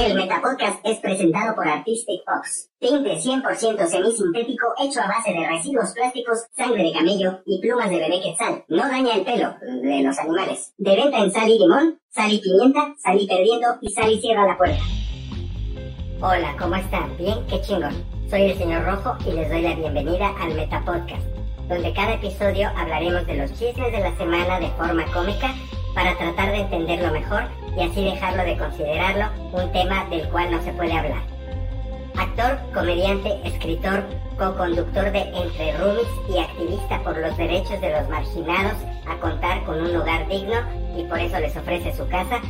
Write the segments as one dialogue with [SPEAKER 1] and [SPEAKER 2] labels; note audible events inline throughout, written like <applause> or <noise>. [SPEAKER 1] El Metapodcast es presentado por Artistic Fox. Tinte 100% semisintético hecho a base de residuos plásticos, sangre de camello y plumas de bebé quetzal. No daña el pelo de los animales. De venta en sal y limón, sal y pimienta, sal y perdiendo y sal y cierra la puerta. Hola, ¿cómo están? Bien, qué chingón. Soy el señor Rojo y les doy la bienvenida al Metapodcast, donde cada episodio hablaremos de los chismes de la semana de forma cómica para tratar de entenderlo mejor y así dejarlo de considerarlo un tema del cual no se puede hablar. Actor, comediante, escritor, co-conductor de Entre Rumis y activista por los derechos de los marginados a contar con un lugar digno y por eso les ofrece su casa,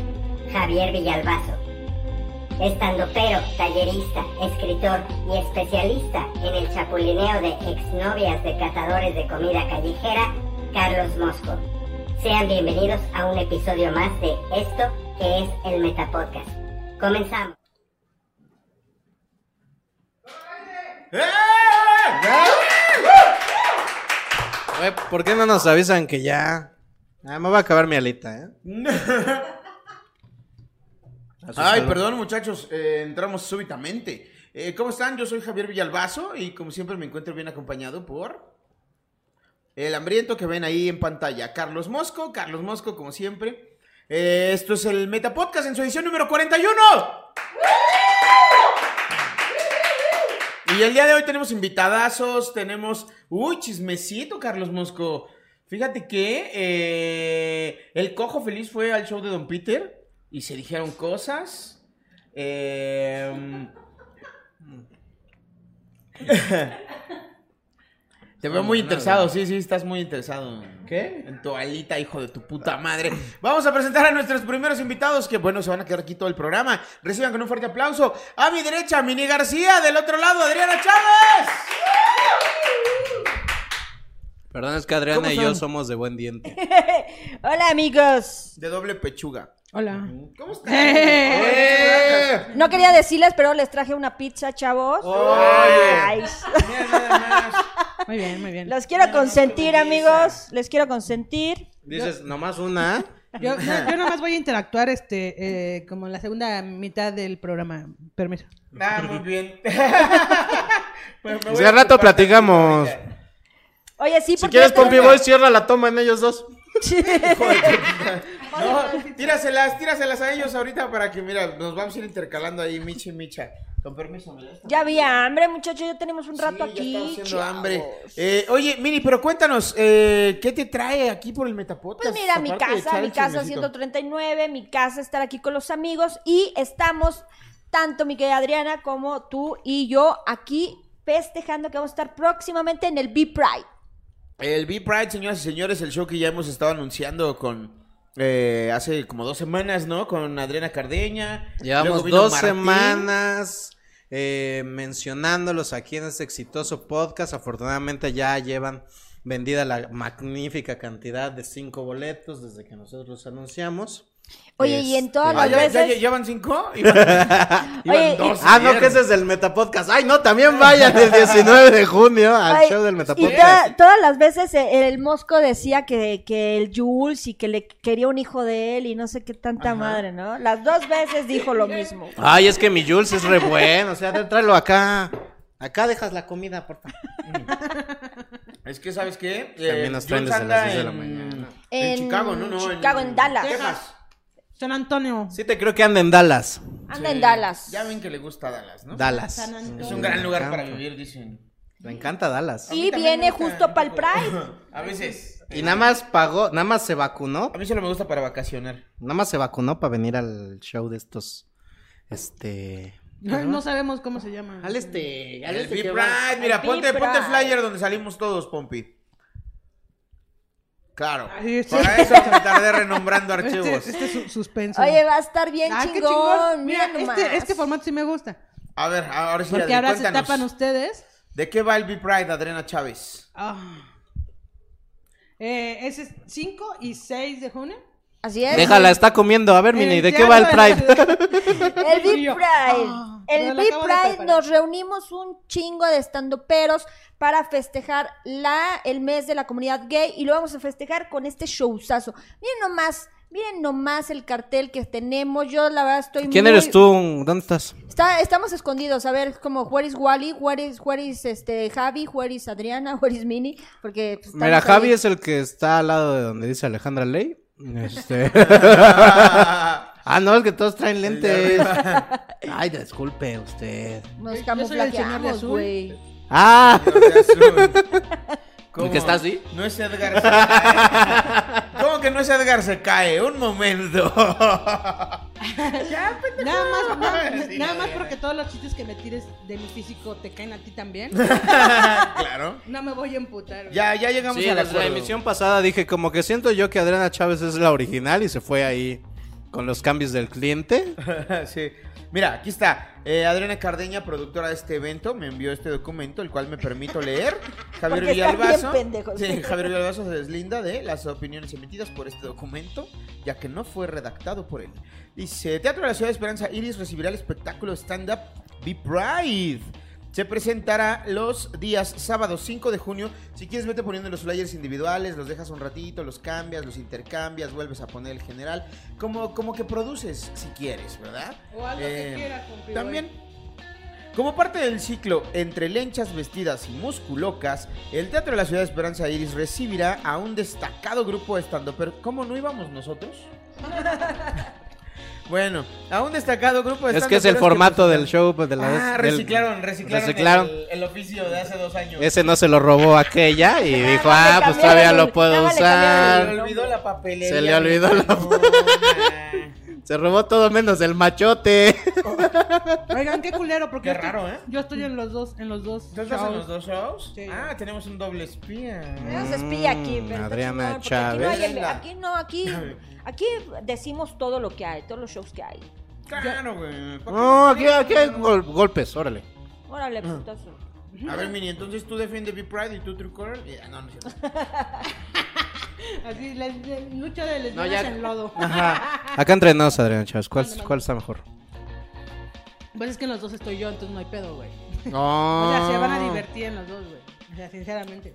[SPEAKER 1] Javier Villalbazo. Estandopero, tallerista, escritor y especialista en el chapulineo de exnovias de catadores de comida callejera, Carlos Mosco. Sean bienvenidos a un episodio más de esto que es el Metapodcast. Comenzamos.
[SPEAKER 2] Güey, ¿por qué no nos avisan que ya? Ah, me va a acabar mi alita, ¿eh?
[SPEAKER 3] Ay, perdón muchachos, eh, entramos súbitamente. Eh, ¿Cómo están? Yo soy Javier Villalbazo y como siempre me encuentro bien acompañado por el hambriento que ven ahí en pantalla, Carlos Mosco, Carlos Mosco como siempre. Eh, esto es el Metapodcast en su edición número 41. Y el día de hoy tenemos invitadazos, tenemos... Uy, chismecito, Carlos Mosco. Fíjate que eh, el cojo feliz fue al show de Don Peter y se dijeron cosas. Eh, Te veo muy interesado, sí, sí, estás muy interesado. ¿Qué? En tu alita, hijo de tu puta madre. Vamos a presentar a nuestros primeros invitados, que bueno, se van a quedar aquí todo el programa. Reciban con un fuerte aplauso a mi derecha, Mini García, del otro lado, Adriana Chávez.
[SPEAKER 2] Perdón, es que Adriana
[SPEAKER 3] ¿Cómo
[SPEAKER 2] y yo
[SPEAKER 3] son?
[SPEAKER 2] somos de buen diente.
[SPEAKER 4] <laughs> Hola amigos.
[SPEAKER 3] De doble pechuga.
[SPEAKER 4] Hola. <laughs>
[SPEAKER 3] ¿Cómo estás? ¡Eh!
[SPEAKER 4] No quería decirles, pero les traje una pizza, chavos.
[SPEAKER 3] Oye.
[SPEAKER 4] Ay,
[SPEAKER 3] Mira nada más.
[SPEAKER 5] Muy bien, muy bien.
[SPEAKER 4] los quiero consentir, amigos. Les quiero consentir.
[SPEAKER 2] Dices, nomás una. ¿eh?
[SPEAKER 5] <laughs> Yo,
[SPEAKER 2] <laughs>
[SPEAKER 5] no, yo nomás voy a interactuar este, eh, como en la segunda mitad del programa. Permiso.
[SPEAKER 3] Ah, muy
[SPEAKER 4] <laughs>
[SPEAKER 3] bien. Bueno, me voy
[SPEAKER 2] Si
[SPEAKER 3] a
[SPEAKER 2] al rato
[SPEAKER 3] ocupar de-
[SPEAKER 2] platicamos.
[SPEAKER 4] Oye, sí,
[SPEAKER 2] Si
[SPEAKER 4] porque
[SPEAKER 2] quieres,
[SPEAKER 4] ya
[SPEAKER 2] Pompi
[SPEAKER 4] tengo-
[SPEAKER 2] Boy, cierra la toma en ellos dos.
[SPEAKER 3] No, <laughs> tíraselas, tíraselas a ellos ahorita para que, mira, nos vamos a ir intercalando ahí, Michi y Micha. Con permiso, me las-
[SPEAKER 4] Ya había hambre, muchachos. Ya tenemos un
[SPEAKER 3] Sí,
[SPEAKER 4] rato
[SPEAKER 3] ya
[SPEAKER 4] aquí.
[SPEAKER 3] estamos haciendo
[SPEAKER 4] chavos.
[SPEAKER 3] hambre. Eh, oye, Mini, pero cuéntanos, eh, ¿qué te trae aquí por el Metapodcast?
[SPEAKER 4] Pues mira, mi
[SPEAKER 3] Aparte de
[SPEAKER 4] casa,
[SPEAKER 3] echar
[SPEAKER 4] mi
[SPEAKER 3] el
[SPEAKER 4] casa
[SPEAKER 3] chismecito.
[SPEAKER 4] 139, mi casa estar aquí con los amigos y estamos, tanto mi querida Adriana como tú y yo, aquí festejando que vamos a estar próximamente en el B-Pride.
[SPEAKER 3] El B-Pride, señoras y señores, el show que ya hemos estado anunciando con... eh, hace como dos semanas, ¿no? Con Adriana Cardeña.
[SPEAKER 2] Llevamos
[SPEAKER 3] Luego vino
[SPEAKER 2] dos
[SPEAKER 3] Martín.
[SPEAKER 2] semanas eh, mencionándolos aquí en este exitoso podcast. Afortunadamente ya llevan vendida la magnífica cantidad de cinco boletos desde que nosotros los anunciamos.
[SPEAKER 4] Oye, y en todas
[SPEAKER 2] Este,
[SPEAKER 3] Ah,
[SPEAKER 4] las
[SPEAKER 3] ¿ya,
[SPEAKER 4] veces...
[SPEAKER 3] ya, ya llevan cinco? <laughs> Iban- iban
[SPEAKER 4] Oye, y-
[SPEAKER 3] dos
[SPEAKER 2] Ah, no,
[SPEAKER 3] ayer.
[SPEAKER 2] que ese es el Metapodcast. Ay, no, también vayan el 19 de junio
[SPEAKER 3] Ah,
[SPEAKER 2] al
[SPEAKER 4] Ay,
[SPEAKER 2] show del
[SPEAKER 4] Y
[SPEAKER 2] Metapodcast.
[SPEAKER 4] toda- todas las veces eh, el Mosco decía que, que el Jules y que le quería un hijo de él y no sé qué tanta madre, ¿no? Las dos veces dijo lo mismo.
[SPEAKER 2] Ay, es que mi Jules es re bueno. O sea, te- tráelo acá. Acá dejas la comida, por favor.
[SPEAKER 3] Es que, ¿sabes qué?
[SPEAKER 2] También nos traen
[SPEAKER 3] Jules
[SPEAKER 2] desde
[SPEAKER 3] anda
[SPEAKER 2] las 10 de la
[SPEAKER 3] en-
[SPEAKER 2] mañana.
[SPEAKER 3] En,
[SPEAKER 4] En
[SPEAKER 3] Chicago, ¿no? no
[SPEAKER 4] Chicago, en Dallas.
[SPEAKER 3] Texas.
[SPEAKER 5] San Antonio.
[SPEAKER 2] Sí, te creo que anda en Dallas.
[SPEAKER 4] Anda en Dallas.
[SPEAKER 3] Ya ven que le gusta Dallas, ¿no?
[SPEAKER 2] Dallas.
[SPEAKER 5] San Antonio.
[SPEAKER 3] Es un gran lugar para vivir, dicen.
[SPEAKER 2] Me encanta Dallas.
[SPEAKER 4] Y viene justo para el Pride.
[SPEAKER 3] A veces.
[SPEAKER 2] Y nada más pagó, nada más se vacunó.
[SPEAKER 3] A mí solo me gusta para vacacionar.
[SPEAKER 2] Nada más se vacunó para venir al show de estos. Este.
[SPEAKER 5] No, no sabemos cómo se llama.
[SPEAKER 6] Al este, al
[SPEAKER 3] El
[SPEAKER 6] este
[SPEAKER 3] Be
[SPEAKER 6] que va.
[SPEAKER 3] Pride, mira,
[SPEAKER 4] Be
[SPEAKER 3] ponte, ponte el
[SPEAKER 4] Pride.
[SPEAKER 3] flyer donde salimos todos, Pompi. Claro.
[SPEAKER 5] Ay, sí.
[SPEAKER 3] Para eso me tardé renombrando
[SPEAKER 5] <laughs> Este,
[SPEAKER 3] archivos.
[SPEAKER 5] este su- suspenso.
[SPEAKER 4] Oye, va a estar bien
[SPEAKER 5] Ah, qué
[SPEAKER 4] chingón.
[SPEAKER 5] Mira,
[SPEAKER 4] Mira,
[SPEAKER 5] este, este formato sí me gusta.
[SPEAKER 3] A ver, ahora sí,
[SPEAKER 5] Porque
[SPEAKER 3] Adri,
[SPEAKER 5] ahora se
[SPEAKER 3] cuéntanos.
[SPEAKER 5] tapan ustedes.
[SPEAKER 3] ¿De qué va el Be Pride, Adriana Chávez?
[SPEAKER 5] Ah. Eh, ese es 5 y 6 de junio. Eh,
[SPEAKER 4] Así es.
[SPEAKER 6] Déjala, está comiendo. A ver,
[SPEAKER 4] Eh,
[SPEAKER 6] Mini, ¿de qué va el Pride?
[SPEAKER 4] <laughs> El Big
[SPEAKER 5] Yo,
[SPEAKER 4] Pride.
[SPEAKER 5] ah, me
[SPEAKER 4] el
[SPEAKER 5] lo
[SPEAKER 4] Big
[SPEAKER 5] acabo de
[SPEAKER 4] Pride
[SPEAKER 5] preparar.
[SPEAKER 4] nos reunimos un chingo de estandoperos para festejar la, el mes de la comunidad gay y lo vamos a festejar con este showzazo. Miren nomás, miren nomás el cartel que tenemos. Yo la verdad estoy
[SPEAKER 6] ¿Quién
[SPEAKER 4] muy-
[SPEAKER 6] eres tú? ¿Dónde estás?
[SPEAKER 4] Está- estamos escondidos, a ver, como where is Wally, where is, where is, este, Javi, where is Adriana, <laughs> where is Mini, porque... pues,
[SPEAKER 6] Mira,
[SPEAKER 4] estamos
[SPEAKER 6] Javi
[SPEAKER 4] ahí.
[SPEAKER 6] es el que está al lado de donde dice Alejandra Ley. Este...
[SPEAKER 3] Ah,
[SPEAKER 6] ah, no, es que todos traen lentes. Ay, disculpe <laughs> usted.
[SPEAKER 4] Nos
[SPEAKER 5] señor de
[SPEAKER 4] camuflajeamos,
[SPEAKER 5] azul.
[SPEAKER 4] güey.
[SPEAKER 6] Ah,
[SPEAKER 3] o sea, es un- ¿Cómo?
[SPEAKER 6] que está así?
[SPEAKER 3] No es Edgar se <laughs> cae. ¿Cómo que no es Edgar se cae? Un momento. <laughs>
[SPEAKER 5] Nada más, nada,
[SPEAKER 3] Sí,
[SPEAKER 5] nada
[SPEAKER 3] no,
[SPEAKER 5] más
[SPEAKER 3] ya, ya.
[SPEAKER 5] porque todos los chistes que me tires de mi físico te caen a ti también.
[SPEAKER 3] <laughs> claro.
[SPEAKER 5] No me voy a emputar.
[SPEAKER 3] Ya, ya llegamos
[SPEAKER 6] sí,
[SPEAKER 3] a
[SPEAKER 6] en
[SPEAKER 3] la
[SPEAKER 6] la, emisión pasada dije como que siento yo que Adriana Chávez es la original y se fue ahí con los cambios del cliente.
[SPEAKER 3] <laughs> sí. Mira, aquí está. Eh, Adriana Cardeña, productora de este evento, me envió este documento, el cual me permito leer. Javier
[SPEAKER 4] Porque están bien
[SPEAKER 3] Villalbazo.
[SPEAKER 4] pendejos.
[SPEAKER 3] Sí, Javier Villalbazo se deslinda de las opiniones emitidas por este documento, ya que no fue redactado por él. Dice: Teatro de la Ciudad de Esperanza Iris recibirá el espectáculo stand-up Be Pride. Se presentará los días sábado 5 de junio. Si quieres, vete poniendo los flyers individuales, los dejas un ratito, los cambias, los intercambias, vuelves a poner el general. Como, como que produces si quieres, ¿verdad?
[SPEAKER 5] O algo que
[SPEAKER 3] Eh,
[SPEAKER 5] quieras, compi,
[SPEAKER 3] También. Como parte del ciclo Entre lenchas vestidas y musculocas, el Teatro de la Ciudad de Esperanza Iris recibirá a un destacado grupo de estandoperos. ¿Cómo no íbamos nosotros? bueno, a un destacado grupo pues, de
[SPEAKER 6] es que es el
[SPEAKER 3] estandoperos
[SPEAKER 6] formato del
[SPEAKER 3] presentan-
[SPEAKER 6] show. pues, de la
[SPEAKER 3] Ah,
[SPEAKER 6] del-
[SPEAKER 3] reciclaron, reciclaron,
[SPEAKER 6] reciclaron.
[SPEAKER 3] El, el oficio de hace dos años.
[SPEAKER 6] Ese no se lo robó aquella y
[SPEAKER 4] Nada
[SPEAKER 6] dijo,
[SPEAKER 4] más le
[SPEAKER 6] ah, pues
[SPEAKER 4] cambiaron
[SPEAKER 6] todavía
[SPEAKER 4] el-
[SPEAKER 6] lo puedo
[SPEAKER 4] nada más le
[SPEAKER 3] Se
[SPEAKER 4] cambiaron
[SPEAKER 6] usar.
[SPEAKER 3] le olvidó la papelería.
[SPEAKER 6] Se le olvidó la-
[SPEAKER 3] la...
[SPEAKER 6] Se robó todo menos el machote.
[SPEAKER 5] <laughs> Oigan, qué culero, porque
[SPEAKER 3] Qué
[SPEAKER 5] yo estoy-
[SPEAKER 3] raro, ¿eh?
[SPEAKER 5] yo estoy en los dos, en los dos.
[SPEAKER 3] ¿Tú estás en
[SPEAKER 5] shows.
[SPEAKER 3] los dos shows?
[SPEAKER 5] Sí.
[SPEAKER 3] Ah, tenemos un doble espía.
[SPEAKER 4] Tenemos espía aquí,
[SPEAKER 6] Mm,
[SPEAKER 4] pero está
[SPEAKER 6] Adriana
[SPEAKER 4] chingón, porque aquí no hay
[SPEAKER 3] Chávez.
[SPEAKER 4] el- Aquí no,
[SPEAKER 5] <laughs>
[SPEAKER 4] aquí, aquí decimos todo lo que hay, todos los shows que hay.
[SPEAKER 3] Claro, Ah, güey. ¿Por qué
[SPEAKER 6] No, aquí, aquí hay gol- golpes, órale.
[SPEAKER 4] Órale, pues, putazo.
[SPEAKER 3] A ver, Mini, entonces tú defiende Be Pride y tú True Color. Y- ah, No, no es cierto. <laughs>
[SPEAKER 5] Así, les- de- lucha de lesbianas
[SPEAKER 6] No, ya-
[SPEAKER 3] <laughs>
[SPEAKER 5] en lodo.
[SPEAKER 6] Ajá. Acá entre nos, Adriana Chávez, ¿cuál, cuál está mejor?
[SPEAKER 5] Pues es que en los dos estoy yo, entonces no hay pedo, güey.
[SPEAKER 6] No.
[SPEAKER 5] O sea, se van a divertir en los dos, güey. O sea, sinceramente.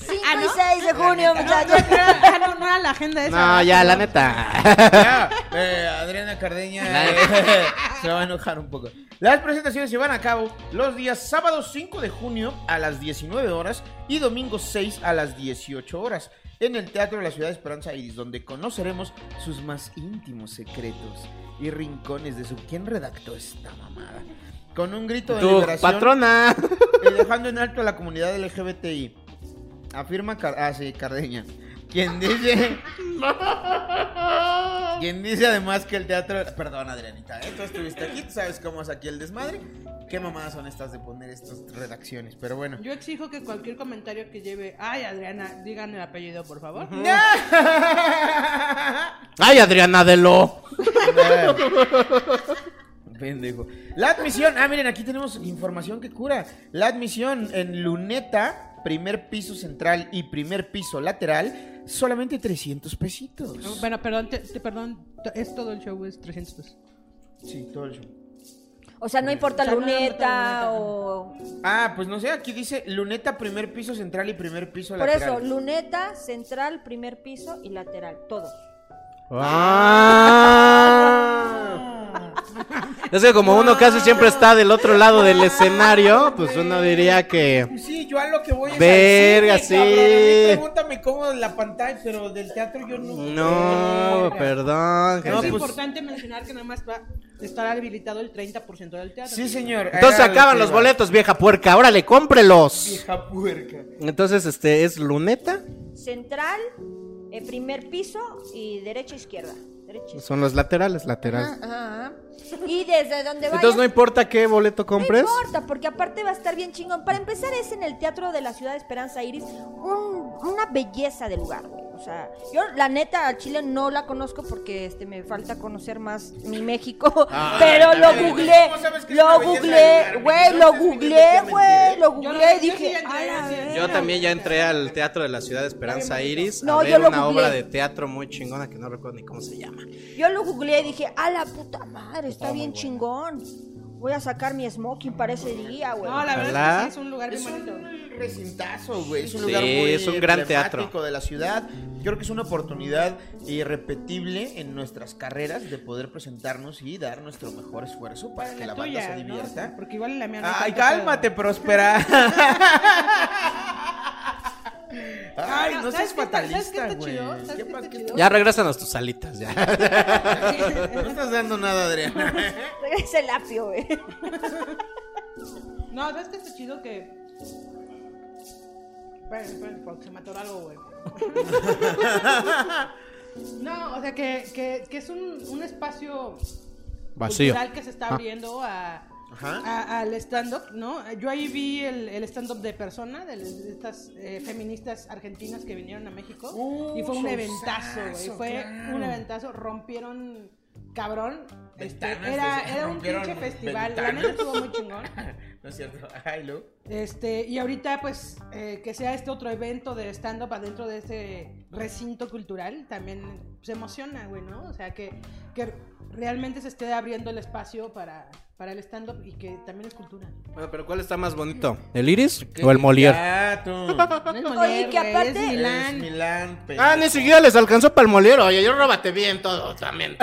[SPEAKER 4] 5
[SPEAKER 5] Ah,
[SPEAKER 4] y
[SPEAKER 5] ¿no?
[SPEAKER 4] 6 de junio, muchachos.
[SPEAKER 5] Ah, no, no era la agenda esa.
[SPEAKER 6] No,
[SPEAKER 5] ¿verdad?
[SPEAKER 6] ya, la neta.
[SPEAKER 3] <laughs> Ya, eh, Adriana
[SPEAKER 6] <laughs>
[SPEAKER 3] Cardeña eh, <laughs> se va a enojar un poco. Las presentaciones se van a cabo los días sábado 5 de junio a las 19 horas y domingo 6 a las 18 horas en el Teatro de la Ciudad de Esperanza Iris, donde conoceremos sus más íntimos secretos y rincones de su... ¿Quién redactó esta mamada? Con un grito de
[SPEAKER 6] Tu
[SPEAKER 3] liberación...
[SPEAKER 6] patrona.
[SPEAKER 3] Y dejando en alto a la comunidad LGBTI. Afirma Car- ah, sí, Cardeña. Quien dice. Quien dice además que el teatro. Perdón, Adrianita, ¿eh? tú estuviste aquí, tú sabes cómo es aquí el desmadre. Qué mamadas son estas de poner estas redacciones, pero bueno.
[SPEAKER 5] Yo exijo que cualquier comentario que lleve, ay Adriana, digan el apellido, por favor. <laughs>
[SPEAKER 6] Ay, Adriana de lo.
[SPEAKER 3] Pendejo. La admisión, ah, miren, aquí tenemos información que cura. La admisión en luneta, primer piso central y primer piso lateral, solamente 300 pesitos.
[SPEAKER 5] Bueno, perdón, te, te- perdón, t- es todo el show, es 300 pesos.
[SPEAKER 3] Sí, todo el show.
[SPEAKER 4] O sea, no importa
[SPEAKER 5] Pues, O sea, no importa
[SPEAKER 4] luneta
[SPEAKER 5] luneta.
[SPEAKER 4] o...
[SPEAKER 3] Ah, pues no sé, aquí dice luneta, primer piso central y primer piso
[SPEAKER 4] Por
[SPEAKER 3] lateral.
[SPEAKER 4] eso, luneta, central, primer piso y lateral, todo.
[SPEAKER 6] Ah. Es que como uno casi siempre está del otro lado del escenario, pues uno diría que...
[SPEAKER 3] Sí, yo a lo que voy es
[SPEAKER 6] Verga,
[SPEAKER 3] al cine, cabrón. A mí
[SPEAKER 6] sí.
[SPEAKER 3] Pregúntame cómo la pantalla, pero del teatro yo no.
[SPEAKER 5] Ah,
[SPEAKER 6] No, perdón.
[SPEAKER 3] No,
[SPEAKER 5] es
[SPEAKER 3] pues-
[SPEAKER 5] importante mencionar que nada más va a estar habilitado el 30% del teatro.
[SPEAKER 3] Sí, señor.
[SPEAKER 6] Entonces
[SPEAKER 5] Ah,
[SPEAKER 3] Era lo
[SPEAKER 6] acaban
[SPEAKER 3] que
[SPEAKER 6] los
[SPEAKER 3] iba.
[SPEAKER 6] boletos, vieja puerca. Órale, cómprelos.
[SPEAKER 3] Vieja puerca.
[SPEAKER 6] Entonces, este, ¿es luneta?
[SPEAKER 4] Central, eh, primer piso y derecha, izquierda. Derecha, izquierda.
[SPEAKER 6] Son los laterales, laterales.
[SPEAKER 4] Ajá, ajá. Y desde donde vayas...
[SPEAKER 6] Entonces no importa qué boleto compres.
[SPEAKER 4] No importa, porque aparte va a estar bien chingón. Para empezar, es en el Teatro de la Ciudad de Esperanza Iris, un- una belleza de lugar. güey. O sea, yo la neta a Chile no la conozco porque este me falta conocer más mi México,
[SPEAKER 3] Ah,
[SPEAKER 4] <laughs> pero lo
[SPEAKER 3] ay, ay,
[SPEAKER 4] googleé,
[SPEAKER 3] ¿cómo sabes que es
[SPEAKER 4] lo
[SPEAKER 3] una belleza de
[SPEAKER 4] googleé,
[SPEAKER 3] lugar?
[SPEAKER 4] güey,
[SPEAKER 3] Entonces,
[SPEAKER 4] lo
[SPEAKER 3] mira,
[SPEAKER 4] googleé,
[SPEAKER 3] yo te
[SPEAKER 4] güey,
[SPEAKER 3] mentiré.
[SPEAKER 4] lo
[SPEAKER 5] Yo no-
[SPEAKER 4] googleé y
[SPEAKER 5] yo sí
[SPEAKER 4] dije,
[SPEAKER 5] entré,
[SPEAKER 4] "A la
[SPEAKER 5] sí.
[SPEAKER 4] verga".
[SPEAKER 6] Yo también ya entré al Teatro de la Ciudad de Esperanza Iris
[SPEAKER 4] No,
[SPEAKER 6] a
[SPEAKER 4] yo
[SPEAKER 6] ver
[SPEAKER 4] lo
[SPEAKER 6] una
[SPEAKER 4] googleé.
[SPEAKER 6] obra de teatro muy chingona que no recuerdo ni cómo se llama.
[SPEAKER 4] Yo lo googleé y dije, a la puta madre, está bien chingón. Voy a sacar mi smoking para ese día, güey.
[SPEAKER 5] No, la verdad es
[SPEAKER 6] Ojalá.
[SPEAKER 5] que sí, es un lugar bien
[SPEAKER 3] Es
[SPEAKER 5] bonito.
[SPEAKER 3] un recintazo, güey. Es un
[SPEAKER 6] Sí,
[SPEAKER 3] lugar muy
[SPEAKER 6] es un gran
[SPEAKER 3] emblemático
[SPEAKER 6] teatro.
[SPEAKER 3] de la ciudad. Creo que es una oportunidad irrepetible en nuestras carreras de poder presentarnos y dar nuestro mejor esfuerzo para que la banda
[SPEAKER 5] tuya,
[SPEAKER 3] se
[SPEAKER 5] ¿no?
[SPEAKER 3] divierta.
[SPEAKER 5] Porque igual en la mía no hay
[SPEAKER 3] Ay,
[SPEAKER 5] tanto
[SPEAKER 3] cálmate,
[SPEAKER 5] pedo.
[SPEAKER 3] Próspera.
[SPEAKER 5] <laughs>
[SPEAKER 3] Ay,
[SPEAKER 5] No,
[SPEAKER 3] no
[SPEAKER 5] Ah, ¿sabes
[SPEAKER 3] seas
[SPEAKER 5] qué está- sabes qué
[SPEAKER 3] fatalista,
[SPEAKER 5] está
[SPEAKER 3] güey.
[SPEAKER 5] chido? ¿Sabes
[SPEAKER 3] ¿Qué
[SPEAKER 5] qué
[SPEAKER 3] pa-
[SPEAKER 5] está
[SPEAKER 3] qué-
[SPEAKER 5] chido?
[SPEAKER 6] Ya regrésanos tus alitas, <laughs> ya.
[SPEAKER 3] <laughs> No estás dando nada, Adriana.
[SPEAKER 4] Regresa el apio, güey.
[SPEAKER 5] No, ¿sabes qué está chido? Que. Esperen, esperen, porque se me atoró algo, güey. no, o sea, que, que, que es un, un espacio
[SPEAKER 6] Vacío.
[SPEAKER 5] cultural que se está abriendo a-
[SPEAKER 3] Ajá.
[SPEAKER 5] a- al stand-up, ¿no? Yo ahí vi el, el stand-up de Persona, de, las- de estas eh, feministas argentinas que vinieron a México. y fue un eventazo, güey. Fue un eventazo. Rompieron, cabrón. Este,
[SPEAKER 3] Ventanas,
[SPEAKER 5] era,
[SPEAKER 3] decían,
[SPEAKER 5] era un
[SPEAKER 3] rompieron
[SPEAKER 5] pinche festival. La
[SPEAKER 3] ventanas.
[SPEAKER 5] neta
[SPEAKER 3] <laughs>
[SPEAKER 5] estuvo muy chingón.
[SPEAKER 3] No es cierto. Ay, Lu.
[SPEAKER 5] Este, y ahorita, pues, eh, que sea este otro evento de stand-up adentro de este recinto cultural, también se emociona, güey, ¿no? O sea, que, que realmente se esté abriendo el espacio para, para el stand-up y que también es cultura.
[SPEAKER 6] Bueno, pero ¿cuál está más bonito? ¿El Iris o el Molière?
[SPEAKER 3] Gato.
[SPEAKER 5] <laughs> No es
[SPEAKER 4] Oye, que
[SPEAKER 5] güey, es
[SPEAKER 4] aparte-
[SPEAKER 5] Milán.
[SPEAKER 3] Es Milán, pendejo.
[SPEAKER 6] Ah, ni siquiera les alcanzó para el Molière. Oye, yo róbate bien todo también.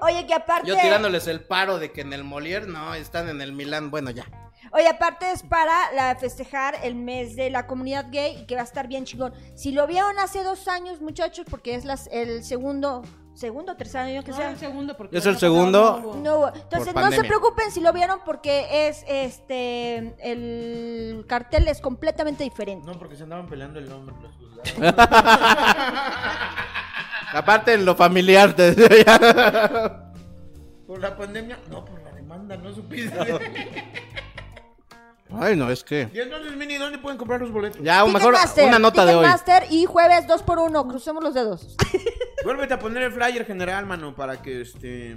[SPEAKER 4] Oye, que aparte.
[SPEAKER 6] Yo tirándoles el paro de que en el Molière no, están en el Milán. Bueno, ya. <laughs>
[SPEAKER 4] Oye, aparte es para la, festejar el mes de la comunidad gay y que va a estar bien chingón. Si lo vieron hace dos años, muchachos, porque es las, el segundo, segundo o tercer año que
[SPEAKER 5] No,
[SPEAKER 4] sea.
[SPEAKER 5] el segundo, porque
[SPEAKER 6] Es
[SPEAKER 5] el
[SPEAKER 6] el segundo.
[SPEAKER 5] pasado no hubo.
[SPEAKER 4] No, hubo. entonces no se
[SPEAKER 6] pandemia.
[SPEAKER 4] preocupen si lo vieron porque es este el cartel es completamente diferente.
[SPEAKER 3] No, porque se andaban peleando el nombre. los juzgados.
[SPEAKER 6] Aparte en lo familiar. te decía ya.
[SPEAKER 3] <laughs> Por la pandemia. No, por la demanda, no <laughs> supiste.
[SPEAKER 6] Ay, no, es que.
[SPEAKER 3] y entonces, Mini, ¿dónde pueden comprar los boletos?
[SPEAKER 6] Ya, o mejor
[SPEAKER 4] Ticketmaster,
[SPEAKER 6] una nota de hoy.
[SPEAKER 4] Ticketmaster y jueves 2 por 1 crucemos los dedos.
[SPEAKER 3] Vuélvete a poner el flyer general, mano, para que este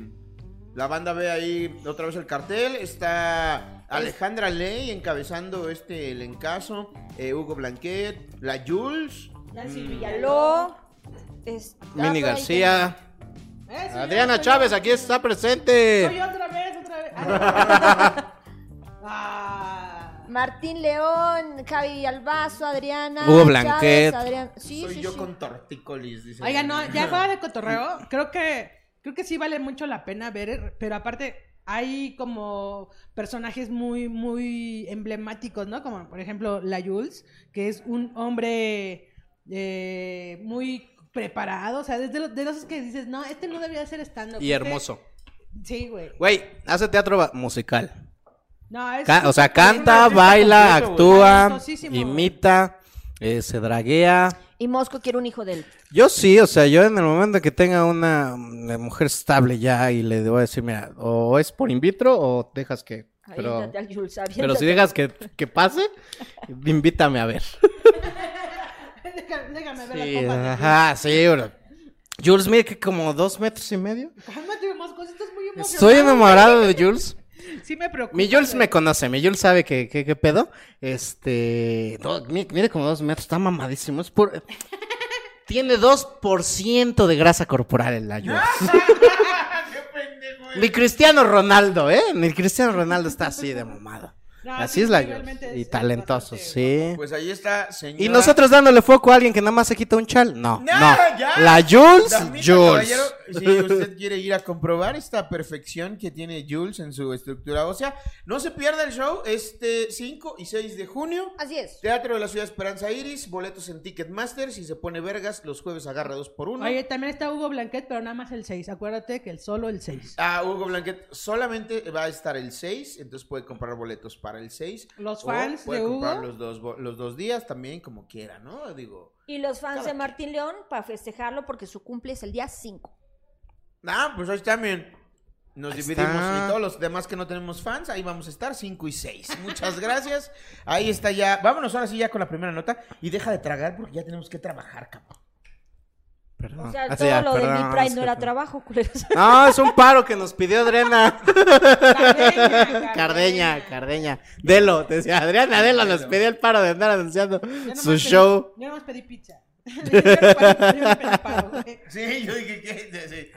[SPEAKER 3] la banda vea ahí otra vez el cartel. Está Alejandra Ley encabezando este el encaso, eh, Hugo Blanquet, la Jules.
[SPEAKER 5] Nancy
[SPEAKER 4] Aló. es- ah, por ahí
[SPEAKER 6] Mini García.
[SPEAKER 5] Eh, sí,
[SPEAKER 6] Adriana
[SPEAKER 5] soy
[SPEAKER 6] Chávez
[SPEAKER 5] yo.
[SPEAKER 6] aquí está
[SPEAKER 5] Soy
[SPEAKER 6] presente.
[SPEAKER 5] yo otra vez, otra vez.
[SPEAKER 4] <laughs>
[SPEAKER 5] Ah. Ah.
[SPEAKER 4] tengo. Martín León, Javi Albazo, Adriana.
[SPEAKER 6] Hugo
[SPEAKER 4] Chávez,
[SPEAKER 6] Blanquet.
[SPEAKER 4] Adrián- Sí,
[SPEAKER 3] Soy
[SPEAKER 4] sí,
[SPEAKER 3] yo
[SPEAKER 4] sí.
[SPEAKER 3] con tortícolis, dice.
[SPEAKER 5] Oiga, no,
[SPEAKER 6] <laughs>
[SPEAKER 5] ya fuera de cotorreo, creo que creo que sí vale mucho la pena ver, pero aparte hay como personajes muy muy emblemáticos, ¿no? Como por ejemplo la Jules, que es un hombre eh, muy preparado, o sea, desde los, de los que dices, no, este no debería ser estando.
[SPEAKER 6] Y hermoso.
[SPEAKER 5] Sí, güey.
[SPEAKER 6] <laughs> Güey, hace teatro ba- musical.
[SPEAKER 5] No, es
[SPEAKER 6] Ca- o sea,
[SPEAKER 3] un
[SPEAKER 6] canta,
[SPEAKER 3] artista
[SPEAKER 6] baila,
[SPEAKER 3] completo, güey.
[SPEAKER 6] actúa,
[SPEAKER 5] Talentosísimo.
[SPEAKER 6] imita, eh, se draguea.
[SPEAKER 4] Y Mosco quiere un hijo de él.
[SPEAKER 6] Yo sí, o sea, yo en el momento que tenga una mm, mujer estable ya y le voy a decir, mira, o es por in vitro o dejas que... Pero,
[SPEAKER 5] <laughs>
[SPEAKER 4] Aviéntate al Jules, aviéntate.
[SPEAKER 6] pero si dejas que, que pase, invítame a ver.
[SPEAKER 5] Déjame, déjame ver
[SPEAKER 6] Sí,
[SPEAKER 5] la copa.
[SPEAKER 6] ajá, sí, bro. Jules, mire que como dos metros y medio.
[SPEAKER 5] Cálmate, Mosco, estás muy emocionado.
[SPEAKER 6] Estoy enamorado de Jules.
[SPEAKER 5] Sí me preocupa.
[SPEAKER 6] Mi Jules
[SPEAKER 5] güey.
[SPEAKER 6] me conoce, mi Jules sabe que, que- qué pedo. Este, do- mi- mire como dos metros, está mamadísimo. es puro- Tiene 2% de grasa corporal en la
[SPEAKER 5] <laughs>
[SPEAKER 6] Jules.
[SPEAKER 3] ¡Qué pendejo!
[SPEAKER 6] Ni Cristiano Ronaldo, ¿eh? Ni Cristiano Ronaldo está así de mamado.
[SPEAKER 5] No,
[SPEAKER 6] así
[SPEAKER 5] sí,
[SPEAKER 6] es la
[SPEAKER 5] sí, realmente
[SPEAKER 6] Jules.
[SPEAKER 5] es-
[SPEAKER 6] Y
[SPEAKER 5] es
[SPEAKER 6] talentoso,
[SPEAKER 5] bastante
[SPEAKER 6] sí.
[SPEAKER 3] Pues ahí está, señor.
[SPEAKER 6] Y nosotros dándole foco a alguien que nada más se quita un chal. No, no.
[SPEAKER 3] ya.
[SPEAKER 6] La Jules,
[SPEAKER 3] Damita,
[SPEAKER 6] Jules.
[SPEAKER 3] caballero, Si
[SPEAKER 6] <laughs>
[SPEAKER 3] usted quiere ir a comprobar esta perfección que tiene Jules en su estructura ósea, no se pierda el show este 5 y 6 de junio.
[SPEAKER 4] Así es.
[SPEAKER 3] Teatro de la Ciudad Esperanza Iris, boletos en Ticketmaster, si se pone vergas, los jueves agarra dos por uno.
[SPEAKER 5] Oye, también está Hugo Blanquet, pero nada más el 6. Acuérdate que el solo el 6.
[SPEAKER 3] Ah, Hugo Blanquet solamente va a estar el 6, entonces puede comprar boletos para el 6.
[SPEAKER 5] Los
[SPEAKER 3] o
[SPEAKER 5] fans
[SPEAKER 3] puede
[SPEAKER 5] de
[SPEAKER 3] comprar
[SPEAKER 5] Hugo.
[SPEAKER 3] Los dos, bo- los dos días también, como quiera, ¿no? Digo,
[SPEAKER 4] Y los
[SPEAKER 3] Cada
[SPEAKER 4] fans de
[SPEAKER 3] quien.
[SPEAKER 4] Martín León para festejarlo porque su cumple es el día 5.
[SPEAKER 3] ah, pues ahí también. Nos
[SPEAKER 2] Ahí
[SPEAKER 3] dividimos
[SPEAKER 2] está.
[SPEAKER 3] y todos los demás que no tenemos fans, ahí vamos a estar, 5 y 6. Muchas gracias. Ahí está ya. Vámonos ahora sí ya con la primera nota y deja de tragar porque ya tenemos que trabajar, cabrón.
[SPEAKER 4] O sea,
[SPEAKER 2] Ah, sí,
[SPEAKER 4] todo
[SPEAKER 2] ya,
[SPEAKER 4] lo de
[SPEAKER 2] perdón,
[SPEAKER 4] mi Pride
[SPEAKER 2] es
[SPEAKER 4] no
[SPEAKER 2] que-
[SPEAKER 4] era trabajo, culeros. <laughs>
[SPEAKER 2] No, es un paro que nos pidió Adriana.
[SPEAKER 5] Cardeña,
[SPEAKER 6] Cardeña, Cardeña. Delo, decía Adriana Delo, nos pidió el paro de andar anunciando
[SPEAKER 5] Yo nomás
[SPEAKER 6] su
[SPEAKER 5] pedí-
[SPEAKER 6] show.
[SPEAKER 5] Yo nomás pedí pizza. <laughs> yo no pedí paro, güey.
[SPEAKER 3] <laughs> Sí, yo dije, ¿qué? Sí, sí.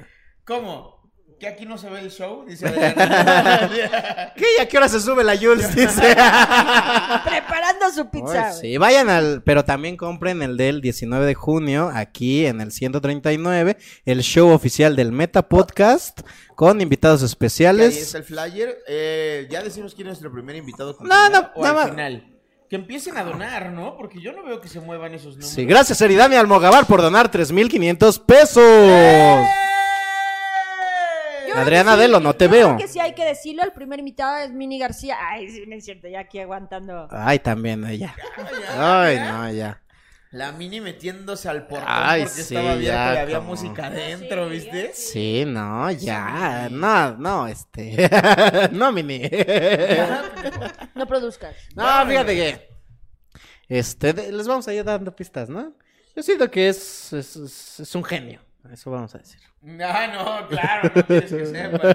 [SPEAKER 3] ¿Cómo? ¿Que aquí no se ve el show?
[SPEAKER 6] <laughs>
[SPEAKER 3] Dice Adriana.
[SPEAKER 6] ¿Qué? ¿Y a qué hora se sube la <laughs> Jules? Dice.
[SPEAKER 4] Preparando su pizza.
[SPEAKER 6] Ay,
[SPEAKER 4] güey.
[SPEAKER 6] sí, vayan al, pero también compren el del 19 de junio aquí en el 139, el show oficial del Meta Podcast con invitados
[SPEAKER 3] Y ahí es
[SPEAKER 6] especiales.
[SPEAKER 3] el flyer. Eh, ya decimos quién es nuestro primer invitado. con
[SPEAKER 6] No, no,
[SPEAKER 3] final o
[SPEAKER 6] nada
[SPEAKER 3] al
[SPEAKER 6] más.
[SPEAKER 3] final. Que empiecen a donar, ¿no? Porque yo no veo que se muevan esos números.
[SPEAKER 6] Sí, gracias Eridani Almogavar por donar 3.500 pesos.
[SPEAKER 4] Yo creo
[SPEAKER 6] Adriana
[SPEAKER 4] que sí,
[SPEAKER 6] Delo, no te
[SPEAKER 4] yo creo
[SPEAKER 6] veo.
[SPEAKER 4] que sí hay que decirlo, el primer invitado es Mini García. Ay, sí, no es cierto, ya aquí aguantando.
[SPEAKER 6] Ay, también ella. Ay, no, ya.
[SPEAKER 3] La mini metiéndose al portón
[SPEAKER 6] Ay,
[SPEAKER 3] porque
[SPEAKER 6] sí,
[SPEAKER 3] estaba abierto
[SPEAKER 6] ya,
[SPEAKER 3] y había
[SPEAKER 6] como-
[SPEAKER 3] música adentro, ¿viste?
[SPEAKER 6] Sí, no, ya. No, no, este. <laughs> no, Mini. <laughs>
[SPEAKER 4] <laughs> No produzcas.
[SPEAKER 6] No, fíjate que. Este, de- les vamos a ir dando pistas, ¿no? Yo siento que es, es, es- es un genio. Eso vamos a decir.
[SPEAKER 3] No, Ah, no, claro, no quieres que sepa. Oye,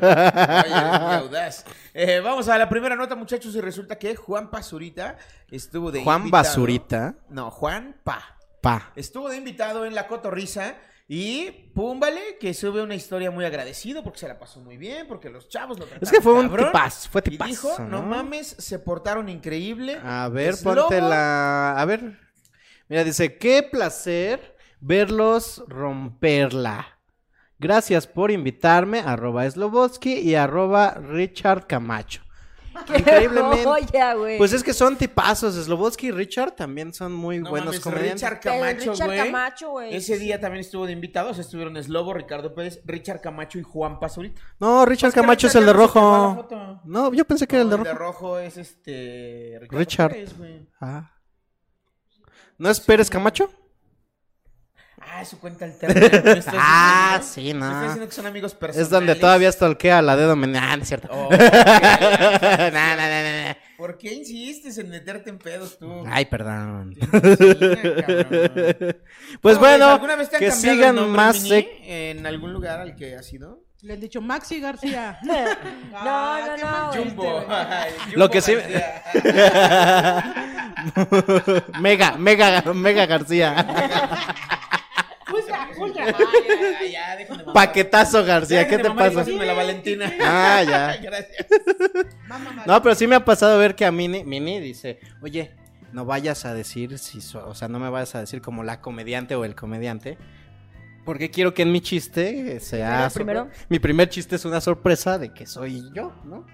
[SPEAKER 3] eres muy audaz. Eh, vamos a la primera nota, muchachos, y resulta que Juan Pazurita estuvo de
[SPEAKER 6] Juan
[SPEAKER 3] invitado.
[SPEAKER 6] Basurita.
[SPEAKER 3] No, Juan Pa.
[SPEAKER 6] Pa.
[SPEAKER 3] Estuvo de invitado en La Cotorrisa y púmbale que sube una historia muy agradecido porque se la pasó muy bien, porque los chavos lo trataron
[SPEAKER 6] Es que fue un
[SPEAKER 3] cabrón.
[SPEAKER 6] tipaz, fue
[SPEAKER 3] Y
[SPEAKER 6] tipazo,
[SPEAKER 3] dijo, no
[SPEAKER 6] ¿no?
[SPEAKER 3] mames, se portaron increíble.
[SPEAKER 6] A ver,
[SPEAKER 3] Es
[SPEAKER 6] ponte
[SPEAKER 3] lobo".
[SPEAKER 6] la. A ver. Mira, dice: Qué placer verlos romperla. Gracias por invitarme, arroba Slobotsky y arroba
[SPEAKER 3] <laughs>
[SPEAKER 6] Richard Camacho. <laughs> Increíblemente.
[SPEAKER 4] <laughs> Oye, güey.
[SPEAKER 6] Pues es que son tipazos. Slobotsky y Richard también son muy
[SPEAKER 3] No
[SPEAKER 6] buenos
[SPEAKER 3] mames,
[SPEAKER 6] comediantes.
[SPEAKER 3] Richard
[SPEAKER 4] Pero
[SPEAKER 3] Camacho,
[SPEAKER 4] Richard
[SPEAKER 3] güey.
[SPEAKER 4] Camacho, güey.
[SPEAKER 3] Pues, Ese día también estuvo de invitados, estuvieron Slobo, Ricardo Pérez, Richard Camacho y Juan Pazurita.
[SPEAKER 6] No, Richard
[SPEAKER 3] Pues que
[SPEAKER 6] Camacho es
[SPEAKER 3] Richard
[SPEAKER 6] el de
[SPEAKER 3] Camacho se
[SPEAKER 6] rojo.
[SPEAKER 3] quedó a la foto.
[SPEAKER 6] No, yo pensé que era el de
[SPEAKER 3] El de
[SPEAKER 6] rojo.
[SPEAKER 3] rojo es este Ricardo
[SPEAKER 6] Richard.
[SPEAKER 3] Pérez, güey.
[SPEAKER 6] Ah. ¿No es Pérez Camacho?
[SPEAKER 3] Ah, es su cuenta <laughs>
[SPEAKER 6] <laughs>
[SPEAKER 3] alterna. Me estás diciendo,
[SPEAKER 6] Ah,
[SPEAKER 3] ¿no?
[SPEAKER 6] sí,
[SPEAKER 3] Me
[SPEAKER 6] no.
[SPEAKER 3] estás diciendo que son amigos personales.
[SPEAKER 6] Es donde todavía stalkea a la dedo men. Ah, no es cierto.
[SPEAKER 3] Oh,
[SPEAKER 6] No,
[SPEAKER 3] ok.
[SPEAKER 6] <laughs> no, no, no,
[SPEAKER 3] ¿Por qué insistes en meterte en pedos tú?
[SPEAKER 6] no. Ay, perdón.
[SPEAKER 3] China, eh, cabrón.
[SPEAKER 6] Pues
[SPEAKER 3] No,
[SPEAKER 6] bueno,
[SPEAKER 3] ¿alguna vez te han
[SPEAKER 6] que
[SPEAKER 3] cambiado el
[SPEAKER 6] sigan
[SPEAKER 3] nombre,
[SPEAKER 6] más.
[SPEAKER 3] Mini,
[SPEAKER 6] sec-
[SPEAKER 3] en algún lugar al que has ido.
[SPEAKER 5] Le han dicho Maxi
[SPEAKER 4] <laughs>
[SPEAKER 5] García. <laughs> Ah,
[SPEAKER 4] No, no, no, güey.
[SPEAKER 3] Jumbo. Ay, Jumbo
[SPEAKER 6] Lo que sí-
[SPEAKER 3] García.
[SPEAKER 6] <laughs> mega, mega, mega García.
[SPEAKER 3] <laughs>
[SPEAKER 5] Ultra, ultra.
[SPEAKER 3] Ay, ay, <laughs> ya, déjenme mamar.
[SPEAKER 6] Paquetazo García,
[SPEAKER 3] Ya,
[SPEAKER 6] ¿qué
[SPEAKER 3] déjenme
[SPEAKER 6] te
[SPEAKER 3] mamar y
[SPEAKER 6] pasa?
[SPEAKER 3] pásenme la Valentina.
[SPEAKER 6] <laughs> Ah, ya.
[SPEAKER 3] <laughs> Gracias.
[SPEAKER 6] No, pero sí me ha pasado ver que a Mini, Mini dice, oye, no vayas a decir, si so- o sea, no me vayas a decir como la comediante o el comediante, porque quiero que en mi chiste sea...
[SPEAKER 4] ¿Era primero?
[SPEAKER 6] sorpre- Mi primer chiste es una sorpresa de que soy yo, ¿no?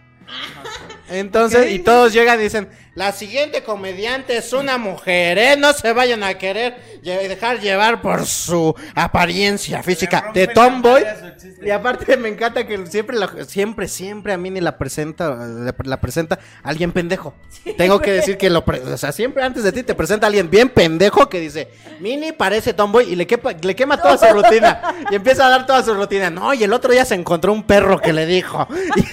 [SPEAKER 6] Entonces, y todos llegan y dicen, la siguiente comediante es una mujer, ¿eh? No se vayan a querer lle- dejar llevar por su apariencia física
[SPEAKER 3] rompen
[SPEAKER 6] de
[SPEAKER 3] la
[SPEAKER 6] tomboy.
[SPEAKER 3] madre a su chiste.
[SPEAKER 6] Y aparte me encanta que siempre, la- siempre, siempre a mí ni la presenta, la, la presenta alguien pendejo. Tengo que decir que lo, pre- o sea, siempre antes de ti te presenta alguien bien pendejo que dice, Mini parece tomboy y le, quepa- le quema toda su rutina. Y empieza a dar toda su rutina. No, y el otro día se encontró un perro que le dijo.
[SPEAKER 4] <laughs>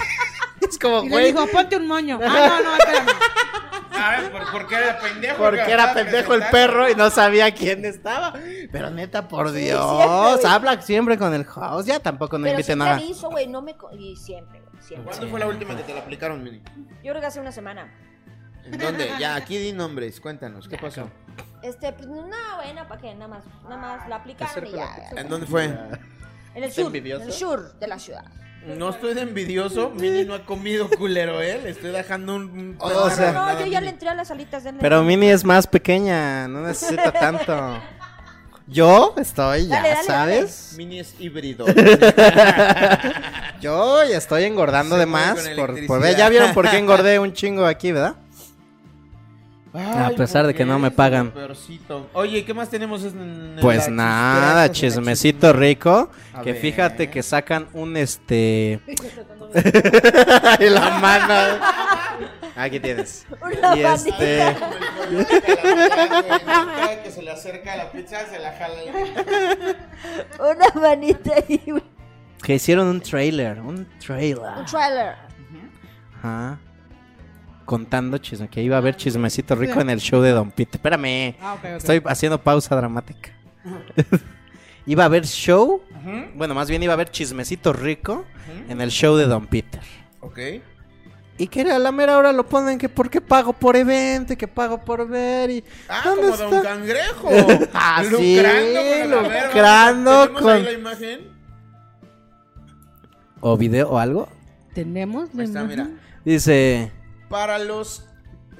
[SPEAKER 6] Y <laughs> es como,
[SPEAKER 5] Y le
[SPEAKER 6] güey,
[SPEAKER 5] dijo, ponte un moño. Ah, no, no,
[SPEAKER 3] <laughs>
[SPEAKER 5] espérame.
[SPEAKER 3] A ver, ¿por, por qué era pendejo?
[SPEAKER 6] porque era pendejo el perro y no sabía quién estaba. Pero neta, por Dios, ah. habla siempre con el house. Ya tampoco no
[SPEAKER 4] Pero
[SPEAKER 6] invite
[SPEAKER 4] sí
[SPEAKER 6] nada.
[SPEAKER 4] me hizo, güey, no me... co- Y siempre, güey, siempre.
[SPEAKER 3] ¿Cuándo fue la última que te la aplicaron, Mini?
[SPEAKER 4] Yo creo que hace una semana.
[SPEAKER 3] ¿En dónde? Ya, aquí di nombres, cuéntanos, ¿qué pasó?
[SPEAKER 4] Este, pues, no, bueno, ¿para qué? Nada más, nada
[SPEAKER 3] Ah,
[SPEAKER 4] más la aplicaron y ya.
[SPEAKER 3] ¿En dónde fue?
[SPEAKER 4] En el sur, en
[SPEAKER 6] envidioso?
[SPEAKER 4] el sur de la ciudad.
[SPEAKER 3] No estoy de envidioso, Mini no ha comido culero, ¿eh? Le estoy dejando un... un
[SPEAKER 6] O
[SPEAKER 3] pedazo
[SPEAKER 6] sea-
[SPEAKER 3] de
[SPEAKER 4] No,
[SPEAKER 3] Oh, nada,
[SPEAKER 4] yo ya le
[SPEAKER 3] Mini.
[SPEAKER 4] entré a las alitas de
[SPEAKER 6] Pero Mini es más pequeña, no necesita tanto. Yo estoy, ya
[SPEAKER 4] Dale, dale,
[SPEAKER 6] sabes.
[SPEAKER 3] Mini es híbrido.
[SPEAKER 6] <laughs> Yo ya estoy engordando
[SPEAKER 3] Se
[SPEAKER 6] de
[SPEAKER 3] mueve
[SPEAKER 6] más.
[SPEAKER 3] con
[SPEAKER 6] Por, por-
[SPEAKER 3] electricidad.
[SPEAKER 6] ya vieron por qué engordé un chingo
[SPEAKER 3] <laughs>
[SPEAKER 6] aquí, ¿verdad? A pesar de que no me pagan.
[SPEAKER 3] Peorcito. Oye, ¿qué más tenemos? en- en
[SPEAKER 6] Pues
[SPEAKER 3] la
[SPEAKER 6] nada,
[SPEAKER 3] chisperazos, en la
[SPEAKER 6] chismecito rico.
[SPEAKER 3] A
[SPEAKER 6] Que
[SPEAKER 3] ver.
[SPEAKER 6] fíjate que sacan un este. <laughs> y la mano. Aquí tienes.
[SPEAKER 4] Una
[SPEAKER 6] Y
[SPEAKER 4] bandita.
[SPEAKER 6] este.
[SPEAKER 3] Como el coyote que la jala, güey, cada que se le acerca a la pizza, se la jala.
[SPEAKER 4] Una manita y... un-
[SPEAKER 6] Que hicieron un trailer, un trailer.
[SPEAKER 4] Un trailer.
[SPEAKER 6] Ajá. Contando chisme, que iba a haber chismecito rico en el show de Don Pete. Espérame,
[SPEAKER 5] Ah, ok, ok.
[SPEAKER 6] estoy haciendo
[SPEAKER 3] <laughs>
[SPEAKER 6] pausa dramática. <laughs> iba a haber show, bueno, más bien iba a haber chismecito rico en el show de Don Peter.
[SPEAKER 3] Ok.
[SPEAKER 6] Y que a la mera hora lo ponen que por qué pago por evento y que pago por ver y...
[SPEAKER 3] Ah,
[SPEAKER 6] ¿dónde
[SPEAKER 3] como Don
[SPEAKER 6] está?
[SPEAKER 3] Cangrejo.
[SPEAKER 6] <laughs> Ah, sí,
[SPEAKER 3] con el haber-
[SPEAKER 6] lucrando
[SPEAKER 3] ¿Tenemos ahí
[SPEAKER 6] con-
[SPEAKER 3] la imagen?
[SPEAKER 6] O video o algo.
[SPEAKER 5] Tenemos la
[SPEAKER 3] Ahí está,
[SPEAKER 5] imagen?
[SPEAKER 3] mira.
[SPEAKER 6] Dice
[SPEAKER 3] Para los...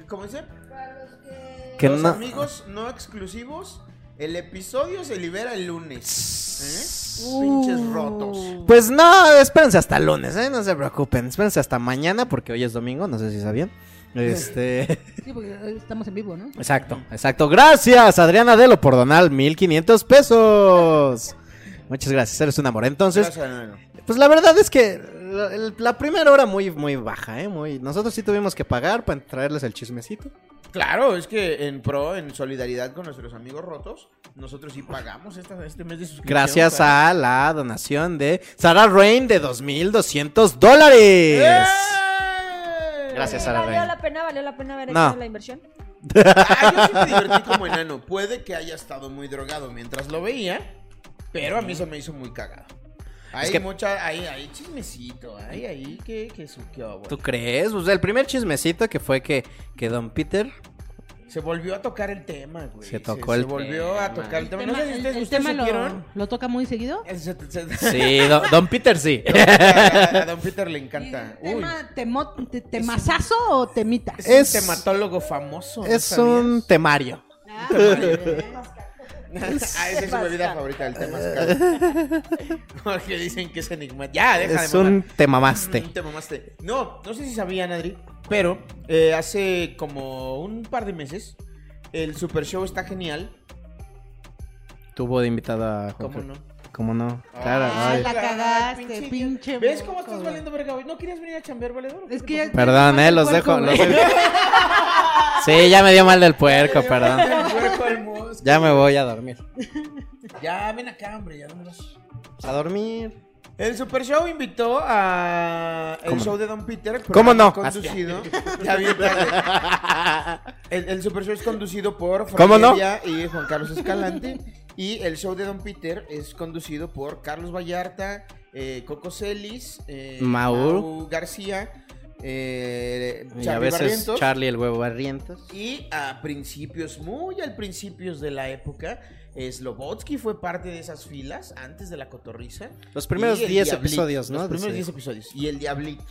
[SPEAKER 3] ¿Cómo dice?
[SPEAKER 6] que
[SPEAKER 3] los
[SPEAKER 6] no...
[SPEAKER 3] amigos no exclusivos, el episodio se libera el lunes.
[SPEAKER 4] Uh.
[SPEAKER 3] ¿Eh? Pinches
[SPEAKER 7] Uh.
[SPEAKER 3] rotos.
[SPEAKER 6] Pues no, espérense hasta lunes, ¿eh? No se preocupen. Espérense hasta mañana porque hoy es domingo, no sé si sabían. Este... <laughs>
[SPEAKER 5] Sí, porque eh, estamos en vivo, ¿no?
[SPEAKER 6] Exacto, exacto. Gracias, Adriana Delo, por donar 1500 pesos. Muchas gracias, eres un amor. Entonces,
[SPEAKER 3] Gracias, Anelo.
[SPEAKER 6] pues la verdad es que la, el- la primera hora muy, muy baja, ¿eh? Muy, nosotros sí tuvimos que pagar para traerles el chismecito.
[SPEAKER 3] Claro, es que en pro, en solidaridad con nuestros amigos rotos, nosotros sí pagamos esta- este mes de suscripción.
[SPEAKER 6] Gracias
[SPEAKER 3] para-
[SPEAKER 6] a la donación de Sarah Rain de 2200 dólares.
[SPEAKER 3] ¡Eh!
[SPEAKER 6] Gracias, Sara
[SPEAKER 4] ¿Valió
[SPEAKER 6] Reina.
[SPEAKER 4] la pena? ¿Valió la pena haber
[SPEAKER 6] No.
[SPEAKER 4] hecho la
[SPEAKER 6] <laughs>
[SPEAKER 4] inversión?
[SPEAKER 3] Ah, yo sí me divertí como enano. Puede que haya estado muy drogado mientras lo veía, pero a mí se me hizo muy cagado. Hay
[SPEAKER 6] que-
[SPEAKER 3] mucha, hay, hay chismecito, hay ahí que, que su que oh, obra.
[SPEAKER 6] ¿Tú crees? O sea, el primer chismecito que fue que, que Don Peter
[SPEAKER 3] Se volvió a tocar el tema, güey.
[SPEAKER 6] Se tocó el
[SPEAKER 3] Se volvió a
[SPEAKER 6] tema.
[SPEAKER 3] tocar el tema.
[SPEAKER 5] El
[SPEAKER 3] No
[SPEAKER 5] tema-
[SPEAKER 3] sé si
[SPEAKER 5] el-
[SPEAKER 3] ustedes,
[SPEAKER 5] el
[SPEAKER 3] ustedes
[SPEAKER 5] tema
[SPEAKER 3] supieron.
[SPEAKER 5] lo, lo toca muy seguido.
[SPEAKER 3] Eh, se- se- <laughs>
[SPEAKER 6] Sí, don, don Peter sí.
[SPEAKER 3] a, a Don Peter Uh, le encanta. Uy,
[SPEAKER 5] ¿Tema, temo- te- ¿Temazazo o temita?
[SPEAKER 3] es,
[SPEAKER 6] es-
[SPEAKER 3] un tematólogo famoso. ¿no
[SPEAKER 6] Es
[SPEAKER 3] sabías?
[SPEAKER 6] un temario.
[SPEAKER 3] ah, esa es su bebida favorita, el temazcal.
[SPEAKER 5] <laughs>
[SPEAKER 3] Porque dicen que es enigmático. Ya, deja
[SPEAKER 6] es
[SPEAKER 3] de mamar.
[SPEAKER 6] un temamaste.
[SPEAKER 3] Mm, Te mamaste. No, no sé si sabían, Adri, pero eh, hace como un par de meses el Super Show está genial.
[SPEAKER 6] Tuvo de invitada.
[SPEAKER 3] ¿Cómo no?
[SPEAKER 6] ¿Cómo no? Claro.
[SPEAKER 5] Ah,
[SPEAKER 6] ay.
[SPEAKER 5] la cagaste,
[SPEAKER 3] Pinche-
[SPEAKER 5] pinche
[SPEAKER 3] ¿Ves
[SPEAKER 5] moco,
[SPEAKER 3] cómo estás
[SPEAKER 5] güey.
[SPEAKER 3] valiendo verga hoy? ¿No querías venir a chambear, valedor?
[SPEAKER 5] Es que ya-
[SPEAKER 6] Perdón, eh, los dejo. los
[SPEAKER 5] <laughs>
[SPEAKER 6] dejo. Sí, ya me dio mal del puerco, perdón.
[SPEAKER 3] El puerco del mosco.
[SPEAKER 6] Ya me voy a dormir.
[SPEAKER 3] Ya, ven acá, hombre, ya vámonos.
[SPEAKER 6] A dormir.
[SPEAKER 3] El Super Show invitó a el
[SPEAKER 6] ¿Cómo
[SPEAKER 3] show de Don Peter.
[SPEAKER 6] ¿Cómo no?
[SPEAKER 3] programa Conducido. <laughs> Ya bien tarde. el, el Super Show es conducido por
[SPEAKER 6] ¿Cómo no?
[SPEAKER 3] Francia y Juan Carlos Escalante. Y el show de Don Peter es conducido por Carlos Vallarta, eh, Coco Celis, eh,
[SPEAKER 6] Mauro.
[SPEAKER 3] Mau García, eh,
[SPEAKER 6] Y a
[SPEAKER 3] Charlie
[SPEAKER 6] veces
[SPEAKER 3] Barrientos.
[SPEAKER 6] Charlie el huevo barrientos.
[SPEAKER 3] Y a principios, muy al principios de la época, Slobotsky fue parte de esas filas antes de la cotorriza.
[SPEAKER 6] Los primeros
[SPEAKER 3] Y el
[SPEAKER 6] 10
[SPEAKER 3] Diablito,
[SPEAKER 6] episodios, ¿no?
[SPEAKER 3] Los primeros
[SPEAKER 6] Dice.
[SPEAKER 3] 10 episodios. Y el Diablito.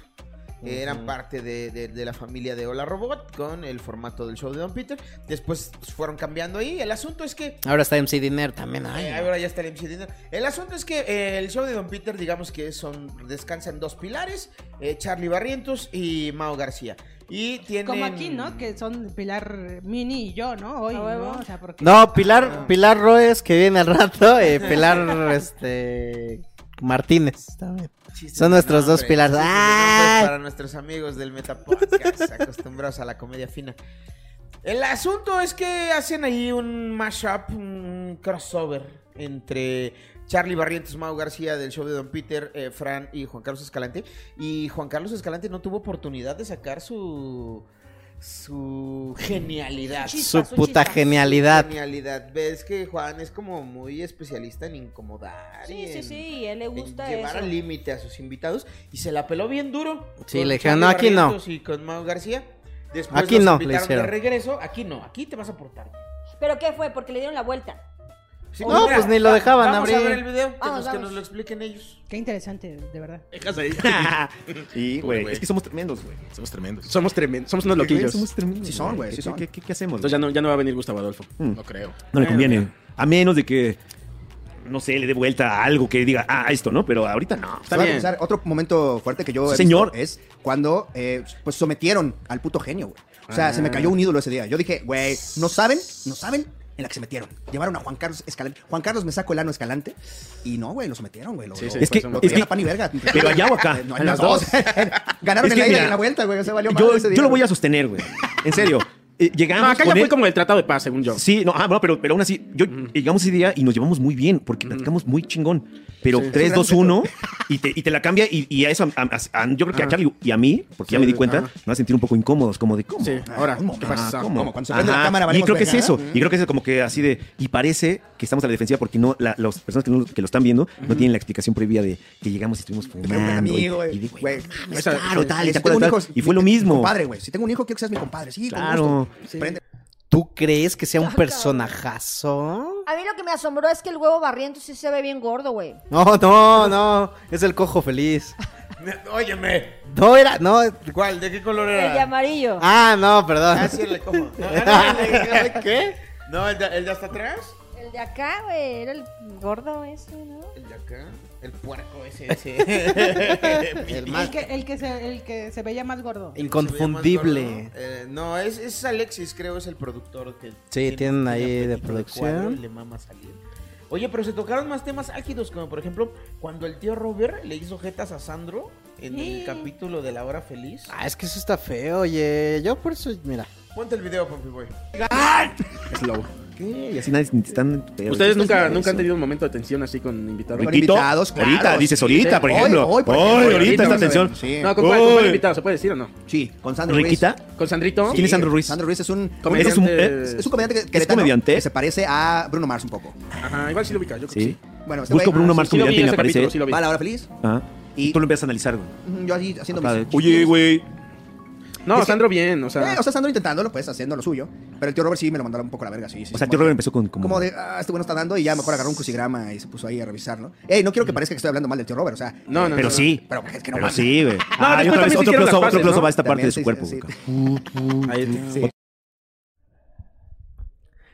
[SPEAKER 3] que Eran parte de, de- de la familia de Hola Robot con el formato del show de Don Peter. Después fueron cambiando ahí. El asunto es que
[SPEAKER 6] Ahora está MC Dinner también. ay.
[SPEAKER 3] eh, ahora ya está el MC Dinner. El asunto es que eh, el show de Don Peter, digamos que son descansa en dos pilares: eh, Charlie Barrientos y Mao García. Y tienen...
[SPEAKER 5] <laughs> Como aquí, ¿no? Que son Pilar Mini y yo, ¿no? Hoy,
[SPEAKER 4] A huevo.
[SPEAKER 5] ¿no? O sea,
[SPEAKER 3] ah.
[SPEAKER 5] porque...
[SPEAKER 6] No, Pilar, Pilar Roes que viene al rato. eh, Pilar este Martínez también.
[SPEAKER 3] Chistes
[SPEAKER 6] Son
[SPEAKER 3] de
[SPEAKER 6] nuestros dos
[SPEAKER 3] nombre,
[SPEAKER 6] pilares.
[SPEAKER 3] chistes de
[SPEAKER 6] ¡Ay!
[SPEAKER 3] nombre Para nuestros amigos del
[SPEAKER 6] <laughs>
[SPEAKER 3] Metapodcast, acostumbrados a la comedia fina. El asunto es que hacen ahí un mashup, un crossover entre Charlie Barrientos, Mau García del show de Don Peter, eh, Fran y Juan Carlos Escalante. Y Juan Carlos Escalante no tuvo oportunidad de sacar su su genialidad.
[SPEAKER 6] Su puta genialidad.
[SPEAKER 3] Genialidad. Ves que Juan es como muy especialista en incomodar. y
[SPEAKER 4] Sí, sí,
[SPEAKER 3] en-
[SPEAKER 4] sí, y a él le
[SPEAKER 3] en
[SPEAKER 4] gusta
[SPEAKER 3] llevar
[SPEAKER 4] eso.
[SPEAKER 3] al límite a sus invitados y se la peló bien duro.
[SPEAKER 6] Sí,
[SPEAKER 3] con
[SPEAKER 6] le
[SPEAKER 3] Charlie
[SPEAKER 6] dijeron, "No, aquí no".
[SPEAKER 3] Barrientos Y con Mau García. Después
[SPEAKER 6] Aquí
[SPEAKER 3] los
[SPEAKER 6] no, le
[SPEAKER 3] invitaron
[SPEAKER 6] hicieron.
[SPEAKER 3] De regreso, aquí no, aquí te vas a portar.
[SPEAKER 4] ¿Pero qué fue? Porque le dieron la vuelta.
[SPEAKER 3] Sí,
[SPEAKER 6] No, pues ni lo dejaban
[SPEAKER 3] vamos
[SPEAKER 6] abrir.
[SPEAKER 3] a ver el video, que, nos,
[SPEAKER 4] Vamos,
[SPEAKER 3] que
[SPEAKER 4] vamos.
[SPEAKER 3] nos lo expliquen ellos.
[SPEAKER 5] Qué interesante, de verdad.
[SPEAKER 8] Sí,
[SPEAKER 6] <laughs>
[SPEAKER 8] güey. Es que somos tremendos, güey. Somos tremendos. Somos tremendos. Somos unos loquillos. Somos tremendos. Sí son, güey. ¿Qué, qué- qué- Mm. qué hacemos? Entonces ya no, ya no va a venir Gustavo Adolfo. No creo. No le conviene. A menos de que, no sé, le dé vuelta a algo que diga, ah, esto, ¿no? Pero ahorita no.
[SPEAKER 9] Está bien. Otro momento fuerte que yo he
[SPEAKER 8] Sí, señor.
[SPEAKER 9] visto es cuando eh, pues sometieron al puto genio, güey. O sea,
[SPEAKER 8] Ah.
[SPEAKER 9] se me cayó un ídolo ese día. Yo dije, güey, no saben, no saben en la que se metieron. Llevaron a Juan Carlos Escalante. Juan Carlos me sacó el ano Escalante y no, güey, lo sometieron, güey. Lo,
[SPEAKER 8] Sí,
[SPEAKER 9] lo-
[SPEAKER 8] sí, es que-
[SPEAKER 9] lo
[SPEAKER 8] es
[SPEAKER 9] tenían
[SPEAKER 8] que-
[SPEAKER 9] a pan y verga.
[SPEAKER 8] <laughs> Pero allá o acá,
[SPEAKER 9] Eh, no,
[SPEAKER 8] a
[SPEAKER 9] en
[SPEAKER 8] las
[SPEAKER 9] las
[SPEAKER 8] dos.
[SPEAKER 9] dos. <laughs> Ganaron
[SPEAKER 8] Es
[SPEAKER 9] el
[SPEAKER 8] que
[SPEAKER 9] aire
[SPEAKER 8] mira,
[SPEAKER 9] en la vuelta, güey. Se valió madre
[SPEAKER 8] yo,
[SPEAKER 9] ese día,
[SPEAKER 8] yo lo voy
[SPEAKER 9] güey.
[SPEAKER 8] a sostener, güey. En serio. eh, llegamos.
[SPEAKER 10] No, acá ya
[SPEAKER 8] con
[SPEAKER 10] fue
[SPEAKER 8] él-
[SPEAKER 10] como el tratado de paz, según yo.
[SPEAKER 8] Sí, no, ah, no, pero, pero aún así, yo llegamos ese día y nos llevamos muy bien porque platicamos muy chingón. Pero
[SPEAKER 10] Sí.
[SPEAKER 8] 3, 2, 1 y te, y te la cambia y, y a eso, a- a- a- yo creo que a Charlie y a mí, porque ya
[SPEAKER 10] Sí,
[SPEAKER 8] me di cuenta,
[SPEAKER 10] ajá.
[SPEAKER 8] nos va a sentir un poco incómodos, como de cómo.
[SPEAKER 10] Sí, ahora, ¿qué
[SPEAKER 8] Ah,
[SPEAKER 10] pasa?
[SPEAKER 8] ¿cómo?
[SPEAKER 9] Cuando se prende la
[SPEAKER 8] Ajá,
[SPEAKER 9] cámara,
[SPEAKER 8] Y
[SPEAKER 9] valemos
[SPEAKER 8] creo que es
[SPEAKER 9] verga,
[SPEAKER 8] eso.
[SPEAKER 9] ¿eh?
[SPEAKER 8] Y creo que es como que así de. Y parece que estamos a la defensiva porque no la- las personas que, no- que lo están viendo no tienen la explicación previa de que llegamos y estuvimos
[SPEAKER 9] Pero un
[SPEAKER 8] fumando. y-
[SPEAKER 9] amigo,
[SPEAKER 8] y
[SPEAKER 9] güey.
[SPEAKER 8] de, güey,
[SPEAKER 9] Güey, mames,
[SPEAKER 8] esa-
[SPEAKER 9] claro,
[SPEAKER 8] sí. Sí,
[SPEAKER 9] tal. y
[SPEAKER 8] te
[SPEAKER 9] si tengo un
[SPEAKER 8] acuerdas,
[SPEAKER 9] hijo,
[SPEAKER 8] tal. Y fue lo
[SPEAKER 9] mi- mi
[SPEAKER 8] mismo.
[SPEAKER 9] Compadre, güey. Si tengo un hijo, quiero que seas mi compadre. Sí, con
[SPEAKER 8] Claro.
[SPEAKER 9] gusto. Prende.
[SPEAKER 6] ¿Tú crees que sea un
[SPEAKER 4] Claro.
[SPEAKER 6] personajazo?
[SPEAKER 4] A mí lo que me asombró es que el huevo barriento sí se ve bien gordo, güey.
[SPEAKER 6] No, no, no. Es el cojo feliz.
[SPEAKER 3] Óyeme.
[SPEAKER 6] No era, no.
[SPEAKER 3] ¿Cuál? ¿De qué color
[SPEAKER 4] El de
[SPEAKER 3] era?
[SPEAKER 4] amarillo.
[SPEAKER 6] Ah, no, perdón.
[SPEAKER 3] Ah, sí, el de
[SPEAKER 6] <laughs>
[SPEAKER 3] cómo. No, ah, no, el de- ¿Qué? No, el de, el de hasta atrás.
[SPEAKER 4] El de acá, güey. Era el gordo ese, ¿no?
[SPEAKER 3] El de acá. El puerco ese. ese.
[SPEAKER 6] El
[SPEAKER 5] El
[SPEAKER 6] más
[SPEAKER 5] que, el, que se, el que se veía más gordo.
[SPEAKER 6] inconfundible.
[SPEAKER 3] Eh, <laughs> no, es, es Alexis, creo, es el productor que. tiene-
[SPEAKER 6] tienen ahí
[SPEAKER 3] tiene
[SPEAKER 6] de
[SPEAKER 3] apetito
[SPEAKER 6] producción.
[SPEAKER 3] cuadro y le mama salir. Oye, pero se tocaron más temas álgidos, como por ejemplo, cuando el tío Robert le hizo jetas a Sandro en el capítulo de La Hora Feliz.
[SPEAKER 6] Ah, es que eso está feo, oye. Yo por eso, mira.
[SPEAKER 3] Ponte el video, Pompi Boy.
[SPEAKER 10] Slow.
[SPEAKER 8] ¿Qué? Y así nadie te están.
[SPEAKER 10] ¿Ustedes nunca,
[SPEAKER 8] Eso.
[SPEAKER 10] nunca han tenido un momento de tensión así con invitados?
[SPEAKER 9] Con
[SPEAKER 8] Riquito,
[SPEAKER 9] invitados, claro.
[SPEAKER 8] Ahorita, dices ahorita,
[SPEAKER 9] Sí,
[SPEAKER 8] por
[SPEAKER 9] hoy,
[SPEAKER 8] ejemplo.
[SPEAKER 9] hoy,
[SPEAKER 8] Hoy,
[SPEAKER 9] por ejemplo,
[SPEAKER 8] ahorita
[SPEAKER 9] ahorita,
[SPEAKER 8] esta
[SPEAKER 9] vamos a
[SPEAKER 8] atención.
[SPEAKER 9] ver, sí.
[SPEAKER 10] No, con cuál, con cuál
[SPEAKER 8] Uy.
[SPEAKER 10] invitado, ¿se puede decir o no?
[SPEAKER 9] Sí, con Sandro Ruiz.
[SPEAKER 8] ¿Riquita?
[SPEAKER 10] ¿Con Sandrito?
[SPEAKER 8] ¿Quién es Sandro Ruiz?
[SPEAKER 9] Sandro Ruiz es un,
[SPEAKER 10] Como
[SPEAKER 8] Ese es un-
[SPEAKER 10] comediante-
[SPEAKER 8] eh,
[SPEAKER 9] es un comediante que,
[SPEAKER 8] ¿Es
[SPEAKER 9] queretano
[SPEAKER 8] comediante?
[SPEAKER 9] que se parece a Bruno Mars un poco.
[SPEAKER 10] Ajá, igual sí lo ubica, yo creo
[SPEAKER 8] Sí.
[SPEAKER 10] que
[SPEAKER 9] Bueno, este
[SPEAKER 8] Busco
[SPEAKER 9] güey-
[SPEAKER 8] Bruno
[SPEAKER 9] Ah,
[SPEAKER 8] Mars
[SPEAKER 10] sí lo vi
[SPEAKER 8] comediante y me
[SPEAKER 10] ese
[SPEAKER 8] aparece.
[SPEAKER 10] capítulo, sí lo vi.
[SPEAKER 9] Va a la hora feliz.
[SPEAKER 8] Ajá. Y
[SPEAKER 9] Y-
[SPEAKER 8] tú lo empiezas a analizar, güey.
[SPEAKER 9] Ujú, Yo así haciendo
[SPEAKER 8] Acá de,
[SPEAKER 9] mis.
[SPEAKER 8] Oye, güey.
[SPEAKER 10] sí. No, Sandro bien, o sea.
[SPEAKER 9] Eh, o sea, Sandro intentándolo, pues, haciendo lo suyo. Pero el tío Robert sí me lo mandó un poco a la verga, sí. sí
[SPEAKER 8] O sea,
[SPEAKER 9] como
[SPEAKER 8] tío
[SPEAKER 9] de-
[SPEAKER 8] Robert empezó con como.
[SPEAKER 9] Como de, ah, este bueno está dando y ya mejor agarró un crucigrama y se puso ahí a revisarlo. Ey, no quiero que parezca que estoy hablando mal del tío Robert, o sea.
[SPEAKER 10] no, no, no,
[SPEAKER 8] Pero
[SPEAKER 10] no.
[SPEAKER 8] sí.
[SPEAKER 9] Pero es que no
[SPEAKER 8] Pero
[SPEAKER 9] mames.
[SPEAKER 8] sí, güey. Ah, y
[SPEAKER 10] después
[SPEAKER 8] otra
[SPEAKER 10] también se
[SPEAKER 8] vez otro
[SPEAKER 10] hicieron
[SPEAKER 8] closo,
[SPEAKER 10] las
[SPEAKER 8] otro
[SPEAKER 10] paces,
[SPEAKER 8] closo
[SPEAKER 10] ¿no?
[SPEAKER 8] va a esta parte
[SPEAKER 9] También
[SPEAKER 8] de
[SPEAKER 9] sí,
[SPEAKER 8] su cuerpo.
[SPEAKER 9] sí,
[SPEAKER 8] acá.
[SPEAKER 10] Ahí tiene.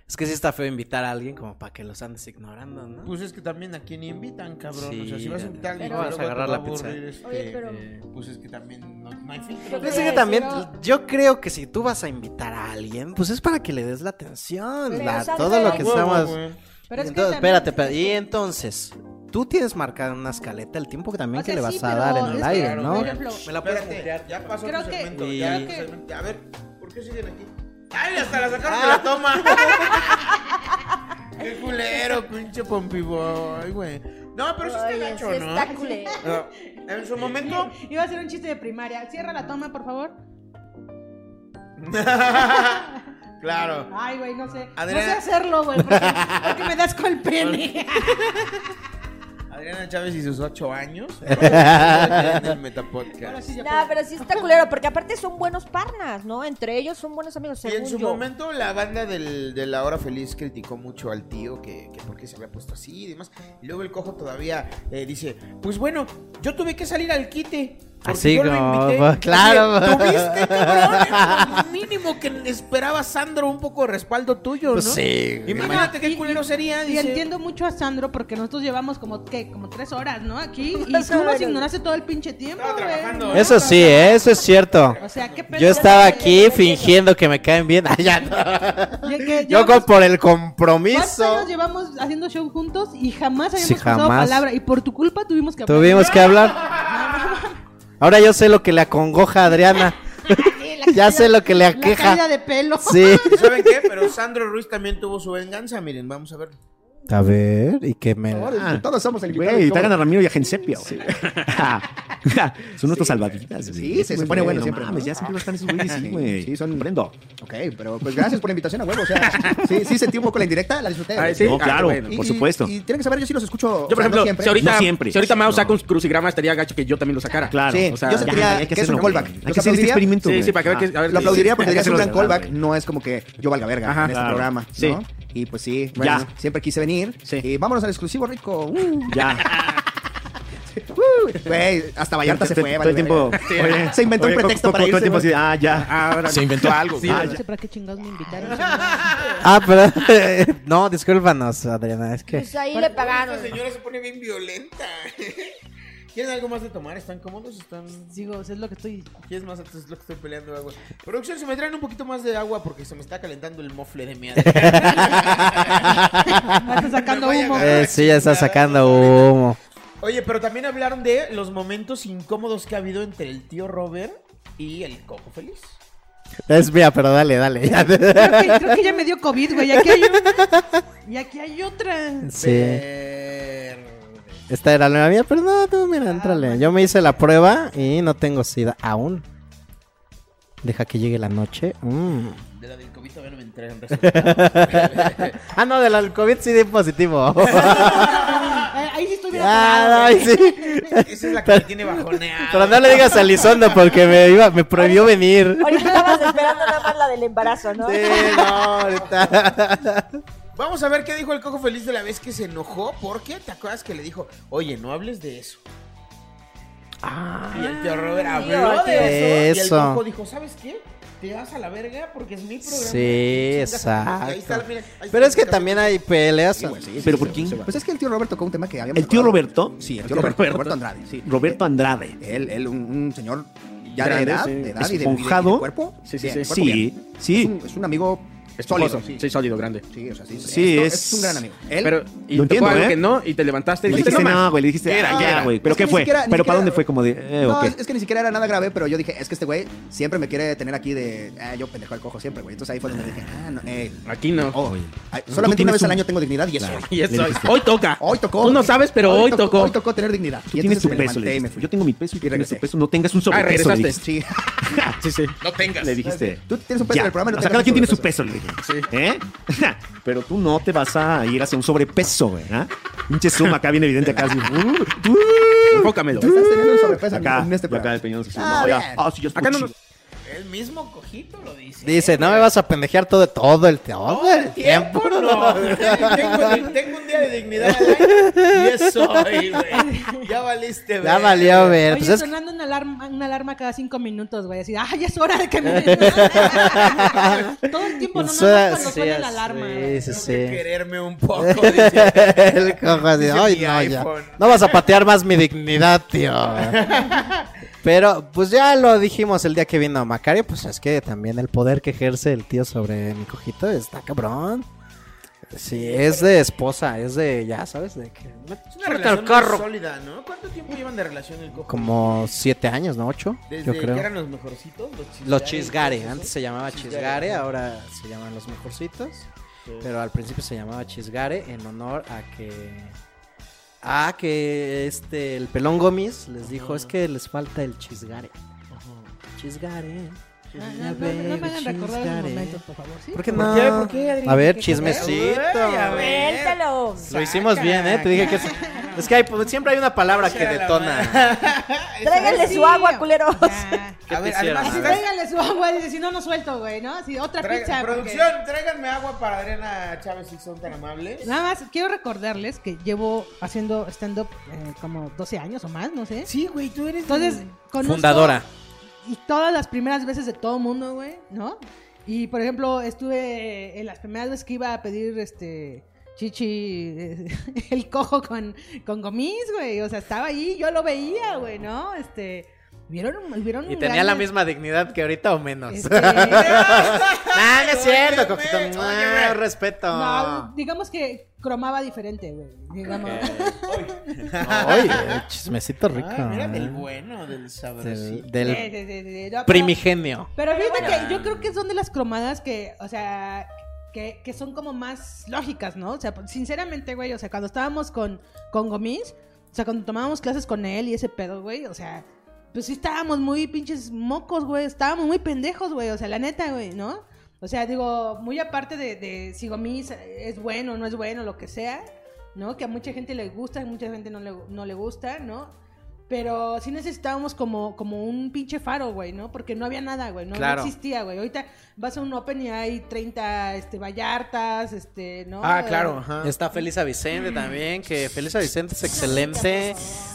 [SPEAKER 6] Es que sí está feo invitar a alguien como para que los andes ignorando, ¿no?
[SPEAKER 3] Pues es que también a quién invitan, cabrón.
[SPEAKER 6] Sí,
[SPEAKER 3] o sea, si vas a invitar
[SPEAKER 6] pero-
[SPEAKER 3] alguien, luego
[SPEAKER 6] Vas
[SPEAKER 3] te
[SPEAKER 6] a
[SPEAKER 3] va
[SPEAKER 6] agarrar la
[SPEAKER 3] aburrir,
[SPEAKER 6] pizza.
[SPEAKER 3] este,
[SPEAKER 4] Oye, pero-
[SPEAKER 3] eh, Pues es que también no, no hay filtro.
[SPEAKER 6] Pues es que también, yo creo que si tú vas a invitar a alguien, pues es para que le des la atención,
[SPEAKER 4] Pero
[SPEAKER 6] la-
[SPEAKER 4] Sandra,
[SPEAKER 6] todo lo que
[SPEAKER 4] Huevo,
[SPEAKER 6] estamos...
[SPEAKER 3] güey.
[SPEAKER 5] Pero es que
[SPEAKER 6] Entonces,
[SPEAKER 5] también-
[SPEAKER 6] espérate, espérate, y entonces, tú tienes marcada una escaleta el tiempo que también
[SPEAKER 5] O sea,
[SPEAKER 6] que le vas
[SPEAKER 5] sí,
[SPEAKER 6] a
[SPEAKER 5] pero
[SPEAKER 6] dar en
[SPEAKER 5] es
[SPEAKER 6] el
[SPEAKER 5] que,
[SPEAKER 6] aire,
[SPEAKER 5] por
[SPEAKER 6] ¿no?
[SPEAKER 5] ejemplo,
[SPEAKER 6] Me la puedes mutear.
[SPEAKER 3] Espérate, ya pasó
[SPEAKER 5] Creo
[SPEAKER 3] tu
[SPEAKER 5] que-
[SPEAKER 3] segmento.
[SPEAKER 6] Y-
[SPEAKER 3] ya tu segmento. A ver, ¿por qué siguen aquí? ¡Ay, hasta la sacaron de la toma! Ah. <laughs> ¡Qué culero, pinche pompiboy, güey! No, pero eso
[SPEAKER 4] Ay,
[SPEAKER 3] está
[SPEAKER 4] ese
[SPEAKER 3] gacho, ¿no?
[SPEAKER 4] está culero.
[SPEAKER 3] Ah, En su momento...
[SPEAKER 5] <laughs> Iba a hacer un chiste de primaria. Cierra la toma, por favor.
[SPEAKER 3] <laughs> claro.
[SPEAKER 5] Ay, güey, no sé.
[SPEAKER 3] Adriana-
[SPEAKER 5] No sé hacerlo, güey, porque, porque me das con el pene. <laughs>
[SPEAKER 3] Adriana Chávez y sus ocho años. <laughs> en el
[SPEAKER 5] Ahora
[SPEAKER 3] Metapodcast.
[SPEAKER 5] sí ya
[SPEAKER 4] No,
[SPEAKER 5] puedo.
[SPEAKER 4] pero sí
[SPEAKER 5] <laughs>
[SPEAKER 4] está culero, porque aparte son buenos parnas, ¿no? Entre ellos son buenos amigos,
[SPEAKER 3] Y en
[SPEAKER 4] según
[SPEAKER 3] su
[SPEAKER 11] <laughs>
[SPEAKER 4] yo.
[SPEAKER 3] momento la banda del, de La Hora Feliz criticó mucho al tío que, que por qué se había puesto así y demás. Y luego el cojo todavía eh, dice, pues bueno, yo tuve que salir al quite. porque
[SPEAKER 6] Así
[SPEAKER 3] yo lo
[SPEAKER 6] como,
[SPEAKER 3] invité".
[SPEAKER 6] pues, <laughs> claro.
[SPEAKER 3] Oye, Tuviste, cabrón, mínimo que esperaba Sandro un poco de respaldo tuyo, ¿no?
[SPEAKER 6] Pues sí, güey.
[SPEAKER 3] Imagínate qué
[SPEAKER 5] Y-
[SPEAKER 3] culero
[SPEAKER 5] y-
[SPEAKER 3] sería,
[SPEAKER 5] Y
[SPEAKER 3] dice.
[SPEAKER 5] entiendo mucho a Sandro porque nosotros llevamos como, ¿qué? Como tres horas,
[SPEAKER 4] <laughs>
[SPEAKER 5] ¿no? Aquí. Y
[SPEAKER 4] Tres
[SPEAKER 5] tú nos
[SPEAKER 4] horas.
[SPEAKER 5] ignoraste todo el pinche tiempo,
[SPEAKER 3] Estaba trabajando,
[SPEAKER 5] güey.
[SPEAKER 3] ¿no?
[SPEAKER 6] Eso sí, ¿eh? eso es cierto.
[SPEAKER 5] O sea, qué pedo.
[SPEAKER 6] Yo estaba aquí fingiendo que me caen bien. <laughs> Ay, ya no.
[SPEAKER 5] Ya que
[SPEAKER 6] Yo
[SPEAKER 5] llevamos-
[SPEAKER 6] con- por el
[SPEAKER 5] ¿Cuántos
[SPEAKER 6] compromiso
[SPEAKER 5] años llevamos haciendo show juntos y jamás habíamos
[SPEAKER 6] Sí,
[SPEAKER 5] cruzado
[SPEAKER 6] jamás.
[SPEAKER 5] palabra? Y por tu culpa tuvimos que
[SPEAKER 6] tuvimos que hablar. Ahora yo sé lo que le acongoja a
[SPEAKER 5] <laughs>
[SPEAKER 6] Adriana. <laughs> ya sé lo que le
[SPEAKER 5] La caída
[SPEAKER 6] aqueja.
[SPEAKER 5] de pelo.
[SPEAKER 6] Sí.
[SPEAKER 3] ¿Y ¿Saben qué? Pero Sandro Ruiz también tuvo su venganza, miren, vamos a ver.
[SPEAKER 6] A ver, y que me... la-
[SPEAKER 9] Ahora, Todos somos el invitado.
[SPEAKER 8] Güey,
[SPEAKER 9] ¿cómo?
[SPEAKER 8] traigan a Ramiro y a Gensepia, güey. Son nuestros salvavidas, güey.
[SPEAKER 9] Sí, se- se
[SPEAKER 8] Güey,
[SPEAKER 9] pone bueno
[SPEAKER 8] no
[SPEAKER 9] siempre,
[SPEAKER 8] mames,
[SPEAKER 9] ¿no?
[SPEAKER 8] ya siempre lo están esos güeyes, <laughs> sí,
[SPEAKER 9] Sí,
[SPEAKER 8] güey.
[SPEAKER 9] sí, son-
[SPEAKER 8] Comprendo.
[SPEAKER 9] Ok, pero pues gracias por la invitación a huevo. O sea, sí, sí sentí un poco la indirecta, la disfruté.
[SPEAKER 10] Ah,
[SPEAKER 9] güey.
[SPEAKER 10] sí.
[SPEAKER 8] No, claro,
[SPEAKER 10] bueno,
[SPEAKER 9] Y-
[SPEAKER 8] por
[SPEAKER 9] y-
[SPEAKER 8] supuesto.
[SPEAKER 9] Y, tienen que saber, yo sí los escucho.
[SPEAKER 10] Yo, por
[SPEAKER 9] o sea, no
[SPEAKER 10] ejemplo,
[SPEAKER 9] siempre.
[SPEAKER 10] si ahorita,
[SPEAKER 8] No siempre.
[SPEAKER 10] si ahorita Mao
[SPEAKER 8] No.
[SPEAKER 10] saca un crucigrama, estaría gacho que yo también lo sacara.
[SPEAKER 8] Claro.
[SPEAKER 9] Sí,
[SPEAKER 10] o sea,
[SPEAKER 9] yo sentiría
[SPEAKER 8] ya, hay que
[SPEAKER 9] que es
[SPEAKER 8] hacerlo,
[SPEAKER 9] un
[SPEAKER 8] güey.
[SPEAKER 9] callback.
[SPEAKER 8] Hay que
[SPEAKER 9] Los
[SPEAKER 8] hacer este
[SPEAKER 9] aplaudiría.
[SPEAKER 8] experimento,
[SPEAKER 10] Sí,
[SPEAKER 8] güey.
[SPEAKER 10] sí, para que vean
[SPEAKER 8] Ah.
[SPEAKER 10] que- a ver,
[SPEAKER 9] Lo
[SPEAKER 10] sí,
[SPEAKER 9] aplaudiría
[SPEAKER 10] sí,
[SPEAKER 9] porque
[SPEAKER 10] hay que
[SPEAKER 9] debería ser un gran
[SPEAKER 10] hacerlo de verdad,
[SPEAKER 9] callback.
[SPEAKER 10] güey.
[SPEAKER 9] No es como que yo valga verga
[SPEAKER 10] Ajá,
[SPEAKER 9] en este
[SPEAKER 8] claro.
[SPEAKER 9] programa,
[SPEAKER 10] Sí.
[SPEAKER 9] ¿no? Y pues sí, bueno,
[SPEAKER 8] Ya.
[SPEAKER 9] siempre quise venir.
[SPEAKER 10] Sí.
[SPEAKER 9] Y vámonos al exclusivo rico. Uh,
[SPEAKER 8] Ya.
[SPEAKER 9] uh. Güey, hasta Vallarta se fue.
[SPEAKER 8] Todo el
[SPEAKER 9] vale,
[SPEAKER 8] tiempo.
[SPEAKER 9] verga. Se inventó un pretexto para
[SPEAKER 8] Todo el
[SPEAKER 9] irse.
[SPEAKER 8] tiempo así,
[SPEAKER 9] güey.
[SPEAKER 8] de, ah, ya. ah,
[SPEAKER 10] Se inventó algo.
[SPEAKER 5] No sé para qué chingados me invitaron.
[SPEAKER 8] <laughs>
[SPEAKER 6] Ah, pero... <laughs> no, discúlpanos, Adriana, es que...
[SPEAKER 4] Pues ahí le pagaron.
[SPEAKER 3] Esta señora se pone bien violenta. <laughs> ¿Quieren algo más de tomar? ¿Están cómodos? ¿Están...?
[SPEAKER 5] Digo, o sea, es lo que estoy.
[SPEAKER 3] ¿Quieres más? Entonces es lo que estoy peleando agua. Producción, se me traen un poquito más de agua porque se me está calentando el mofle de mi
[SPEAKER 5] <laughs> Me está sacando
[SPEAKER 3] Me voy a
[SPEAKER 5] humo.
[SPEAKER 3] agarrar.
[SPEAKER 6] Eh, sí, ya está sacando humo.
[SPEAKER 3] Oye, pero también hablaron de los momentos incómodos que ha habido entre el tío Robert y el cojo feliz.
[SPEAKER 6] Es mía, pero dale, dale. ya.
[SPEAKER 5] Creo que, creo que ya me dio COVID, güey. Y aquí hay, un- y aquí hay otra.
[SPEAKER 6] <laughs> Sí. Esta era la mía, pero no, tú,
[SPEAKER 5] Ah,
[SPEAKER 6] mira, entrale. Yo me hice la prueba y no tengo sida aún. Deja que llegue la noche. Mm. <laughs>
[SPEAKER 3] De la del COVID todavía no me entregan
[SPEAKER 6] ah, no, del al COVID sí di
[SPEAKER 5] <laughs>
[SPEAKER 6] positivo. <laughs>
[SPEAKER 5] Eh, Ahí sí eh. estoy bien.
[SPEAKER 6] Ah, ay, sí.
[SPEAKER 3] Esa es la que me tiene bajoneado.
[SPEAKER 6] Pero no le digas a Lizondo porque me, iba, me prohibió venir.
[SPEAKER 11] <laughs> Ahorita estabas esperando
[SPEAKER 3] <laughs>
[SPEAKER 11] nada más la del embarazo, ¿no?
[SPEAKER 6] Sí, no,
[SPEAKER 5] <laughs>
[SPEAKER 6] ahorita.
[SPEAKER 3] Vamos a ver qué dijo el cojo feliz de la vez que se enojó. Porque te acuerdas que le dijo, oye, no hables de eso. y el tío Robert
[SPEAKER 11] tío,
[SPEAKER 3] habló de eso, Y el
[SPEAKER 6] Ah, eso.
[SPEAKER 3] cojo dijo, ¿sabes qué? Te vas a la verga porque es mi programa.
[SPEAKER 6] Sí,
[SPEAKER 3] Chingas a tu madre". Ahí está,
[SPEAKER 6] exacto.
[SPEAKER 3] mira, ahí está
[SPEAKER 6] Pero es que
[SPEAKER 3] el capítulo.
[SPEAKER 6] también hay peleas.
[SPEAKER 8] ¿Pero por quién?
[SPEAKER 9] <laughs> Pues es que el tío Roberto tocó un tema que habíamos.
[SPEAKER 8] ¿El tío
[SPEAKER 9] hablado.
[SPEAKER 8] Roberto?
[SPEAKER 9] Sí, el tío Roberto, Roberto Andrade. Sí.
[SPEAKER 8] Roberto Andrade.
[SPEAKER 9] Él, él un, un señor ya
[SPEAKER 8] Grande,
[SPEAKER 9] de edad,
[SPEAKER 8] sí.
[SPEAKER 9] de edad y de- y de, y de
[SPEAKER 8] Esponjado.
[SPEAKER 9] cuerpo.
[SPEAKER 10] Sí, sí, sí.
[SPEAKER 9] bien, cuerpo
[SPEAKER 8] Sí,
[SPEAKER 9] bien.
[SPEAKER 8] sí.
[SPEAKER 9] Es un, es un amigo
[SPEAKER 10] Esponjoso,
[SPEAKER 9] sólido.
[SPEAKER 10] sí. sólido, grande.
[SPEAKER 9] Sí, o sea, sí,
[SPEAKER 8] Sí,
[SPEAKER 9] esto-
[SPEAKER 8] es-
[SPEAKER 9] es un gran amigo. Él,
[SPEAKER 10] Pero, y tocó
[SPEAKER 8] Lo entiendo,
[SPEAKER 10] algo
[SPEAKER 8] ¿eh?
[SPEAKER 10] que no, y te levantaste y
[SPEAKER 8] Le
[SPEAKER 10] dijiste,
[SPEAKER 8] dijiste
[SPEAKER 10] no más.
[SPEAKER 8] no, güey. Le dijiste,
[SPEAKER 10] Era,
[SPEAKER 8] ah,
[SPEAKER 10] ya,
[SPEAKER 8] ya, güey. ¿Pero
[SPEAKER 9] Es que
[SPEAKER 8] qué
[SPEAKER 9] ni
[SPEAKER 8] fue?
[SPEAKER 9] siquiera- ni
[SPEAKER 8] ¿Pero para
[SPEAKER 9] siquiera-
[SPEAKER 8] dónde fue? Como de, eh,
[SPEAKER 9] No,
[SPEAKER 8] ok.
[SPEAKER 9] es- es que ni siquiera era nada grave, pero yo dije, es que este güey siempre me quiere tener aquí de. Ah, yo pendejo al cojo siempre, güey. Entonces ahí fue donde dije, ah, no, eh.
[SPEAKER 10] Aquí no.
[SPEAKER 9] oh,
[SPEAKER 8] Oye.
[SPEAKER 9] ay,
[SPEAKER 8] Tú
[SPEAKER 9] solamente una
[SPEAKER 8] tienes
[SPEAKER 9] vez al
[SPEAKER 8] un-
[SPEAKER 9] año tengo dignidad y eso. <laughs>
[SPEAKER 10] Y eso,
[SPEAKER 8] Le dijiste.
[SPEAKER 10] hoy toca.
[SPEAKER 9] Hoy tocó.
[SPEAKER 10] Tú no sabes, pero hoy tocó.
[SPEAKER 9] Hoy tocó tener dignidad.
[SPEAKER 8] Tú
[SPEAKER 9] Y
[SPEAKER 8] tienes
[SPEAKER 9] entonces
[SPEAKER 8] tu
[SPEAKER 9] me
[SPEAKER 8] peso, le
[SPEAKER 9] levanté y me
[SPEAKER 8] dijiste.
[SPEAKER 9] fui.
[SPEAKER 8] Yo tengo mi peso y tú tienes tu
[SPEAKER 9] regresé.
[SPEAKER 8] peso. No tengas un sobrepeso, le
[SPEAKER 10] Ah, regresaste.
[SPEAKER 8] dijiste.
[SPEAKER 9] Sí.
[SPEAKER 10] Sí, sí.
[SPEAKER 3] No tengas.
[SPEAKER 8] Le dijiste.
[SPEAKER 9] Tú tienes un peso
[SPEAKER 8] ya.
[SPEAKER 9] en el programa y no
[SPEAKER 8] O sea, cada
[SPEAKER 9] tengas
[SPEAKER 8] quien
[SPEAKER 9] un
[SPEAKER 8] tiene su peso,
[SPEAKER 9] sobrepeso.
[SPEAKER 8] le dije. ¿Eh? <laughs> Pero tú no te vas a ir hacia un sobrepeso, güey. ¿ah? Pinche suma acá bien evidente acá. Así, uh, uh,
[SPEAKER 10] Enfócamelo.
[SPEAKER 9] Estás teniendo un sobrepeso en-
[SPEAKER 8] acá,
[SPEAKER 9] en este
[SPEAKER 8] y acá
[SPEAKER 9] programa.
[SPEAKER 8] el peñón. así,
[SPEAKER 9] Ah,
[SPEAKER 8] no, ya.
[SPEAKER 9] bien.
[SPEAKER 8] Ah, sí, ya
[SPEAKER 10] Acá no
[SPEAKER 8] estuvo
[SPEAKER 10] nos-
[SPEAKER 3] El mismo cojito lo dice.
[SPEAKER 6] Dice, no me vas a pendejear todo, todo el, todo el tiempo.
[SPEAKER 3] No, <laughs> tengo, tengo un día de dignidad ¿eh? al año y eso soy, güey. Ya valiste, güey.
[SPEAKER 6] Ya valió ver.
[SPEAKER 5] Oye,
[SPEAKER 6] Pues es que-
[SPEAKER 5] sonando una alarma, una alarma cada cinco minutos, güey. Así, ¡ay, es hora de que me... <laughs> Todo el tiempo, no, nada más cuando
[SPEAKER 6] Sí,
[SPEAKER 5] suena la alarma. güey.
[SPEAKER 6] Sí,
[SPEAKER 3] Tengo
[SPEAKER 6] sí, sí.
[SPEAKER 3] que quererme un
[SPEAKER 6] <laughs>
[SPEAKER 3] poco, dice.
[SPEAKER 6] El cojo así,
[SPEAKER 3] Dice
[SPEAKER 6] "Ay,
[SPEAKER 3] mi
[SPEAKER 6] no, ya.
[SPEAKER 3] iPhone".
[SPEAKER 5] <laughs>
[SPEAKER 6] No vas a patear más mi dignidad, tío. Pero, pues ya lo dijimos el día que vino Macario, pues es que también el poder que ejerce el tío sobre mi cojito está cabrón. Sí, es de esposa, es de, ya sabes, de que...
[SPEAKER 3] Es una
[SPEAKER 6] Súbete al
[SPEAKER 3] relación muy
[SPEAKER 6] carro.
[SPEAKER 3] sólida, ¿no? ¿Cuánto tiempo llevan de relación el cojo?
[SPEAKER 6] Como siete años, ¿no? Ocho,
[SPEAKER 3] Desde
[SPEAKER 6] yo creo.
[SPEAKER 3] que eran los mejorcitos, los chisgares.
[SPEAKER 6] Los Chisgare, antes se llamaba
[SPEAKER 3] Chisgare,
[SPEAKER 6] Chisgare,
[SPEAKER 3] ajá.
[SPEAKER 6] ahora se llaman los mejorcitos. Pero al principio se llamaba Chisgare en honor a que. A que este, el pelón Gómez les dijo: Es que les falta el Chisgare. Chisgare.
[SPEAKER 5] Ah, no, no, no me hagan recordar
[SPEAKER 3] eh.
[SPEAKER 5] esos momentos, por favor, ¿sí?
[SPEAKER 6] ¿Por qué
[SPEAKER 3] ¿Por
[SPEAKER 6] no?
[SPEAKER 3] qué? ¿Por qué, Adrián?
[SPEAKER 6] A ver,
[SPEAKER 3] ¿Qué
[SPEAKER 6] chismecito.
[SPEAKER 3] pedo, güey? A ver.
[SPEAKER 11] Suéltalo.
[SPEAKER 6] Lo hicimos bien, ¿eh? Te dije que es. es que hay- pues, siempre hay una palabra que detona.
[SPEAKER 11] Tráiganle
[SPEAKER 5] Sí,
[SPEAKER 11] su agua, culeros.
[SPEAKER 3] <laughs>
[SPEAKER 5] ya.
[SPEAKER 3] A ver,
[SPEAKER 6] hicieron?
[SPEAKER 3] además,
[SPEAKER 5] Así tráigale su agua, dice, si no, no suelto, güey, ¿no? Así, otra
[SPEAKER 3] traigan-
[SPEAKER 5] pizza. porque-
[SPEAKER 3] producción, tráiganme agua para Adriana Chávez si son tan amables.
[SPEAKER 5] Nada más, quiero recordarles que llevo haciendo stand-up eh, como 12 años o más, no sé.
[SPEAKER 3] Sí, güey, tú eres...
[SPEAKER 5] Entonces, conozco...
[SPEAKER 6] Fundadora.
[SPEAKER 5] Y todas las primeras veces de todo mundo, güey, ¿no? Y, por ejemplo, estuve en las primeras veces que iba a pedir, este... Chichi, eh, <laughs> el cojo con, con gomis, güey. O sea, estaba ahí, yo lo veía, güey, ¿no? Este... Vieron, vieron
[SPEAKER 6] Y
[SPEAKER 5] un
[SPEAKER 6] tenía la
[SPEAKER 5] gran-
[SPEAKER 6] misma dignidad que ahorita o menos. <laughs>
[SPEAKER 5] este,
[SPEAKER 6] Ah, no es cierto,
[SPEAKER 3] Óyeme,
[SPEAKER 6] Coquito.
[SPEAKER 3] óyeme.
[SPEAKER 6] No, Ah, respeto.
[SPEAKER 5] No, digamos que cromaba diferente, güey. Digamos. <laughs>
[SPEAKER 6] Oye, chismecito rico.
[SPEAKER 3] Ah, mira, del
[SPEAKER 6] ¿eh?
[SPEAKER 3] bueno, del sabrosito.
[SPEAKER 6] Del, del
[SPEAKER 5] Sí, sí, sí, sí, no, pero-
[SPEAKER 6] primigenio.
[SPEAKER 5] Pero fíjate que yo creo que son de las cromadas que, o sea, que, que son como más lógicas, ¿no? O sea, sinceramente, güey, o sea, cuando estábamos con, con Gomis, o sea, cuando tomábamos clases con él y ese pedo, güey, o sea, pues sí estábamos muy pinches mocos, güey, estábamos muy pendejos, güey, o sea, la neta, güey, ¿no? O sea, digo, muy aparte de, de si Gomis es bueno o no es bueno, lo que sea, ¿no? Que a mucha gente le gusta, a mucha gente no le, no le gusta, ¿no? Pero sí necesitábamos como, como un pinche faro, güey, ¿no? Porque no había nada, güey, ¿no? No
[SPEAKER 6] Claro.
[SPEAKER 5] existía, güey. Ahorita vas a un Open y hay 30 este, Vallartas, este, ¿no?
[SPEAKER 10] Ah,
[SPEAKER 5] Eh,
[SPEAKER 10] claro, ajá.
[SPEAKER 3] Este
[SPEAKER 6] Está Felisa Vicente también, que Felisa Vicente es excelente.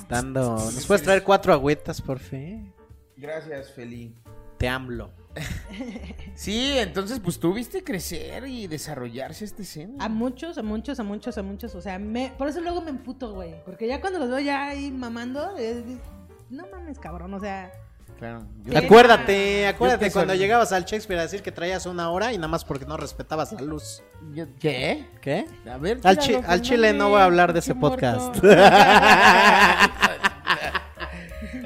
[SPEAKER 6] Dando. ¿Nos puedes traer cuatro agüitas, por fin?
[SPEAKER 3] Gracias, Feli.
[SPEAKER 6] Te hablo.
[SPEAKER 3] Sí, entonces, pues tú viste crecer y desarrollarse este esta escena.
[SPEAKER 5] A muchos, a muchos, a muchos, a muchos. O sea, me, por eso luego me emputo, güey. Porque ya cuando los veo ya ahí mamando, es- no mames, cabrón. O sea,
[SPEAKER 3] Claro.
[SPEAKER 5] Yo-
[SPEAKER 6] Acuérdate,
[SPEAKER 3] Yo
[SPEAKER 6] acuérdate
[SPEAKER 3] pienso
[SPEAKER 6] cuando
[SPEAKER 3] en-
[SPEAKER 6] llegabas al Shakespeare a decir que traías una hora y nada más porque no respetabas la luz.
[SPEAKER 3] ¿Qué?
[SPEAKER 6] ¿Qué?
[SPEAKER 3] A ver,
[SPEAKER 6] Al,
[SPEAKER 3] tíralo,
[SPEAKER 6] chi- al
[SPEAKER 3] Fernández,
[SPEAKER 6] chile no voy a hablar de
[SPEAKER 5] pinche
[SPEAKER 6] ese podcast.
[SPEAKER 5] muerto.
[SPEAKER 3] <laughs>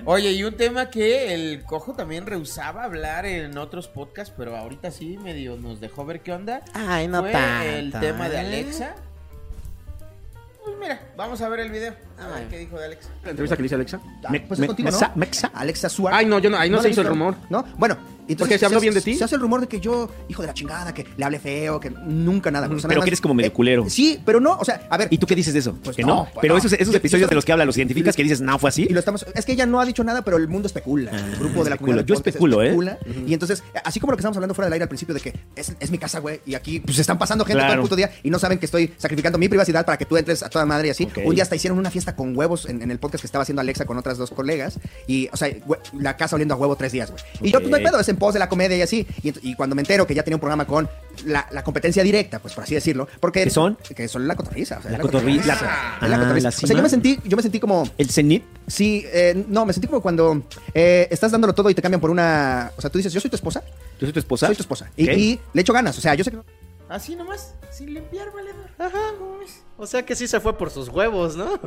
[SPEAKER 3] Oye, y un tema que el cojo también rehusaba hablar en otros podcasts, pero ahorita sí medio nos dejó ver qué onda.
[SPEAKER 6] Ay, no
[SPEAKER 3] Fue el
[SPEAKER 6] tanto,
[SPEAKER 3] tema de
[SPEAKER 6] ¿eh?
[SPEAKER 3] Alexa. Pues mira, vamos a ver el video. A ver qué dijo de Alexa.
[SPEAKER 10] ¿La entrevista que le hice a Alexa?
[SPEAKER 9] Me- pues es contigo, ¿no?
[SPEAKER 10] sa-
[SPEAKER 9] Alexa Suárez.
[SPEAKER 10] Ay, no, yo no- ahí no se
[SPEAKER 9] la
[SPEAKER 10] hizo el
[SPEAKER 9] viste?
[SPEAKER 10] rumor.
[SPEAKER 9] No, bueno.
[SPEAKER 10] Porque se habló bien de ti.
[SPEAKER 9] Se hace el rumor de que yo, hijo de la chingada, que le hablé feo, que nunca nada. güey. O sea,
[SPEAKER 8] Pero
[SPEAKER 9] nada
[SPEAKER 8] que
[SPEAKER 9] más-
[SPEAKER 8] eres como medio culero.
[SPEAKER 9] Eh, Sí, pero no, o sea, a ver.
[SPEAKER 8] ¿Y tú qué dices de eso? que
[SPEAKER 9] no,
[SPEAKER 8] no.
[SPEAKER 9] pues
[SPEAKER 8] pero
[SPEAKER 9] no.
[SPEAKER 8] esos, esos
[SPEAKER 9] Yo-
[SPEAKER 8] eficios
[SPEAKER 9] yo-
[SPEAKER 8] de los que habla, ¿los identificas que dices, no, fue así?
[SPEAKER 9] Y lo estamos. Es que ella no ha dicho nada, pero el mundo especula. el grupo de la
[SPEAKER 8] especulo.
[SPEAKER 9] comunidad.
[SPEAKER 8] Ah, Yo
[SPEAKER 9] podcast
[SPEAKER 8] especulo, ¿eh?
[SPEAKER 9] Y entonces, así como lo que estamos hablando fuera del aire al principio de que es, es mi casa, güey, y aquí pues están pasando gente todo
[SPEAKER 8] Claro.
[SPEAKER 9] el puto día y no saben que estoy sacrificando mi privacidad para que tú entres a toda madre y así.
[SPEAKER 8] Ok.
[SPEAKER 9] Un día hasta hicieron una fiesta con huevos en, en el podcast que estaba haciendo Alexa con otras dos colegas y, o sea, güey, la casa oliendo a huevo tres días, güey. Y yo,
[SPEAKER 8] Ok.
[SPEAKER 9] pues no hay pedo, es en pos de la comedia y así. Y, ent- y cuando me entero que ya tenía un programa con la, la competencia directa, pues por así decirlo, porque.
[SPEAKER 8] ¿Qué son?
[SPEAKER 9] Que son la cotorriza. O sea,
[SPEAKER 8] La cotorriza.
[SPEAKER 9] La, es la
[SPEAKER 8] Ah,
[SPEAKER 9] cotorriza.
[SPEAKER 8] la
[SPEAKER 9] o sea,
[SPEAKER 8] cima.
[SPEAKER 9] yo me sentí, yo me sentí como.
[SPEAKER 8] ¿El cenit?
[SPEAKER 9] Sí, eh, no, me sentí como cuando eh, estás dándolo todo y te cambian por una. O sea, tú dices, yo soy tu esposa.
[SPEAKER 8] ¿Yo soy tu esposa?
[SPEAKER 9] Soy tu esposa. Y,
[SPEAKER 8] Ok.
[SPEAKER 9] y le echo ganas. O sea, yo sé que. no-
[SPEAKER 3] Así nomás, sin limpiar, valedor. Ajá, ¿cómo ves?
[SPEAKER 6] O sea que sí se fue por sus huevos, ¿no?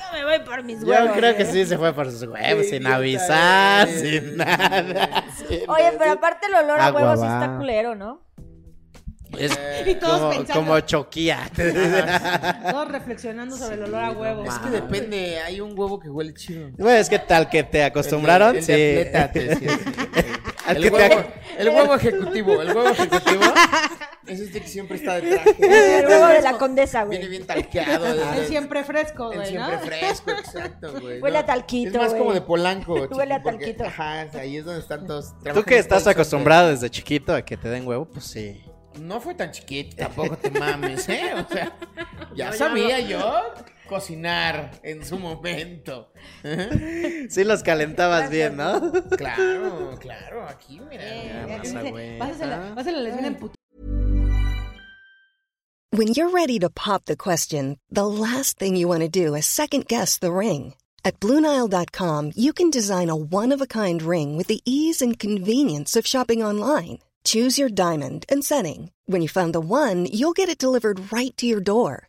[SPEAKER 11] Yo me voy por mis huevos.
[SPEAKER 6] <laughs> Yo creo que
[SPEAKER 11] <laughs>
[SPEAKER 3] eh.
[SPEAKER 6] sí se fue por sus huevos, sin avisar,
[SPEAKER 3] <laughs>
[SPEAKER 6] sin nada. sin
[SPEAKER 11] Oye, pero
[SPEAKER 6] decir.
[SPEAKER 11] aparte el olor a
[SPEAKER 6] Agua
[SPEAKER 11] huevos sí
[SPEAKER 6] va.
[SPEAKER 11] está culero, ¿no?
[SPEAKER 6] Es
[SPEAKER 5] Y todos
[SPEAKER 6] como,
[SPEAKER 5] pensando-
[SPEAKER 3] <laughs>
[SPEAKER 6] como choquía. <laughs>
[SPEAKER 5] Todos reflexionando sobre el olor a huevo.
[SPEAKER 3] Es que depende, hay un huevo que huele chido.
[SPEAKER 6] Güey, es que tal que te acostumbraron,
[SPEAKER 3] El
[SPEAKER 6] sí.
[SPEAKER 3] de- el de atleta, te decía, sí.
[SPEAKER 6] <laughs> Al
[SPEAKER 3] El
[SPEAKER 6] que te
[SPEAKER 3] huevo-
[SPEAKER 6] ac-
[SPEAKER 3] el huevo ejecutivo, el huevo ejecutivo es este que siempre está de traje.
[SPEAKER 11] <laughs> El huevo de la condesa,
[SPEAKER 3] Viene
[SPEAKER 11] güey. <laughs>
[SPEAKER 3] bien talqueado.
[SPEAKER 5] El
[SPEAKER 3] de-
[SPEAKER 5] siempre fresco, güey,
[SPEAKER 3] El
[SPEAKER 5] ¿no?
[SPEAKER 3] siempre fresco, exacto, güey.
[SPEAKER 11] Huele a
[SPEAKER 3] ¿no?
[SPEAKER 11] talquito,
[SPEAKER 3] Es más
[SPEAKER 11] <laughs> güey.
[SPEAKER 3] como de Polanco.
[SPEAKER 11] Huele a
[SPEAKER 3] chiqui, porque,
[SPEAKER 11] talquito.
[SPEAKER 3] Ajá, ahí es donde están todos.
[SPEAKER 6] Tú
[SPEAKER 3] trabajan
[SPEAKER 6] que
[SPEAKER 3] en
[SPEAKER 6] estás
[SPEAKER 3] call center.
[SPEAKER 6] acostumbrado desde chiquito a que te den huevo, pues sí.
[SPEAKER 3] No fue tan chiquito, tampoco te mames, ¿eh? O sea, ya
[SPEAKER 6] No, ya
[SPEAKER 3] sabía yo cocinar en su momento.
[SPEAKER 6] <laughs> Sí los calentabas bien, ¿no? <laughs>
[SPEAKER 3] Claro, claro, aquí, mira.
[SPEAKER 5] Bien,
[SPEAKER 6] Ya,
[SPEAKER 5] ya te
[SPEAKER 6] masa,
[SPEAKER 5] dice,
[SPEAKER 6] güey.
[SPEAKER 5] Eh, vas a la- vas a la lesbiana en puto.
[SPEAKER 12] When you're ready to pop the question, the last thing you want to do is second guess the ring. At Bluenile.com, you can design a one of a kind ring with the ease and convenience of shopping online. Choose your diamond and setting. When you find the one, you'll get it delivered right to your door.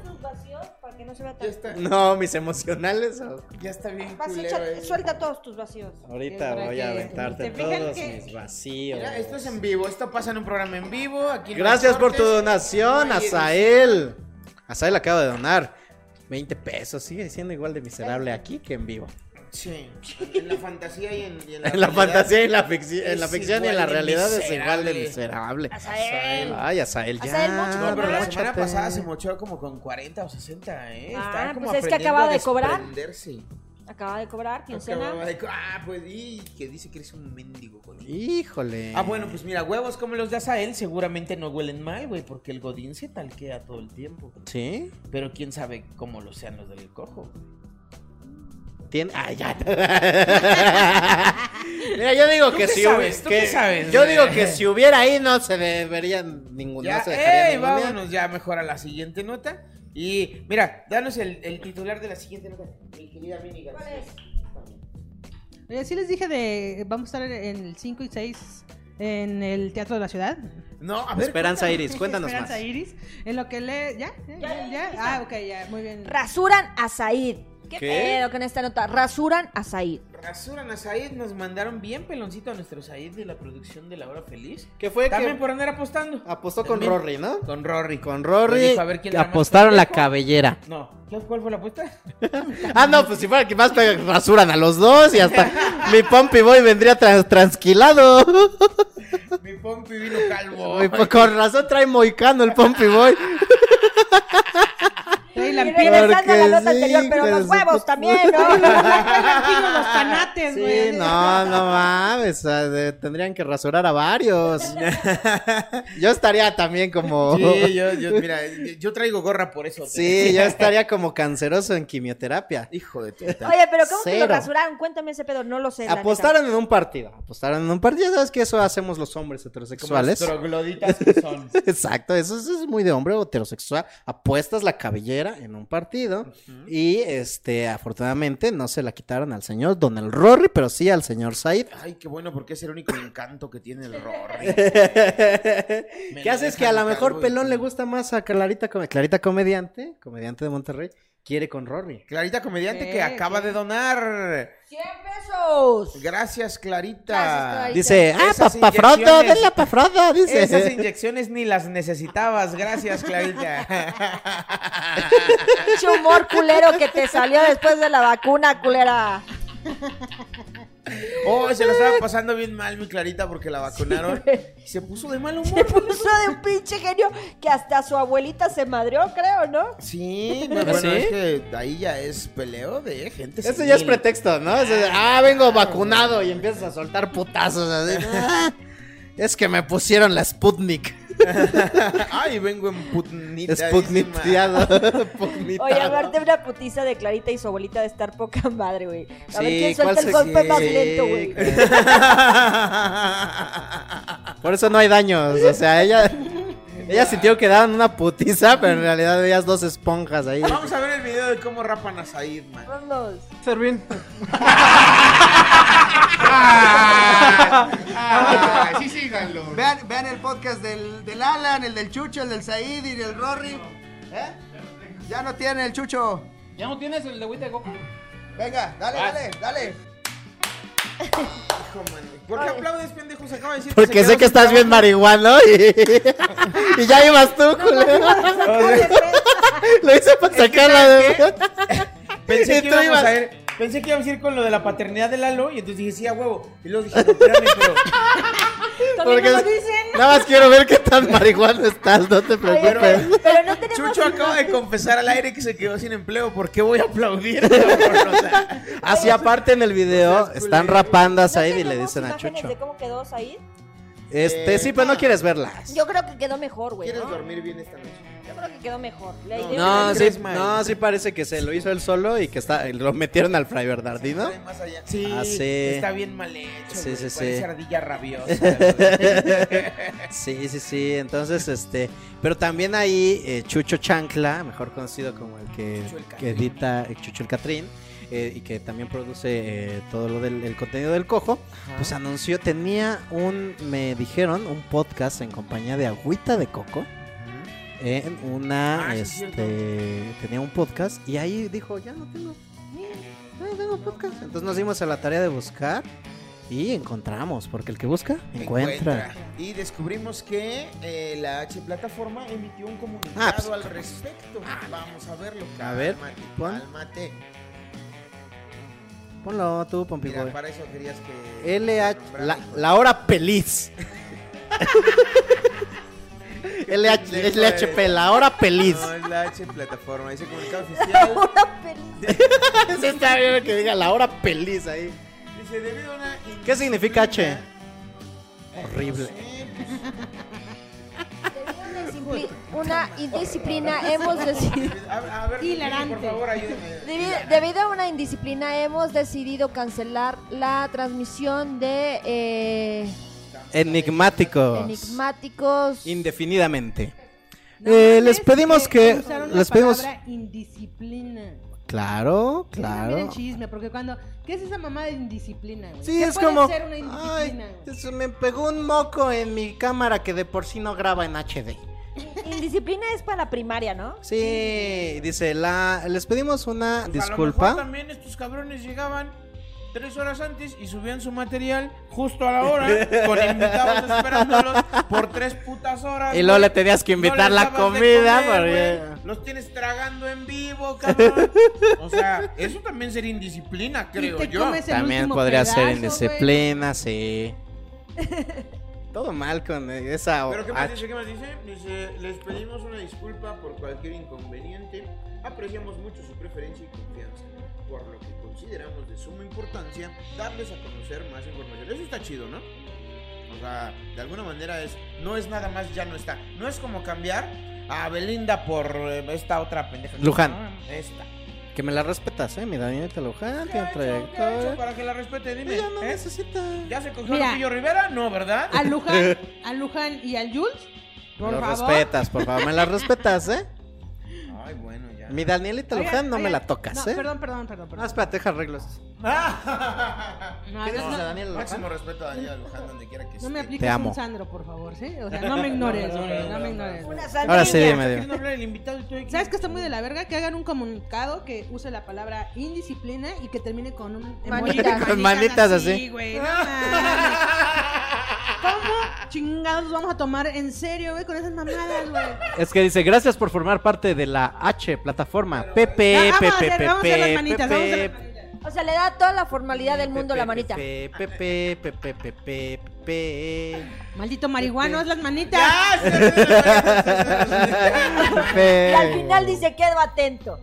[SPEAKER 11] tus vacíos para que no se vea
[SPEAKER 3] Ya está,
[SPEAKER 6] No, mis emocionales. o-
[SPEAKER 3] ya está bien
[SPEAKER 11] Vas,
[SPEAKER 3] culero
[SPEAKER 11] echa-
[SPEAKER 3] eso.
[SPEAKER 11] suelta todos tus vacíos.
[SPEAKER 6] Ahorita
[SPEAKER 5] Para
[SPEAKER 6] voy a
[SPEAKER 5] que-
[SPEAKER 6] aventarte
[SPEAKER 5] ¿te fijan
[SPEAKER 6] todos
[SPEAKER 5] que-
[SPEAKER 6] mis vacíos.
[SPEAKER 3] Mira, esto es en vivo, esto pasa en un programa en vivo. Aquí no hay
[SPEAKER 6] Gracias por tu
[SPEAKER 3] cortes,
[SPEAKER 6] donación,
[SPEAKER 3] no hay
[SPEAKER 6] Azael. Azael acaba de donar 20 pesos. Sigue siendo igual de miserable aquí que en vivo. <laughs>
[SPEAKER 3] Sí, en la fantasía y en, y en
[SPEAKER 6] En la
[SPEAKER 3] realidad.
[SPEAKER 6] fantasía y en la, ficci- en la
[SPEAKER 3] Es
[SPEAKER 6] ficción y en
[SPEAKER 3] igual
[SPEAKER 6] la
[SPEAKER 3] de
[SPEAKER 6] realidad es
[SPEAKER 3] miserable.
[SPEAKER 6] igual de miserable. Azael. Ay, Azael, ya.
[SPEAKER 11] Azael, mocho,
[SPEAKER 3] No, pero la
[SPEAKER 11] Móchate.
[SPEAKER 3] semana pasada se mochó como con 40 o 60, ¿eh?
[SPEAKER 11] Ah,
[SPEAKER 3] Estaba como
[SPEAKER 11] pues es que
[SPEAKER 3] aprendiendo
[SPEAKER 11] acaba
[SPEAKER 3] a
[SPEAKER 11] de cobrar.
[SPEAKER 3] desprenderse.
[SPEAKER 11] Acaba de cobrar
[SPEAKER 3] Acababa
[SPEAKER 11] quincena.
[SPEAKER 3] de co- Ah, pues, y que dice que eres un mendigo, güey.
[SPEAKER 6] Híjole.
[SPEAKER 3] Ah, bueno, pues mira, huevos como los de Azael seguramente no huelen mal, güey, porque el godín se talquea todo el tiempo.
[SPEAKER 6] ¿Sí?
[SPEAKER 3] Pero quién sabe cómo lo sean los del cojo.
[SPEAKER 6] Tiene.
[SPEAKER 3] <laughs>
[SPEAKER 6] Ah, ya. <laughs> Mira, yo digo
[SPEAKER 3] ¿Tú
[SPEAKER 6] que
[SPEAKER 3] qué
[SPEAKER 6] si
[SPEAKER 3] sabes?
[SPEAKER 6] hubi-
[SPEAKER 3] ¿Tú
[SPEAKER 6] que-
[SPEAKER 3] qué sabes? Eh,
[SPEAKER 6] Yo digo que si hubiera ahí no se deberían ninguno.
[SPEAKER 3] Ya, eh.
[SPEAKER 6] no se dejarían
[SPEAKER 3] ey,
[SPEAKER 6] ningunear.
[SPEAKER 3] vámonos ya mejor a la siguiente nota. Y mira, danos el, el titular de la siguiente nota, mi querida Mini García.
[SPEAKER 5] Oye, sí les dije de. Vamos a estar en el 5 y 6 en el Teatro de la Ciudad.
[SPEAKER 3] No, a ver.
[SPEAKER 6] Esperanza Iris, cuéntanos
[SPEAKER 5] Esperanza
[SPEAKER 6] más.
[SPEAKER 5] Iris. En lo que le. ¿Ya? ¿Ya? ¿Ya? ¿Ya? Ah, ok, ya. Muy bien.
[SPEAKER 11] Rasuran a Said. ¿Qué,
[SPEAKER 6] ¿Qué?
[SPEAKER 11] pedo con esta nota? Rasuran a Said.
[SPEAKER 3] Rasuran a Said, nos mandaron bien peloncito a nuestro Said de la producción de La Hora Feliz.
[SPEAKER 6] Que fue
[SPEAKER 3] También
[SPEAKER 6] que
[SPEAKER 3] por andar apostando.
[SPEAKER 6] apostó con
[SPEAKER 3] También.
[SPEAKER 6] Rory, ¿no?
[SPEAKER 3] Con Rory.
[SPEAKER 6] Con
[SPEAKER 3] Le
[SPEAKER 6] Rory
[SPEAKER 3] dijo, a ver, ¿quién
[SPEAKER 6] que
[SPEAKER 3] era más
[SPEAKER 6] apostaron la
[SPEAKER 3] pendejo?
[SPEAKER 6] cabellera.
[SPEAKER 3] No, ¿sabes ¿cuál fue la
[SPEAKER 6] <laughs>
[SPEAKER 3] apuesta?
[SPEAKER 6] Ah, no, pues si fuera que más te rasuran a los dos y hasta mi Pompey Boy vendría trans- transquilado.
[SPEAKER 3] Mi pompi vino calvo.
[SPEAKER 6] Uy, pues, con razón trae moicano el Pompey Boy.
[SPEAKER 5] Peylan
[SPEAKER 4] Y
[SPEAKER 5] Peel.
[SPEAKER 4] regresando a la nota anterior,
[SPEAKER 6] sí,
[SPEAKER 4] pero
[SPEAKER 6] que
[SPEAKER 4] los
[SPEAKER 6] su
[SPEAKER 4] huevos
[SPEAKER 6] puta
[SPEAKER 4] también, ¿no?
[SPEAKER 5] los tanates,
[SPEAKER 6] <laughs>
[SPEAKER 5] güey.
[SPEAKER 6] Sí, no, no mames. ah, de- tendrían que rasurar a varios. <laughs> Yo estaría también como.
[SPEAKER 3] Sí, yo,
[SPEAKER 6] <laughs>
[SPEAKER 3] yo- mira, yo traigo gorra por eso. ¿eh?
[SPEAKER 6] Sí, yo estaría como canceroso en quimioterapia.
[SPEAKER 3] Hijo de tu.
[SPEAKER 4] Oye, pero ¿cómo que lo
[SPEAKER 6] Cero.
[SPEAKER 4] rasuraron? Cuéntame ese pedo, no lo sé. la neta.
[SPEAKER 6] Apostaron en un partido. Apostaron en un partido. Ya sabes que eso hacemos los hombres
[SPEAKER 3] Como los
[SPEAKER 6] heterosexuales.
[SPEAKER 3] trogloditas que son.
[SPEAKER 6] <laughs> Exacto, eso, es- es muy de hombre heterosexual. Apuestas la cabellera en un partido y este afortunadamente no se la quitaron al señor Don El Rory, pero sí al señor Said.
[SPEAKER 3] Ay, qué bueno, porque es el único encanto que tiene el Rory.
[SPEAKER 6] <laughs> ¿Qué haces que a lo
[SPEAKER 3] dejan
[SPEAKER 6] mejor
[SPEAKER 3] calvo y
[SPEAKER 6] Pelón le gusta más a Clarita Come- Clarita comediante, comediante de Monterrey, quiere con Rory.
[SPEAKER 3] Clarita Comediante
[SPEAKER 4] Sí,
[SPEAKER 3] que acaba
[SPEAKER 4] sí.
[SPEAKER 3] de donar.
[SPEAKER 4] 100 pesos.
[SPEAKER 3] Gracias, Clarita.
[SPEAKER 4] Gracias, Clarita.
[SPEAKER 6] Dice, ah, pa,
[SPEAKER 3] Esas
[SPEAKER 6] pa Frodo,
[SPEAKER 3] inyecciones-
[SPEAKER 6] denle a pa Frodo", dice.
[SPEAKER 3] Esas inyecciones ni las necesitabas. Gracias, Clarita.
[SPEAKER 6] <laughs>
[SPEAKER 4] Pinche humor culero que te salió después de la vacuna, culera.
[SPEAKER 3] Oh, se la estaba pasando bien mal, mi Clarita, porque la
[SPEAKER 6] <laughs>
[SPEAKER 3] vacunaron. Y se puso de mal humor.
[SPEAKER 4] Se puso de un pinche genio que hasta su abuelita se madrió, creo, ¿no? <laughs>
[SPEAKER 3] Sí, no, bueno, es que ahí ya es peleo de gente.
[SPEAKER 6] ¿Ah,
[SPEAKER 3] ¿eh?
[SPEAKER 6] Eso
[SPEAKER 3] senil.
[SPEAKER 6] ya es pretexto, ¿no? Eso de, ah, vengo vacunado y empiezas a soltar putazos <laughs> así. "Ah, es que me pusieron la Sputnik.
[SPEAKER 3] Ay, vengo en putnita.
[SPEAKER 6] <laughs> Sputniteado.
[SPEAKER 4] Oye,
[SPEAKER 6] Putnitado.
[SPEAKER 4] hablarte una putiza de Clarita y su abuelita de estar poca <laughs> madre, güey. A ver
[SPEAKER 6] Sí,
[SPEAKER 4] quién
[SPEAKER 6] ¿cuál
[SPEAKER 4] suelta el
[SPEAKER 6] se-
[SPEAKER 4] golpe más
[SPEAKER 6] sí,
[SPEAKER 4] lento, güey.
[SPEAKER 6] <laughs>
[SPEAKER 4] <laughs>
[SPEAKER 6] Por eso no hay daños. O sea, ella, ella sintió que daban una putiza, pero en realidad veías dos esponjas ahí.
[SPEAKER 3] Vamos a ver el video de cómo rapan a Said, man.
[SPEAKER 4] Vámonos.
[SPEAKER 13] Servín.
[SPEAKER 3] Ah, sí, síganlo.
[SPEAKER 9] Vean, vean el podcast del, del Alan, el del Chucho, el del Said y del Rory. ¿Eh? Ya no tiene el Chucho.
[SPEAKER 13] ¿Ya no tienes el de Wita de Goku?
[SPEAKER 9] Venga, dale, dale, dale.
[SPEAKER 3] ¿Por qué aplaudes, pendejo? Se acaba de decir se
[SPEAKER 6] Porque sé
[SPEAKER 3] quedó
[SPEAKER 6] que
[SPEAKER 3] sin
[SPEAKER 6] estás bien
[SPEAKER 3] trabajo.
[SPEAKER 6] marihuano <laughs> y, y ya ibas tú, culero.
[SPEAKER 4] <laughs>
[SPEAKER 6] Lo hice para sacarla de.
[SPEAKER 3] Pensé que,
[SPEAKER 6] Y tú
[SPEAKER 3] íbamos
[SPEAKER 6] ibas-
[SPEAKER 3] a ir, pensé que íbamos a ir con lo de la paternidad de Lalo y entonces dije, sí, a huevo. Y luego dije, no, espérame, pero,
[SPEAKER 4] También
[SPEAKER 6] Porque
[SPEAKER 4] nos lo dicen.
[SPEAKER 6] nada más quiero ver qué tan marihuana estás, no te
[SPEAKER 4] Oye,
[SPEAKER 6] preocupes.
[SPEAKER 4] pero, pero no tenemos...
[SPEAKER 3] Chucho acaba de confesar al aire que se quedó sin empleo. ¿Por qué voy a aplaudir? cabrón? O sea,
[SPEAKER 6] Así aparte en el video están rapando a
[SPEAKER 4] ¿no
[SPEAKER 6] Said y le
[SPEAKER 4] tenemos
[SPEAKER 6] dicen a
[SPEAKER 4] imágenes
[SPEAKER 6] Chucho.
[SPEAKER 4] de cómo quedó Said?
[SPEAKER 6] Este, sí, pero no quieres verlas.
[SPEAKER 4] Yo creo que quedó mejor, güey.
[SPEAKER 3] ¿Quieres
[SPEAKER 4] ¿no?
[SPEAKER 3] dormir bien esta noche?
[SPEAKER 4] Yo creo que quedó mejor. La idea-
[SPEAKER 6] No, sí,
[SPEAKER 3] crees, Mike?
[SPEAKER 6] no, sí parece que se lo hizo él solo y que está, lo metieron al Fray Bernardino.
[SPEAKER 3] Trae más allá. Sí,
[SPEAKER 6] Ah, sí.
[SPEAKER 3] está bien mal hecho.
[SPEAKER 6] Sí,
[SPEAKER 3] güey,
[SPEAKER 6] sí, sí.
[SPEAKER 3] Parece ardilla
[SPEAKER 6] <laughs>
[SPEAKER 3] rabiosa. güey.
[SPEAKER 6] Sí, sí, sí. Entonces, este. Pero también ahí eh, Chucho Chancla, mejor conocido como el que,
[SPEAKER 3] Chucho el
[SPEAKER 6] que edita eh, Chucho el Catrín, eh, y que también produce eh, todo lo del el contenido del cojo, pues anunció, tenía un, me dijeron, un podcast en compañía de Agüita de Coco. En una,
[SPEAKER 3] Ah, sí, es
[SPEAKER 6] este, tenía un podcast y ahí dijo, ya no tengo, ya
[SPEAKER 3] Eh,
[SPEAKER 6] no tengo podcast. Entonces nos dimos a la tarea de buscar y encontramos, porque el que busca, encuentra.
[SPEAKER 3] Y descubrimos que eh, la H plataforma emitió un comunicado
[SPEAKER 6] Ah, pues, ah.
[SPEAKER 3] al respecto. Vamos a verlo.
[SPEAKER 6] A ver,
[SPEAKER 3] cálmate,
[SPEAKER 6] pon.
[SPEAKER 3] cálmate.
[SPEAKER 6] Ponlo tú, Pompi
[SPEAKER 3] Mira,
[SPEAKER 6] Boy.
[SPEAKER 3] para eso querías que.
[SPEAKER 6] LH,
[SPEAKER 3] nombrara,
[SPEAKER 6] la,
[SPEAKER 3] hijo de-
[SPEAKER 6] la hora
[SPEAKER 3] <laughs>
[SPEAKER 6] feliz. LH,
[SPEAKER 3] pendejo
[SPEAKER 6] LHP,
[SPEAKER 3] eres.
[SPEAKER 6] la
[SPEAKER 3] <laughs>
[SPEAKER 6] hora feliz.
[SPEAKER 3] No, es la H plataforma. Dice comunicado oficial.
[SPEAKER 6] <laughs>
[SPEAKER 4] Una peli-
[SPEAKER 6] Eso está bien que diga la hora feliz ahí.
[SPEAKER 3] Dice, debido a una
[SPEAKER 6] ¿Qué
[SPEAKER 3] Eh,
[SPEAKER 6] significa H?
[SPEAKER 3] Horrible.
[SPEAKER 4] Simpli- una indisciplina hemos decidido.
[SPEAKER 3] a, a ver,
[SPEAKER 5] Hilarante.
[SPEAKER 3] por favor, ayúdame.
[SPEAKER 4] Debi- Debido a una indisciplina hemos decidido cancelar la transmisión de eh,
[SPEAKER 6] Enigmáticos.
[SPEAKER 4] enigmáticos.
[SPEAKER 6] Indefinidamente.
[SPEAKER 5] No
[SPEAKER 6] Eh,
[SPEAKER 5] mames,
[SPEAKER 6] les pedimos que.
[SPEAKER 5] usaron la
[SPEAKER 6] Les pedimos.
[SPEAKER 5] palabra indisciplina.
[SPEAKER 6] Claro,
[SPEAKER 5] Claro.
[SPEAKER 6] claro.
[SPEAKER 5] chisme, porque cuando. ¿Qué es esa mamá de indisciplina, güey?
[SPEAKER 6] Sí,
[SPEAKER 5] ¿Qué
[SPEAKER 6] es
[SPEAKER 5] puede
[SPEAKER 6] como.
[SPEAKER 5] ser una indisciplina?
[SPEAKER 6] Ay,
[SPEAKER 5] güey?
[SPEAKER 6] se me pegó un moco en mi cámara que de por sí no graba en HD.
[SPEAKER 4] Indisciplina es para la primaria, ¿no?
[SPEAKER 6] Sí, dice, la, les pedimos
[SPEAKER 3] Pues
[SPEAKER 6] una
[SPEAKER 3] a lo mejor
[SPEAKER 6] disculpa.
[SPEAKER 3] también estos cabrones llegaban tres horas antes y subían su material justo a la
[SPEAKER 6] <laughs>
[SPEAKER 3] hora, con invitados esperándolos por tres putas horas.
[SPEAKER 6] Y luego
[SPEAKER 3] güey.
[SPEAKER 6] le tenías que
[SPEAKER 3] les
[SPEAKER 6] invitar la
[SPEAKER 3] dabas de
[SPEAKER 6] comida,
[SPEAKER 3] comer,
[SPEAKER 6] porque-
[SPEAKER 3] güey. Los tienes tragando en vivo,
[SPEAKER 6] <laughs>
[SPEAKER 3] cabrón. O sea, eso también sería indisciplina,
[SPEAKER 5] Y
[SPEAKER 3] creo
[SPEAKER 5] te
[SPEAKER 3] yo.
[SPEAKER 5] comes el
[SPEAKER 6] También
[SPEAKER 5] último
[SPEAKER 6] podría ser
[SPEAKER 5] pedazo, güey.
[SPEAKER 6] indisciplina, sí.
[SPEAKER 2] Todo mal con esa.
[SPEAKER 3] ¿Pero qué más
[SPEAKER 6] ah,
[SPEAKER 2] H.
[SPEAKER 3] dice? ¿Qué más dice? Dice, les pedimos una disculpa por cualquier inconveniente. Apreciamos mucho su preferencia y confianza, por lo que consideramos de suma importancia darles a conocer más información. Eso está chido, ¿no? O sea, de alguna manera es, no es nada más, ya no está. No es como cambiar a Belinda por eh, esta otra pendeja.
[SPEAKER 2] Luján.
[SPEAKER 3] Esta.
[SPEAKER 2] Que me la respetas, eh, mi Danielita Luján, tiene
[SPEAKER 3] ¿Qué ha hecho
[SPEAKER 2] trayectoria.
[SPEAKER 3] para que la respete? Dime. Ya no necesita. ¿Ya se cogió
[SPEAKER 5] Mira.
[SPEAKER 3] a Lupillo Rivera? No, ¿verdad?
[SPEAKER 5] A Luján, a Luján y al Jules, por
[SPEAKER 2] Lo
[SPEAKER 5] favor.
[SPEAKER 2] respetas, por favor, me la respetas, eh.
[SPEAKER 3] Ay, bueno, ya.
[SPEAKER 2] Mi Danielita
[SPEAKER 5] Oigan,
[SPEAKER 2] Luján no me
[SPEAKER 5] oigan,
[SPEAKER 2] la tocas,
[SPEAKER 5] no,
[SPEAKER 2] eh.
[SPEAKER 5] Perdón, perdón, perdón.
[SPEAKER 2] No,
[SPEAKER 5] perdón.
[SPEAKER 2] espérate, deja arreglos.
[SPEAKER 5] No,
[SPEAKER 3] ¿Qué
[SPEAKER 5] Ah. no,
[SPEAKER 3] dices
[SPEAKER 5] no,
[SPEAKER 3] a Daniel
[SPEAKER 5] no,
[SPEAKER 3] Luján? Máximo respeto a Daniel
[SPEAKER 5] <laughs>
[SPEAKER 3] Luján donde quiera que
[SPEAKER 5] No me apliques
[SPEAKER 2] Te amo.
[SPEAKER 5] un Sandro, por favor, ¿sí? O sea, no me ignores, güey, no, me ignores.
[SPEAKER 3] Una
[SPEAKER 2] Ahora sí, dime, dime.
[SPEAKER 5] ¿Sabes que está muy de la verga? Que hagan un comunicado que use la palabra indisciplina y que termine con un emoji de
[SPEAKER 2] Manitas. Con manitas así.
[SPEAKER 5] güey, no mames. ¿Cómo chingados vamos a tomar en serio, güey, con esas mamadas, güey?
[SPEAKER 6] Es que dice, gracias por formar parte de la H plataforma. PP,
[SPEAKER 5] Ya, vamos a
[SPEAKER 6] PP,
[SPEAKER 5] hacer- vamos a hacer las
[SPEAKER 6] PP,
[SPEAKER 5] manitas, vamos a hacer
[SPEAKER 6] PP,
[SPEAKER 11] O sea, le da toda la formalidad del mundo la manita.
[SPEAKER 6] PP, PP, PP, PP, PP.
[SPEAKER 5] Maldito marihuano,
[SPEAKER 3] Este.
[SPEAKER 5] haz las manitas.
[SPEAKER 2] <laughs>
[SPEAKER 11] Y al final
[SPEAKER 2] <laughs>
[SPEAKER 11] dice, quedo atento.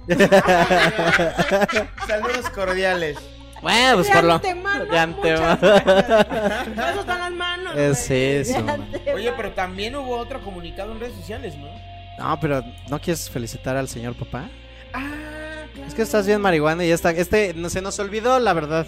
[SPEAKER 3] Saludos cordiales.
[SPEAKER 6] Bueno, pues
[SPEAKER 5] De
[SPEAKER 6] por lo
[SPEAKER 5] antemano,
[SPEAKER 6] de antemano.
[SPEAKER 5] Para eso están las manos.
[SPEAKER 6] Es
[SPEAKER 5] güey.
[SPEAKER 6] eso.
[SPEAKER 3] Oye, pero también hubo otro comunicado en redes sociales, ¿no?
[SPEAKER 6] No, pero ¿no quieres felicitar al señor papá?
[SPEAKER 3] Ah,
[SPEAKER 6] Es que estás bien marihuana y ya está. Este no, se nos olvidó, la verdad.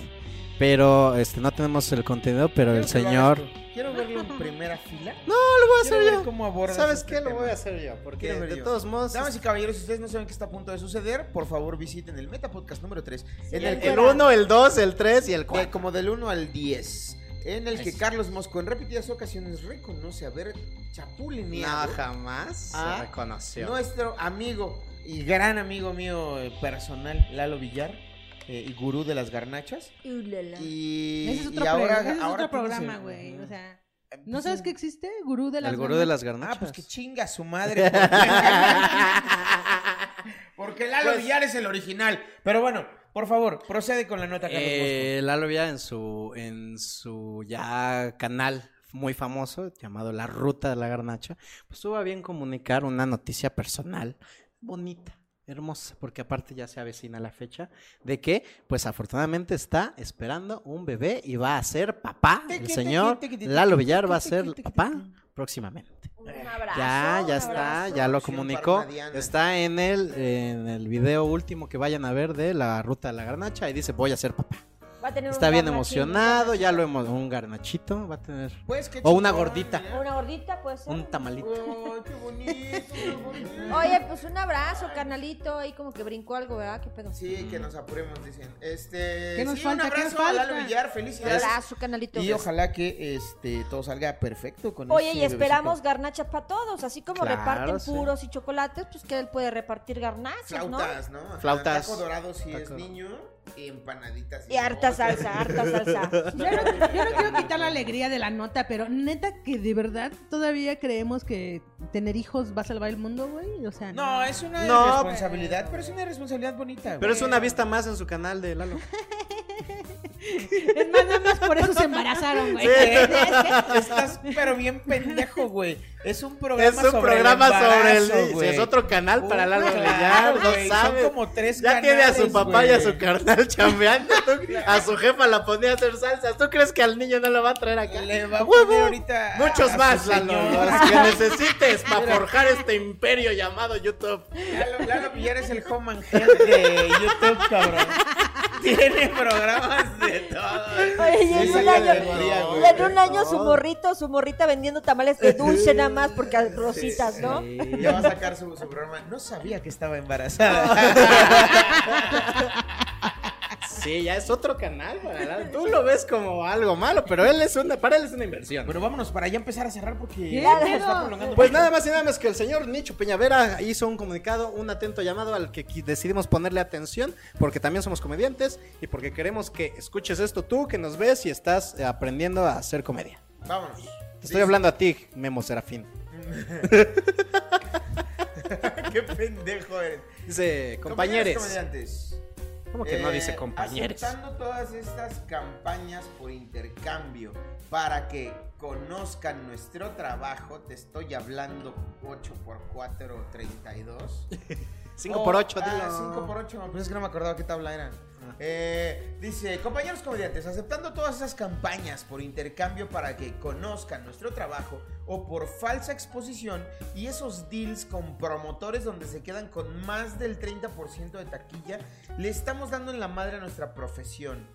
[SPEAKER 6] Pero este no tenemos el contenido, pero el señor.
[SPEAKER 3] Quiero verlo en primera fila.
[SPEAKER 6] No, lo voy a
[SPEAKER 3] Quiero
[SPEAKER 6] hacer
[SPEAKER 3] ver
[SPEAKER 6] yo.
[SPEAKER 3] cómo abordas
[SPEAKER 6] ¿Sabes
[SPEAKER 3] este
[SPEAKER 6] qué? Lo
[SPEAKER 3] tema.
[SPEAKER 6] voy a hacer yo. Porque
[SPEAKER 3] Quiero ver
[SPEAKER 6] de
[SPEAKER 3] yo.
[SPEAKER 6] todos modos.
[SPEAKER 3] Damas y caballeros, si ustedes no saben qué está a punto de suceder, por favor visiten el Metapodcast número 3. en el, que
[SPEAKER 6] El 1, el 2, el 3 y el
[SPEAKER 3] de
[SPEAKER 6] 4.
[SPEAKER 3] como del 1 al 10. En el que Carlos Mosco en repetidas ocasiones reconoce haber chapulineado
[SPEAKER 6] No, jamás
[SPEAKER 3] Ah,
[SPEAKER 6] se reconoció.
[SPEAKER 3] nuestro amigo y gran amigo mío eh, personal, Lalo Villar, eh, y gurú de las garnachas.
[SPEAKER 11] Ulala.
[SPEAKER 3] Y,
[SPEAKER 5] Ese es
[SPEAKER 3] y
[SPEAKER 5] otro,
[SPEAKER 3] ahora,
[SPEAKER 5] pro- ese es
[SPEAKER 3] ahora
[SPEAKER 5] otro
[SPEAKER 3] tienes el-
[SPEAKER 5] programa, güey. O sea, ¿no sabes que existe? Gurú de las
[SPEAKER 6] Eh, pues El gurú de las
[SPEAKER 3] Ah, pues
[SPEAKER 6] garnachas.
[SPEAKER 3] que chinga
[SPEAKER 6] <laughs>
[SPEAKER 3] su madre. porque- <laughs> Porque Lalo
[SPEAKER 6] Pues
[SPEAKER 3] Villar es el original. Pero bueno, por favor, procede con la nota, Carlos Mosco.
[SPEAKER 6] Eh, Lalo Villa en su, en su ya canal muy famoso llamado La Ruta de la Garnacha, pues tuvo a bien comunicar una noticia personal bonita, hermosa, porque aparte ya se avecina la fecha de que, pues afortunadamente está esperando un bebé y va a ser papá. El señor Lalo Villar va a ser papá próximamente.
[SPEAKER 11] Un abrazo.
[SPEAKER 6] Ya,
[SPEAKER 11] un
[SPEAKER 6] ya está,
[SPEAKER 11] abrazo.
[SPEAKER 6] ya lo
[SPEAKER 3] Producción
[SPEAKER 6] comunicó.
[SPEAKER 3] parmadiana.
[SPEAKER 6] Está en el, en el video último que vayan a ver de la ruta de la garnacha y dice voy a ser papá.
[SPEAKER 11] Va a tener un
[SPEAKER 6] Está bien
[SPEAKER 11] garnachín,
[SPEAKER 6] emocionado,
[SPEAKER 11] un
[SPEAKER 6] ya lo hemos... Un garnachito va a tener...
[SPEAKER 3] Pues, qué
[SPEAKER 6] O una
[SPEAKER 3] chingón,
[SPEAKER 6] gordita,
[SPEAKER 3] mira.
[SPEAKER 11] garnachín. Una gordita, puede ser.
[SPEAKER 6] un tamalito.
[SPEAKER 3] Ay, qué bonito, qué bonito.
[SPEAKER 11] Oye, pues un abrazo, canalito. Ahí como que brincó algo, ¿verdad? Qué pedo.
[SPEAKER 3] Sí, que nos apuremos, dicen. Este.
[SPEAKER 5] ¿Qué nos
[SPEAKER 3] sí,
[SPEAKER 5] falta?
[SPEAKER 3] Un
[SPEAKER 5] ¿Qué
[SPEAKER 3] abrazo
[SPEAKER 5] nos
[SPEAKER 3] a Lalo
[SPEAKER 5] falta?
[SPEAKER 3] Villar,
[SPEAKER 11] Un
[SPEAKER 3] felicidades.
[SPEAKER 11] abrazo, canalito.
[SPEAKER 3] Y ojalá que este todo salga perfecto con
[SPEAKER 11] Oye,
[SPEAKER 3] ese
[SPEAKER 11] y esperamos
[SPEAKER 3] bebecito.
[SPEAKER 11] garnachas para todos. Así como
[SPEAKER 6] Claro,
[SPEAKER 11] reparten
[SPEAKER 6] sí.
[SPEAKER 11] puros y chocolates, pues que él puede repartir garnachas, ¿no?
[SPEAKER 3] flautas, ¿no? Ajá,
[SPEAKER 6] Flautas.
[SPEAKER 3] Taco dorado si es
[SPEAKER 6] Taco.
[SPEAKER 3] niño y empanaditas. si
[SPEAKER 11] Y
[SPEAKER 3] es
[SPEAKER 11] harta
[SPEAKER 3] otro.
[SPEAKER 11] salsa, harta salsa.
[SPEAKER 5] Yo no, yo no quiero quitar la alegría de la nota, pero neta que de verdad todavía creemos que tener hijos va a salvar el mundo, güey. O
[SPEAKER 3] <laughs>
[SPEAKER 5] sea,
[SPEAKER 3] No, es una
[SPEAKER 6] No,
[SPEAKER 3] responsabilidad, pero es una responsabilidad bonita.
[SPEAKER 6] Pero
[SPEAKER 3] güey.
[SPEAKER 6] es una vista más en su canal de Lalo.
[SPEAKER 5] es más, nada más Pues por eso se
[SPEAKER 11] <laughs>
[SPEAKER 5] embarazaron, <laughs> güey.
[SPEAKER 3] <laughs>
[SPEAKER 6] <laughs>
[SPEAKER 3] Estás pero bien pendejo, güey. Es un programa
[SPEAKER 6] Es un
[SPEAKER 3] sobre
[SPEAKER 6] programa
[SPEAKER 3] el
[SPEAKER 6] sobre el-
[SPEAKER 3] embarazo,
[SPEAKER 6] sí,
[SPEAKER 3] güey.
[SPEAKER 6] es otro canal para Lalo
[SPEAKER 3] claro,
[SPEAKER 6] Villar, no
[SPEAKER 3] güey,
[SPEAKER 6] sabe.
[SPEAKER 3] Son como tres
[SPEAKER 6] Ya tiene a su
[SPEAKER 3] canales,
[SPEAKER 6] papá y a
[SPEAKER 3] güey. <laughs>
[SPEAKER 6] su carnal chambeando. tú- a su jefa la ponía a hacer salsas. ¿Tú crees que al niño no lo va a traer acá?
[SPEAKER 3] Le va a
[SPEAKER 6] ¡Huevo!
[SPEAKER 3] poner ahorita a
[SPEAKER 6] Muchos
[SPEAKER 3] su
[SPEAKER 6] más, Lalo.
[SPEAKER 3] señor.
[SPEAKER 6] Los
[SPEAKER 3] <laughs>
[SPEAKER 6] que necesites para forjar este imperio llamado YouTube.
[SPEAKER 3] Lalo, Lalo Villar es el home and head de YouTube, cabrón. <laughs> Tiene programas de todo.
[SPEAKER 11] Oye, y
[SPEAKER 3] Sí,
[SPEAKER 11] en un
[SPEAKER 3] saca de
[SPEAKER 11] año,
[SPEAKER 3] alegría,
[SPEAKER 11] y
[SPEAKER 3] güey.
[SPEAKER 11] en un año su morrito, su morrita vendiendo tamales de dulce nada más porque a- rositas, ¿no?
[SPEAKER 4] <laughs>
[SPEAKER 3] Ya va a sacar su, su programa. No sabía que estaba embarazada.
[SPEAKER 6] Sí, ya es otro canal para Lalo. <laughs> Tú lo ves como algo malo, pero él es una, para él es una inversión.
[SPEAKER 3] Pero vámonos para ya empezar a cerrar porque
[SPEAKER 5] ¿Qué
[SPEAKER 3] ya se
[SPEAKER 5] pedo?
[SPEAKER 3] está prolongando.
[SPEAKER 6] Pues nada más y nada más que el señor Nicho Peñavera hizo un comunicado, un atento llamado al que qui- decidimos ponerle atención, porque también somos comediantes y porque queremos que escuches esto tú, que nos ves y estás eh, aprendiendo a hacer comedia.
[SPEAKER 3] Vámonos.
[SPEAKER 6] <laughs>
[SPEAKER 3] <laughs>
[SPEAKER 6] Te estoy hablando a ti, Memo <laughs> Serafín.
[SPEAKER 3] Qué pendejo eres.
[SPEAKER 6] Dice,
[SPEAKER 3] Compañeros
[SPEAKER 6] compañeros,
[SPEAKER 3] comediantes,
[SPEAKER 6] ¿Cómo que no
[SPEAKER 3] eh,
[SPEAKER 6] dice compañeros?
[SPEAKER 3] Aceptando todas estas campañas por intercambio para que conozcan nuestro trabajo, te estoy hablando 8x4 o 32.
[SPEAKER 6] <laughs> Cinco por ocho,
[SPEAKER 3] ah,
[SPEAKER 6] dilo.
[SPEAKER 3] 5 por 8 pues es que no me acordaba qué tabla era. Eh, dice, compañeros comediantes, aceptando todas esas campañas por intercambio para que conozcan nuestro trabajo o por falsa exposición y esos deals con promotores donde se quedan con más del 30% de taquilla, le estamos dando en la madre a nuestra profesión.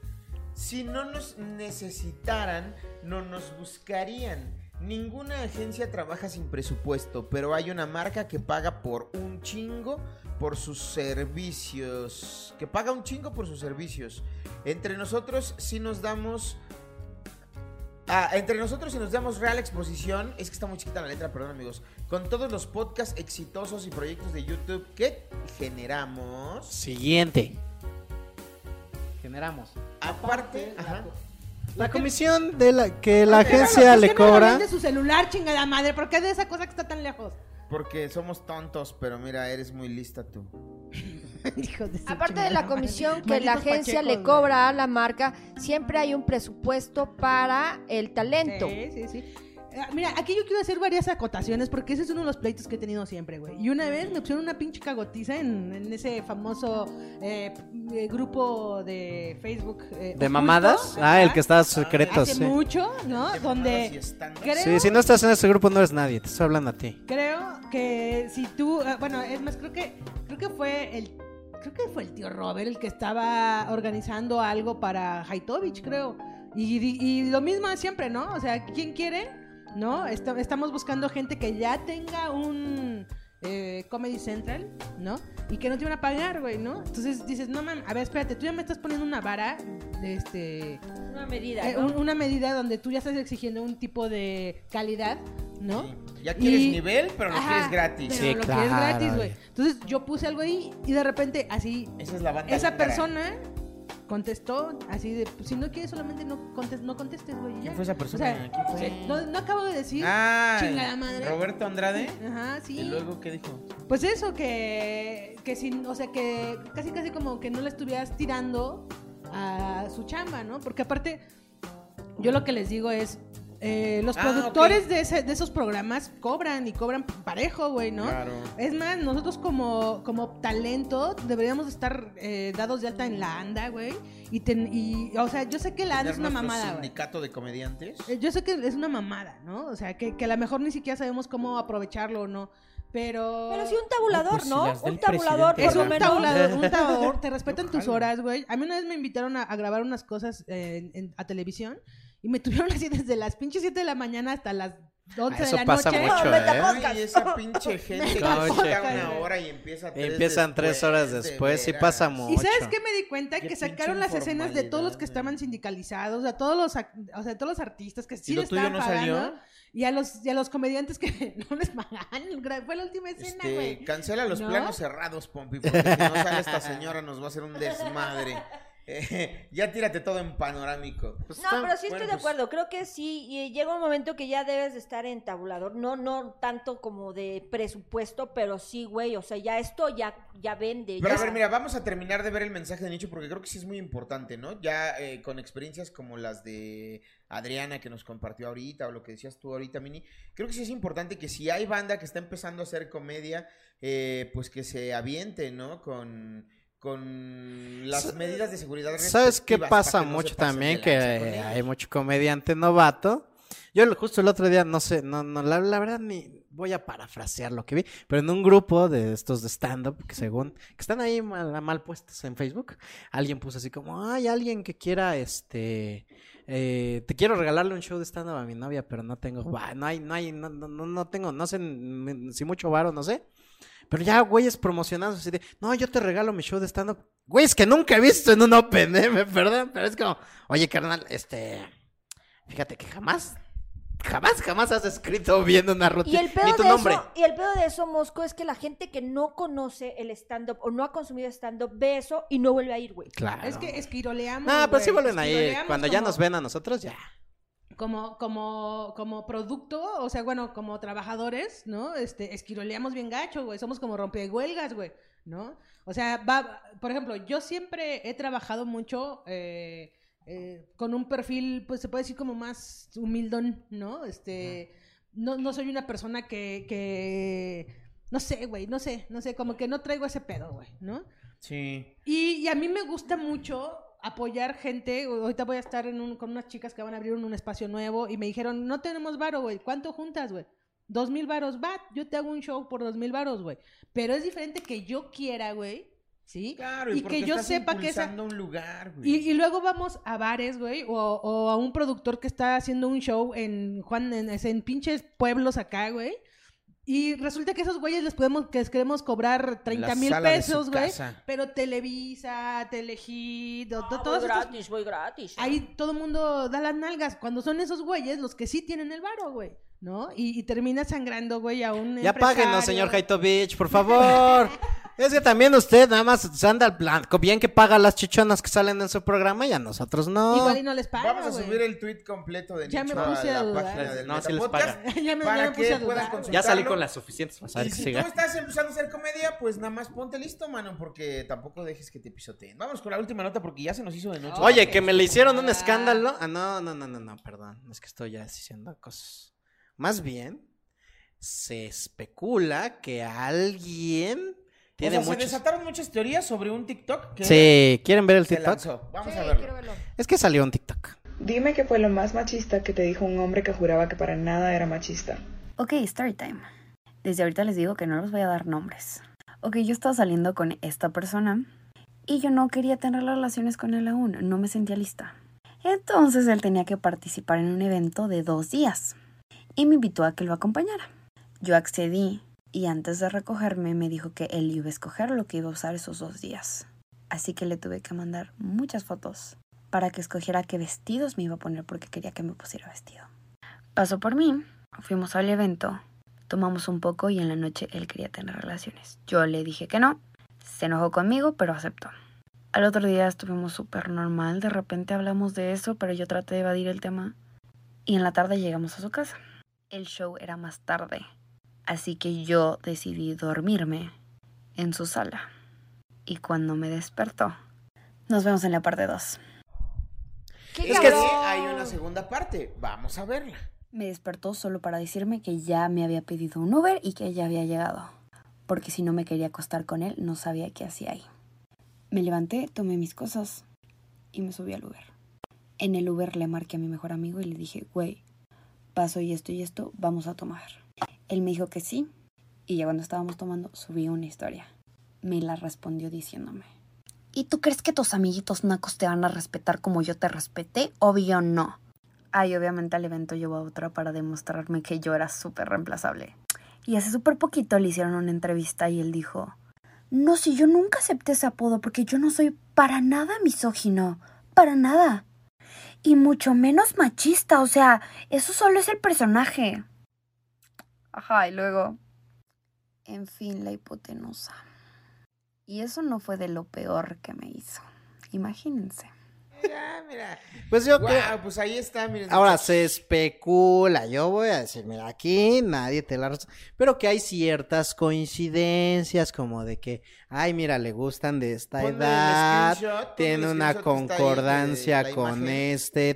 [SPEAKER 3] Si no nos necesitaran, no nos buscarían. Ninguna agencia trabaja sin presupuesto, pero hay una marca que paga por un chingo por sus servicios. Que paga un chingo por sus servicios. Entre nosotros sí nos damos... Ah, entre nosotros si nos damos real exposición, es que está muy chiquita la letra, perdón amigos, con todos los podcasts exitosos y proyectos de YouTube que generamos.
[SPEAKER 6] Siguiente.
[SPEAKER 14] Generamos.
[SPEAKER 3] Aparte, ajá.
[SPEAKER 6] La comisión de la que la
[SPEAKER 5] Pero, bueno,
[SPEAKER 6] agencia
[SPEAKER 5] ¿por
[SPEAKER 6] le
[SPEAKER 5] qué me lo
[SPEAKER 6] cobra.
[SPEAKER 5] vende su celular, chingada madre? ¿Por qué de esa cosa que está tan lejos?
[SPEAKER 3] Porque somos tontos, pero mira, eres muy lista tú.
[SPEAKER 15] Aparte de la comisión que la
[SPEAKER 4] Malditos
[SPEAKER 15] agencia
[SPEAKER 4] pachecos,
[SPEAKER 15] le cobra a la marca, siempre hay un presupuesto para el talento.
[SPEAKER 5] Sí, sí, sí. Eh, Mira, aquí yo quiero hacer varias acotaciones porque ese es uno de los pleitos que he tenido siempre, güey. Y una vez me pusieron una pinche cagotiza en, en ese famoso eh, eh, grupo de Facebook. eh,
[SPEAKER 6] ¿De
[SPEAKER 5] oculto.
[SPEAKER 6] mamadas? Ah, el que está secreto,
[SPEAKER 5] Hace
[SPEAKER 6] sí.
[SPEAKER 5] mucho, ¿no? Donde creo,
[SPEAKER 6] Sí, si no estás en ese grupo no eres nadie, te estoy hablando a ti.
[SPEAKER 5] creo que si tú, eh, bueno, es más, creo que, creo que fue el... Creo que fue el tío Robert el que estaba organizando algo para Haitovich, creo. Y, di- y lo mismo de siempre, ¿no? O sea, ¿quién quiere? ¿No? Esta- estamos buscando gente que ya tenga un eh, Comedy Central, ¿no? Y que no te van a pagar, güey, ¿no? Entonces dices, no mames, a ver, espérate, tú ya me estás poniendo una vara de este...
[SPEAKER 4] Una medida,
[SPEAKER 5] eh,
[SPEAKER 4] ¿no?
[SPEAKER 5] un- una medida donde tú ya estás exigiendo un tipo de calidad, ¿no?
[SPEAKER 3] Ya quieres
[SPEAKER 5] Y-
[SPEAKER 3] nivel, pero lo
[SPEAKER 5] Ajá,
[SPEAKER 3] quieres gratis.
[SPEAKER 5] pero lo quieres gratis, güey. Entonces yo puse algo ahí y de repente así
[SPEAKER 3] Esa es la banda
[SPEAKER 5] esa
[SPEAKER 3] líder.
[SPEAKER 5] persona contestó así de pues, si no quieres solamente no contestes, no contestes, güey. y ya.
[SPEAKER 3] fue esa persona? ¿Quién fue?
[SPEAKER 5] sí, No, no acabo de decir.
[SPEAKER 3] Ah,
[SPEAKER 5] chingada madre.
[SPEAKER 3] Roberto Andrade.
[SPEAKER 5] Ajá, sí.
[SPEAKER 3] ¿Y luego qué dijo?
[SPEAKER 5] Pues eso, que, que sin, o sea, que casi casi como que no le estuvieras tirando a su chamba, ¿no? Porque aparte, yo lo que les digo es, eh, los
[SPEAKER 3] Ah,
[SPEAKER 5] productores
[SPEAKER 3] ok.
[SPEAKER 5] de, ese- de esos programas cobran y cobran parejo, güey, ¿no?
[SPEAKER 3] Claro.
[SPEAKER 5] Es más, nosotros como, como talento deberíamos estar eh, dados de alta en la ANDA, güey. Y, ten- y, o sea, yo sé que la ANDA
[SPEAKER 3] Tener
[SPEAKER 5] es Ah, una
[SPEAKER 3] nuestro
[SPEAKER 5] mamada, güey.
[SPEAKER 3] sindicato de comediantes.
[SPEAKER 5] Eh, Yo sé que es una mamada, ¿no? O sea, que, que a lo mejor ni siquiera sabemos cómo aprovecharlo o no. Pero.
[SPEAKER 4] Pero sí un tabulador, No, pues, ¿no? si las Un del tabulador, presidente, por
[SPEAKER 5] Es
[SPEAKER 4] lo
[SPEAKER 5] un
[SPEAKER 4] menos. <laughs>
[SPEAKER 5] tabulador, un tabulador. Te respetan tus horas, güey. A mí una vez me invitaron a, a grabar unas cosas eh, en- en- a televisión y me <laughs> tuvieron así desde las pinches 7 de la mañana hasta las
[SPEAKER 4] Ah,
[SPEAKER 5] 11 de
[SPEAKER 6] eso
[SPEAKER 5] la
[SPEAKER 6] pasa
[SPEAKER 5] noche.
[SPEAKER 6] mucho, No, ¿eh? metapodcast.
[SPEAKER 3] Y esa
[SPEAKER 5] <laughs>
[SPEAKER 3] pinche gente que
[SPEAKER 6] Metapodcast,
[SPEAKER 3] saca una
[SPEAKER 6] güey.
[SPEAKER 3] hora y empieza tres
[SPEAKER 6] Empiezan tres
[SPEAKER 3] después,
[SPEAKER 6] horas
[SPEAKER 3] de
[SPEAKER 6] después, pues, sí
[SPEAKER 3] veras.
[SPEAKER 6] pasa mucho.
[SPEAKER 5] ¿Y sabes qué me di cuenta?
[SPEAKER 3] Qué
[SPEAKER 5] Que sacaron
[SPEAKER 3] pinche
[SPEAKER 5] las escenas de todos los que estaban sindicalizados, de todos los, ac- o sea, de todos los artistas que sí
[SPEAKER 3] ¿Y lo
[SPEAKER 5] les
[SPEAKER 3] tuyo no
[SPEAKER 5] estaban pagando.
[SPEAKER 3] salió?
[SPEAKER 5] Y a los, y a los comediantes que <laughs> no les pagaban. Gra- Fue la última escena,
[SPEAKER 3] Este,
[SPEAKER 5] güey.
[SPEAKER 3] cancela los
[SPEAKER 5] ¿No?
[SPEAKER 3] planos cerrados, Pompi, porque si no sale esta señora nos va a hacer un
[SPEAKER 5] <laughs>
[SPEAKER 3] desmadre. Eh, ya tírate todo en panorámico. Pues
[SPEAKER 4] No, pero sí estoy de acuerdo. Creo que sí. y llega un momento que ya debes de estar en tabulador. No, no tanto como de presupuesto, pero sí, güey. O sea, ya esto ya, ya vende.
[SPEAKER 3] Pero a
[SPEAKER 4] ya-
[SPEAKER 3] ver, mira, vamos a terminar de ver el mensaje de Nicho porque creo que sí es muy importante, ¿no? Ya eh, con experiencias como las de Adriana que nos compartió ahorita o lo que decías tú ahorita, Mini, creo que sí es importante que si hay banda que está empezando a hacer comedia, eh, pues que se aviente, ¿no? Con, con las medidas de seguridad.
[SPEAKER 6] ¿Sabes qué
[SPEAKER 3] respectivas para
[SPEAKER 6] pasa
[SPEAKER 3] que no se
[SPEAKER 6] mucho
[SPEAKER 3] pasen
[SPEAKER 6] también?
[SPEAKER 3] de
[SPEAKER 6] Que
[SPEAKER 3] lanza con ellos.
[SPEAKER 6] hay mucho comediante novato. Yo lo- justo el otro día, no sé, no, no, la, la verdad ni voy a parafrasear lo que vi, pero en un grupo de estos de stand-up, que según, que están ahí mal, mal puestos en Facebook, alguien puso así como, hay alguien que quiera, este, eh, te quiero regalarle un show de stand-up a mi novia, pero no tengo, va- no hay, no hay, no, no, no- no tengo, no sé, mm, si mucho varo, no sé. Pero ya, güeyes promocionados así de, no, yo te regalo mi show de stand-up. Güeyes que nunca he visto en un Open, ¿eh? <laughs> Me perdón, pero es como, oye, carnal, este, fíjate que jamás, jamás, jamás has escrito viendo una
[SPEAKER 4] Y
[SPEAKER 6] rutina.
[SPEAKER 4] el, pedo
[SPEAKER 6] Ni tu
[SPEAKER 4] de
[SPEAKER 6] nombre.
[SPEAKER 4] eso, y el pedo de eso, Mosco, es que la gente que no conoce el stand-up o no ha consumido stand-up ve eso y no vuelve a ir, güey.
[SPEAKER 6] Claro.
[SPEAKER 5] Es que esquiroleamos.
[SPEAKER 6] No, pero sí
[SPEAKER 5] güey,
[SPEAKER 6] vuelven ahí.
[SPEAKER 5] esquiroleamos
[SPEAKER 6] Cuando ya
[SPEAKER 5] como-
[SPEAKER 6] nos ven a nosotros, ya.
[SPEAKER 5] como, como, como producto, o sea, bueno, como trabajadores, ¿no? Este, esquiroleamos bien gacho, güey. Somos como rompehuelgas, güey. ¿no? O sea, va, por ejemplo, yo siempre he trabajado mucho eh, eh, con un perfil, pues se puede decir como más humildón, ¿no? Este, no, no soy una persona que, que, no sé, güey, no sé, no sé, como que no traigo ese pedo, güey, ¿no?
[SPEAKER 3] Sí.
[SPEAKER 5] Y, y a mí me gusta mucho apoyar gente. Ahorita voy a estar en un- con unas chicas que van a abrir un, un espacio nuevo y me dijeron, no tenemos varo, güey. ¿Cuánto juntas, güey? Dos mil varos, va, yo te hago un show por dos mil varos, güey. Pero es diferente que yo quiera, güey. ¿Sí?
[SPEAKER 3] Claro, y, porque estás impulsando un lugar, güey.
[SPEAKER 5] Y, y luego vamos a bares, güey, o, o a un productor que está haciendo un show en Juan, en, en pinches pueblos acá, güey. Y resulta que esos güeyes les podemos, que les queremos cobrar 30 mil
[SPEAKER 3] sala de su
[SPEAKER 5] pesos, güey.
[SPEAKER 3] casa.
[SPEAKER 5] Pero Televisa, Telehit, to-
[SPEAKER 3] Ah,
[SPEAKER 5] to-
[SPEAKER 16] voy
[SPEAKER 5] todos estos-
[SPEAKER 16] gratis, voy gratis.
[SPEAKER 5] Ahí todo el mundo da las nalgas. Cuando son esos güeyes los que sí tienen el varo, güey. ¿No? Y, y termina sangrando, güey, a un
[SPEAKER 6] Ya
[SPEAKER 5] empresario.
[SPEAKER 6] páguenos, señor Jaito Beach, por
[SPEAKER 5] <laughs>
[SPEAKER 6] favor. Es que también usted nada más se anda al blanco. Bien que paga las chichonas que salen en su programa y a nosotros no.
[SPEAKER 5] Igual y no les paga,
[SPEAKER 3] Vamos a
[SPEAKER 5] güey.
[SPEAKER 3] subir el tweet completo de
[SPEAKER 5] Ya me
[SPEAKER 3] Nicho a
[SPEAKER 5] puse a
[SPEAKER 3] la
[SPEAKER 5] dudar.
[SPEAKER 3] página del
[SPEAKER 6] No, sí les
[SPEAKER 3] Metapodcast
[SPEAKER 6] paga.
[SPEAKER 5] <laughs> Ya me- ya
[SPEAKER 3] para
[SPEAKER 5] me puse
[SPEAKER 3] que
[SPEAKER 5] a dudar,
[SPEAKER 3] puedas
[SPEAKER 5] güey.
[SPEAKER 3] consultarlo.
[SPEAKER 6] Ya salí con las suficientes para saber
[SPEAKER 3] Y
[SPEAKER 6] que
[SPEAKER 3] si
[SPEAKER 6] siga.
[SPEAKER 3] tú estás empezando a hacer comedia, pues nada más ponte listo, mano, porque tampoco dejes que te pisoteen. Vamos con la última nota porque ya se nos hizo de noche.
[SPEAKER 6] Oye, que me le hicieron un escándalo. Ah, no, no, no, no, no, perdón. Es que estoy ya diciendo cosas. Más bien, se especula que alguien
[SPEAKER 3] O
[SPEAKER 6] tiene
[SPEAKER 3] sea, se
[SPEAKER 6] muchos.
[SPEAKER 3] desataron muchas teorías sobre un TikTok que
[SPEAKER 6] Sí, ¿quieren ver el
[SPEAKER 3] se
[SPEAKER 6] TikTok?
[SPEAKER 3] lanzó. Vamos a verlo.
[SPEAKER 6] Es que salió un TikTok.
[SPEAKER 17] Dime qué fue lo más machista que te dijo un hombre que juraba que para nada era machista.
[SPEAKER 18] Ok, story time. Desde ahorita les digo que no les voy a dar nombres. Ok, yo estaba saliendo con esta persona y yo no quería tener relaciones con él aún, no me sentía lista. Entonces él tenía que participar en un evento de dos días y me invitó a que lo acompañara. Yo accedí y antes de recogerme me dijo que él iba a escoger lo que iba a usar esos dos días. Así que le tuve que mandar muchas fotos para que escogiera qué vestidos me iba a poner porque quería que me pusiera vestido. Pasó por mí, fuimos al evento, tomamos un poco y en la noche él quería tener relaciones. Yo le dije que no, se enojó conmigo, pero aceptó. Al otro día estuvimos súper normal, de repente hablamos de eso, pero yo traté de evadir el tema y en la tarde llegamos a su casa. El show era más tarde, así que yo decidí dormirme en su sala. Y cuando me despertó, nos vemos en la parte 2.
[SPEAKER 3] Es que hay una segunda parte. Vamos a verla.
[SPEAKER 18] Me despertó solo para decirme que ya me había pedido un Uber y que ya había llegado, porque si no me quería acostar con él no sabía qué hacía ahí. Me levanté, tomé mis cosas y me subí al Uber. En el Uber le marqué a mi mejor amigo y le dije, güey, paso y esto y esto, vamos a tomar. Él me dijo que sí y ya cuando estábamos tomando subí una historia. Me la respondió diciéndome. ¿Y tú crees que tus amiguitos nacos te van a respetar como yo te respeté? Obvio no. Ay, obviamente al evento llevó a otra para demostrarme que yo era súper reemplazable. Y hace súper poquito le hicieron una entrevista y él dijo, no, si yo nunca acepté ese apodo porque yo no soy para nada misógino, para nada. Y mucho menos machista, o sea, eso solo es el personaje. Ajá, y luego... En fin, la hipotenusa. Y eso no fue de lo peor que me hizo. Imagínense.
[SPEAKER 3] Mira, Ah, mira.
[SPEAKER 6] Pues yo
[SPEAKER 3] Guau,
[SPEAKER 6] creo-
[SPEAKER 3] pues ahí está, miren.
[SPEAKER 6] Ahora se especula, yo voy a decir, mira, aquí nadie te la razón, pero que hay ciertas coincidencias como de que, ay, mira, le gustan de esta
[SPEAKER 3] Ponme el
[SPEAKER 6] edad,
[SPEAKER 3] screenshot, ponme
[SPEAKER 6] tiene
[SPEAKER 3] el screenshot que está
[SPEAKER 6] una
[SPEAKER 3] ahí de
[SPEAKER 6] concordancia
[SPEAKER 3] la
[SPEAKER 6] con
[SPEAKER 3] imagen.
[SPEAKER 6] este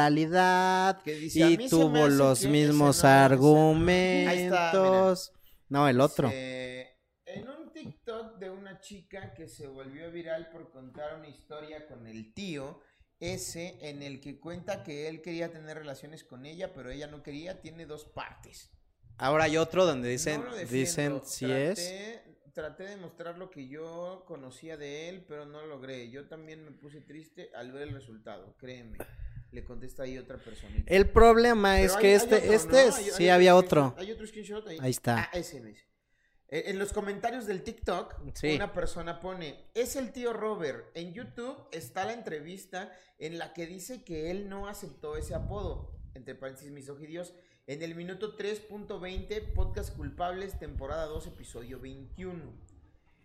[SPEAKER 6] temporalidad
[SPEAKER 3] Que dice, "A mí se
[SPEAKER 6] y
[SPEAKER 3] me
[SPEAKER 6] tuvo
[SPEAKER 3] hace
[SPEAKER 6] los
[SPEAKER 3] que
[SPEAKER 6] mismos
[SPEAKER 3] ese no, ese no". Ahí está,
[SPEAKER 6] argumentos. no, el otro.
[SPEAKER 3] Eh, en un TikTok de una chica que se volvió viral por contar una historia con el tío, ese en el que cuenta que él quería tener relaciones con ella, pero ella no quería, tiene dos partes.
[SPEAKER 6] Ahora hay otro donde dicen,
[SPEAKER 3] No lo defiendo,
[SPEAKER 6] dicen si es.
[SPEAKER 3] traté- Traté de mostrar lo que yo conocía de él, pero no logré. Yo también me puse triste al ver el resultado, créeme. Le contesta ahí otra persona.
[SPEAKER 6] El problema
[SPEAKER 3] Pero
[SPEAKER 6] es
[SPEAKER 3] hay-
[SPEAKER 6] que
[SPEAKER 3] hay
[SPEAKER 6] este,
[SPEAKER 3] otro,
[SPEAKER 6] este,
[SPEAKER 3] ¿no?
[SPEAKER 6] es-
[SPEAKER 3] Hay-
[SPEAKER 6] sí
[SPEAKER 3] hay
[SPEAKER 6] había
[SPEAKER 3] screenshot-
[SPEAKER 6] otro.
[SPEAKER 3] Hay otro screenshot ahí.
[SPEAKER 6] Ahí está.
[SPEAKER 3] Ah, ese me dice. Eh, En los comentarios del TikTok,
[SPEAKER 6] Sí.
[SPEAKER 3] una persona pone, es el tío Robert. En YouTube está la entrevista en la que dice que él no aceptó ese apodo, entre paréntesis misogidios, en el minuto 3.20, podcast culpables, temporada 2, episodio 21.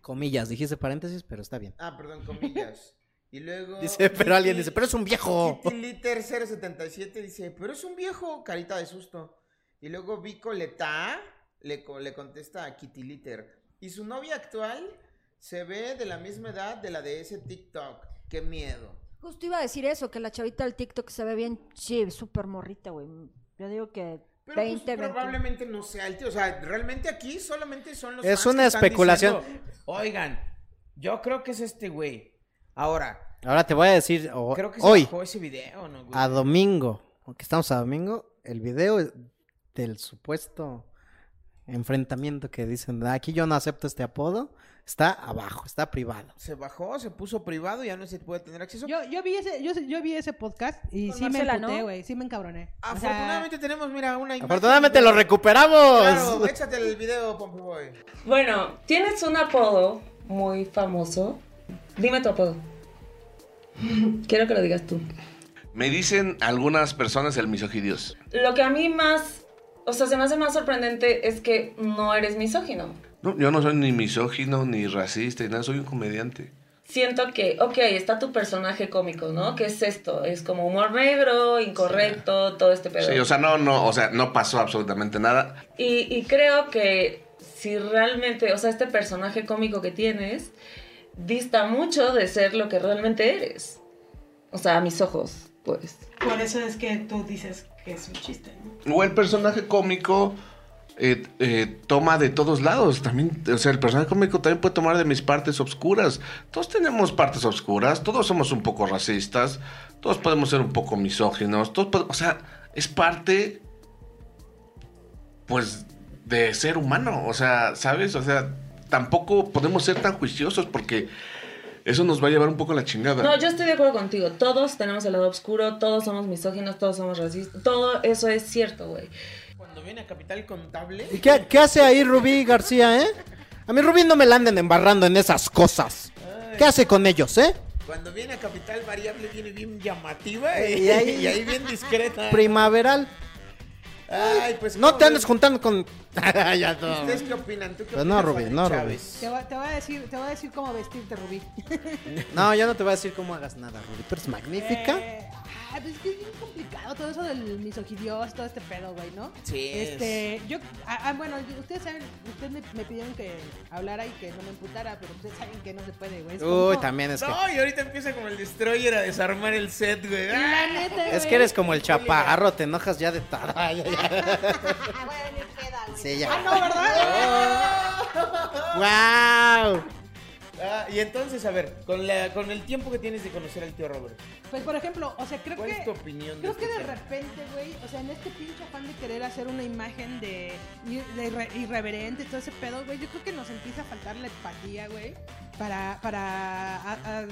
[SPEAKER 6] Comillas, dijiste paréntesis, pero está bien.
[SPEAKER 3] Ah, perdón, comillas. Y luego.
[SPEAKER 6] <laughs> Dice, pero alguien dice, pero es un viejo.
[SPEAKER 3] Liter 077 dice, pero es un viejo, carita de susto. Y luego Vico Letá le, co- le contesta a Kitty Liter. Y su novia actual Se ve de la misma edad de la de ese TikTok. Qué miedo.
[SPEAKER 4] Justo iba a decir eso, que la chavita del TikTok se ve bien, sí, súper morrita, güey. Yo digo que
[SPEAKER 3] Pero pues,
[SPEAKER 4] 20, 20.
[SPEAKER 3] probablemente no sea el tío. O sea, realmente aquí solamente son los.
[SPEAKER 6] Es
[SPEAKER 3] fans que
[SPEAKER 6] una
[SPEAKER 3] están
[SPEAKER 6] especulación.
[SPEAKER 3] diciendo, Oigan, yo creo que es este güey. Ahora,
[SPEAKER 6] Ahora te voy a decir o-
[SPEAKER 3] creo que se
[SPEAKER 6] hoy,
[SPEAKER 3] bajó ese video, ¿no, güey?
[SPEAKER 6] a domingo, aunque estamos a domingo, el video del supuesto enfrentamiento que dicen, "Ah, aquí yo no acepto este apodo, está abajo, está privado.
[SPEAKER 3] Se bajó, se puso privado, ya no se puede tener acceso.
[SPEAKER 5] Yo, yo vi ese, yo, yo vi ese podcast y
[SPEAKER 3] Con
[SPEAKER 5] sí
[SPEAKER 3] Marcela,
[SPEAKER 5] me emputé,
[SPEAKER 3] ¿no?
[SPEAKER 5] güey, sí me encabroné. O sea,
[SPEAKER 3] Afortunadamente tenemos, mira, una imagen.
[SPEAKER 6] Afortunadamente lo recuperamos.
[SPEAKER 3] Claro, échate el video, Pompi Boy.
[SPEAKER 16] Bueno, tienes un apodo muy famoso. Dime tu apodo. <laughs> Quiero que lo digas tú.
[SPEAKER 7] Me dicen algunas personas el misogidios.
[SPEAKER 16] Lo que a mí más, o sea, se me hace más sorprendente es que no eres misógino.
[SPEAKER 7] No, yo no soy ni misógino, ni racista, ni nada, soy un comediante.
[SPEAKER 16] Siento que, ok, está tu personaje cómico, ¿no? ¿Qué es esto? Es como humor negro, incorrecto, todo este pedo.
[SPEAKER 7] Sí, o sea, no, no, o sea, no pasó absolutamente nada.
[SPEAKER 16] Y, y creo que si realmente, o sea, este personaje cómico que tienes dista mucho de ser lo que realmente eres. O sea, a mis ojos, pues.
[SPEAKER 19] Por eso es que tú dices que es un chiste, ¿no?
[SPEAKER 7] O el personaje cómico eh, eh, toma de todos lados. También, o sea, el personaje cómico también puede tomar de mis partes oscuras. Todos tenemos partes oscuras, todos somos un poco racistas, todos podemos ser un poco misóginos, todos pod- o sea, es parte, pues, de ser humano. O sea, ¿sabes? O sea, tampoco podemos ser tan juiciosos porque eso nos va a llevar un poco a la chingada.
[SPEAKER 16] No, yo estoy de acuerdo contigo. Todos tenemos el lado oscuro, todos somos misóginos, todos somos racistas. Todo eso es cierto, güey.
[SPEAKER 3] Cuando viene a Capital Contable.
[SPEAKER 6] ¿Y qué, qué hace ahí Rubí García, eh? A mí Rubí no me la anden embarrando en esas cosas. ¿Qué hace con ellos, eh?
[SPEAKER 3] Cuando viene a Capital Variable viene bien llamativa y,
[SPEAKER 6] Y ahí-
[SPEAKER 3] y ahí bien discreta.
[SPEAKER 6] Primaveral.
[SPEAKER 3] Ay, pues.
[SPEAKER 6] No
[SPEAKER 3] ¿cómo
[SPEAKER 6] te
[SPEAKER 3] ven?
[SPEAKER 6] andes juntando con... <laughs> Ya no.
[SPEAKER 3] ¿Ustedes qué opinan? ¿Tú qué
[SPEAKER 6] Pues no,
[SPEAKER 3] opinas,
[SPEAKER 6] Rubí,
[SPEAKER 3] Juan
[SPEAKER 6] no, Rubí.
[SPEAKER 3] Chávez?
[SPEAKER 5] Te voy, te voy a decir, te voy a decir cómo vestirte, Rubí.
[SPEAKER 6] No, yo no te voy a decir cómo hagas nada, Rubí. Tú eres magnífica.
[SPEAKER 5] <laughs> Eh, ah, pues es que es bien complicado todo eso del misogidios, todo este pedo, güey, ¿no?
[SPEAKER 6] Sí es.
[SPEAKER 5] Este, yo, ah, ah, bueno, ustedes saben, ustedes me, me pidieron que hablara y que no me emputara, pero ustedes saben que no se puede, güey. Es
[SPEAKER 6] Uy,
[SPEAKER 5] como-
[SPEAKER 6] también es que...
[SPEAKER 3] No, y ahorita empieza como el Destroyer a desarmar el set, güey. ¡Ah!
[SPEAKER 5] La neta,
[SPEAKER 6] Es
[SPEAKER 5] güey.
[SPEAKER 6] que eres como el chaparro, te enojas ya de tarde.
[SPEAKER 3] <laughs>
[SPEAKER 5] Ah,
[SPEAKER 6] Sí, ya.
[SPEAKER 3] Ah, no,
[SPEAKER 6] Oh.
[SPEAKER 3] ¿verdad?
[SPEAKER 6] ¡Wow!
[SPEAKER 3] Ah, y entonces, a ver, con, la, con el tiempo que tienes de conocer al tío Robert,
[SPEAKER 5] Pues por ejemplo, o sea, creo
[SPEAKER 3] ¿cuál
[SPEAKER 5] que.
[SPEAKER 3] es tu opinión?
[SPEAKER 5] Creo que
[SPEAKER 3] este
[SPEAKER 5] de
[SPEAKER 3] tema?
[SPEAKER 5] repente, güey, o sea, en este pinche afán de querer hacer una imagen de, de irre- irreverente y todo ese pedo, güey, yo creo que nos empieza a faltar la empatía, güey, para, para a- a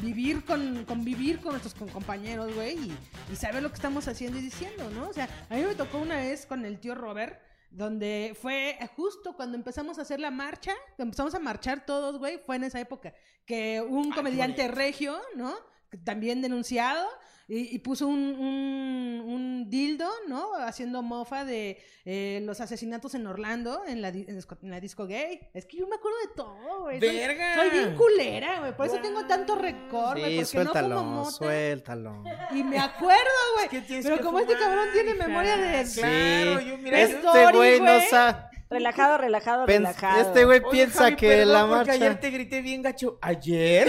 [SPEAKER 5] vivir con, convivir con nuestros con- compañeros, güey, y, y saber lo que estamos haciendo y diciendo, ¿no? O sea, a mí me tocó una vez con el tío Robert, donde fue justo cuando empezamos a hacer la marcha, que empezamos a marchar todos, güey, fue en esa época, que un comediante regio, ¿no? Que También denunciado, y, y puso un, un, un dildo, ¿no? Haciendo mofa de eh, los asesinatos en Orlando, en la, di- en disco, en la disco gay. Es que yo me acuerdo de todo, güey. Soy-
[SPEAKER 3] ¡Verga!
[SPEAKER 5] Soy, bien culera, güey. Por eso tengo tanto récord, güey.
[SPEAKER 6] Sí,
[SPEAKER 5] porque no
[SPEAKER 6] suéltalo,
[SPEAKER 5] fumo mota.
[SPEAKER 6] suéltalo.
[SPEAKER 5] Y me acuerdo, güey. Pero como este cabrón tiene memoria de...
[SPEAKER 6] Sí.
[SPEAKER 5] Claro, yo, mira,
[SPEAKER 6] este
[SPEAKER 5] story,
[SPEAKER 6] güey no
[SPEAKER 5] güey.
[SPEAKER 6] sabe.
[SPEAKER 4] Relajado, relajado,
[SPEAKER 6] Pens-
[SPEAKER 4] relajado.
[SPEAKER 6] este güey
[SPEAKER 3] Oye,
[SPEAKER 6] piensa
[SPEAKER 3] Javi,
[SPEAKER 6] que
[SPEAKER 3] perdón
[SPEAKER 6] la
[SPEAKER 3] porque
[SPEAKER 6] marcha.
[SPEAKER 3] Ayer te grité bien gacho. ¿Ayer?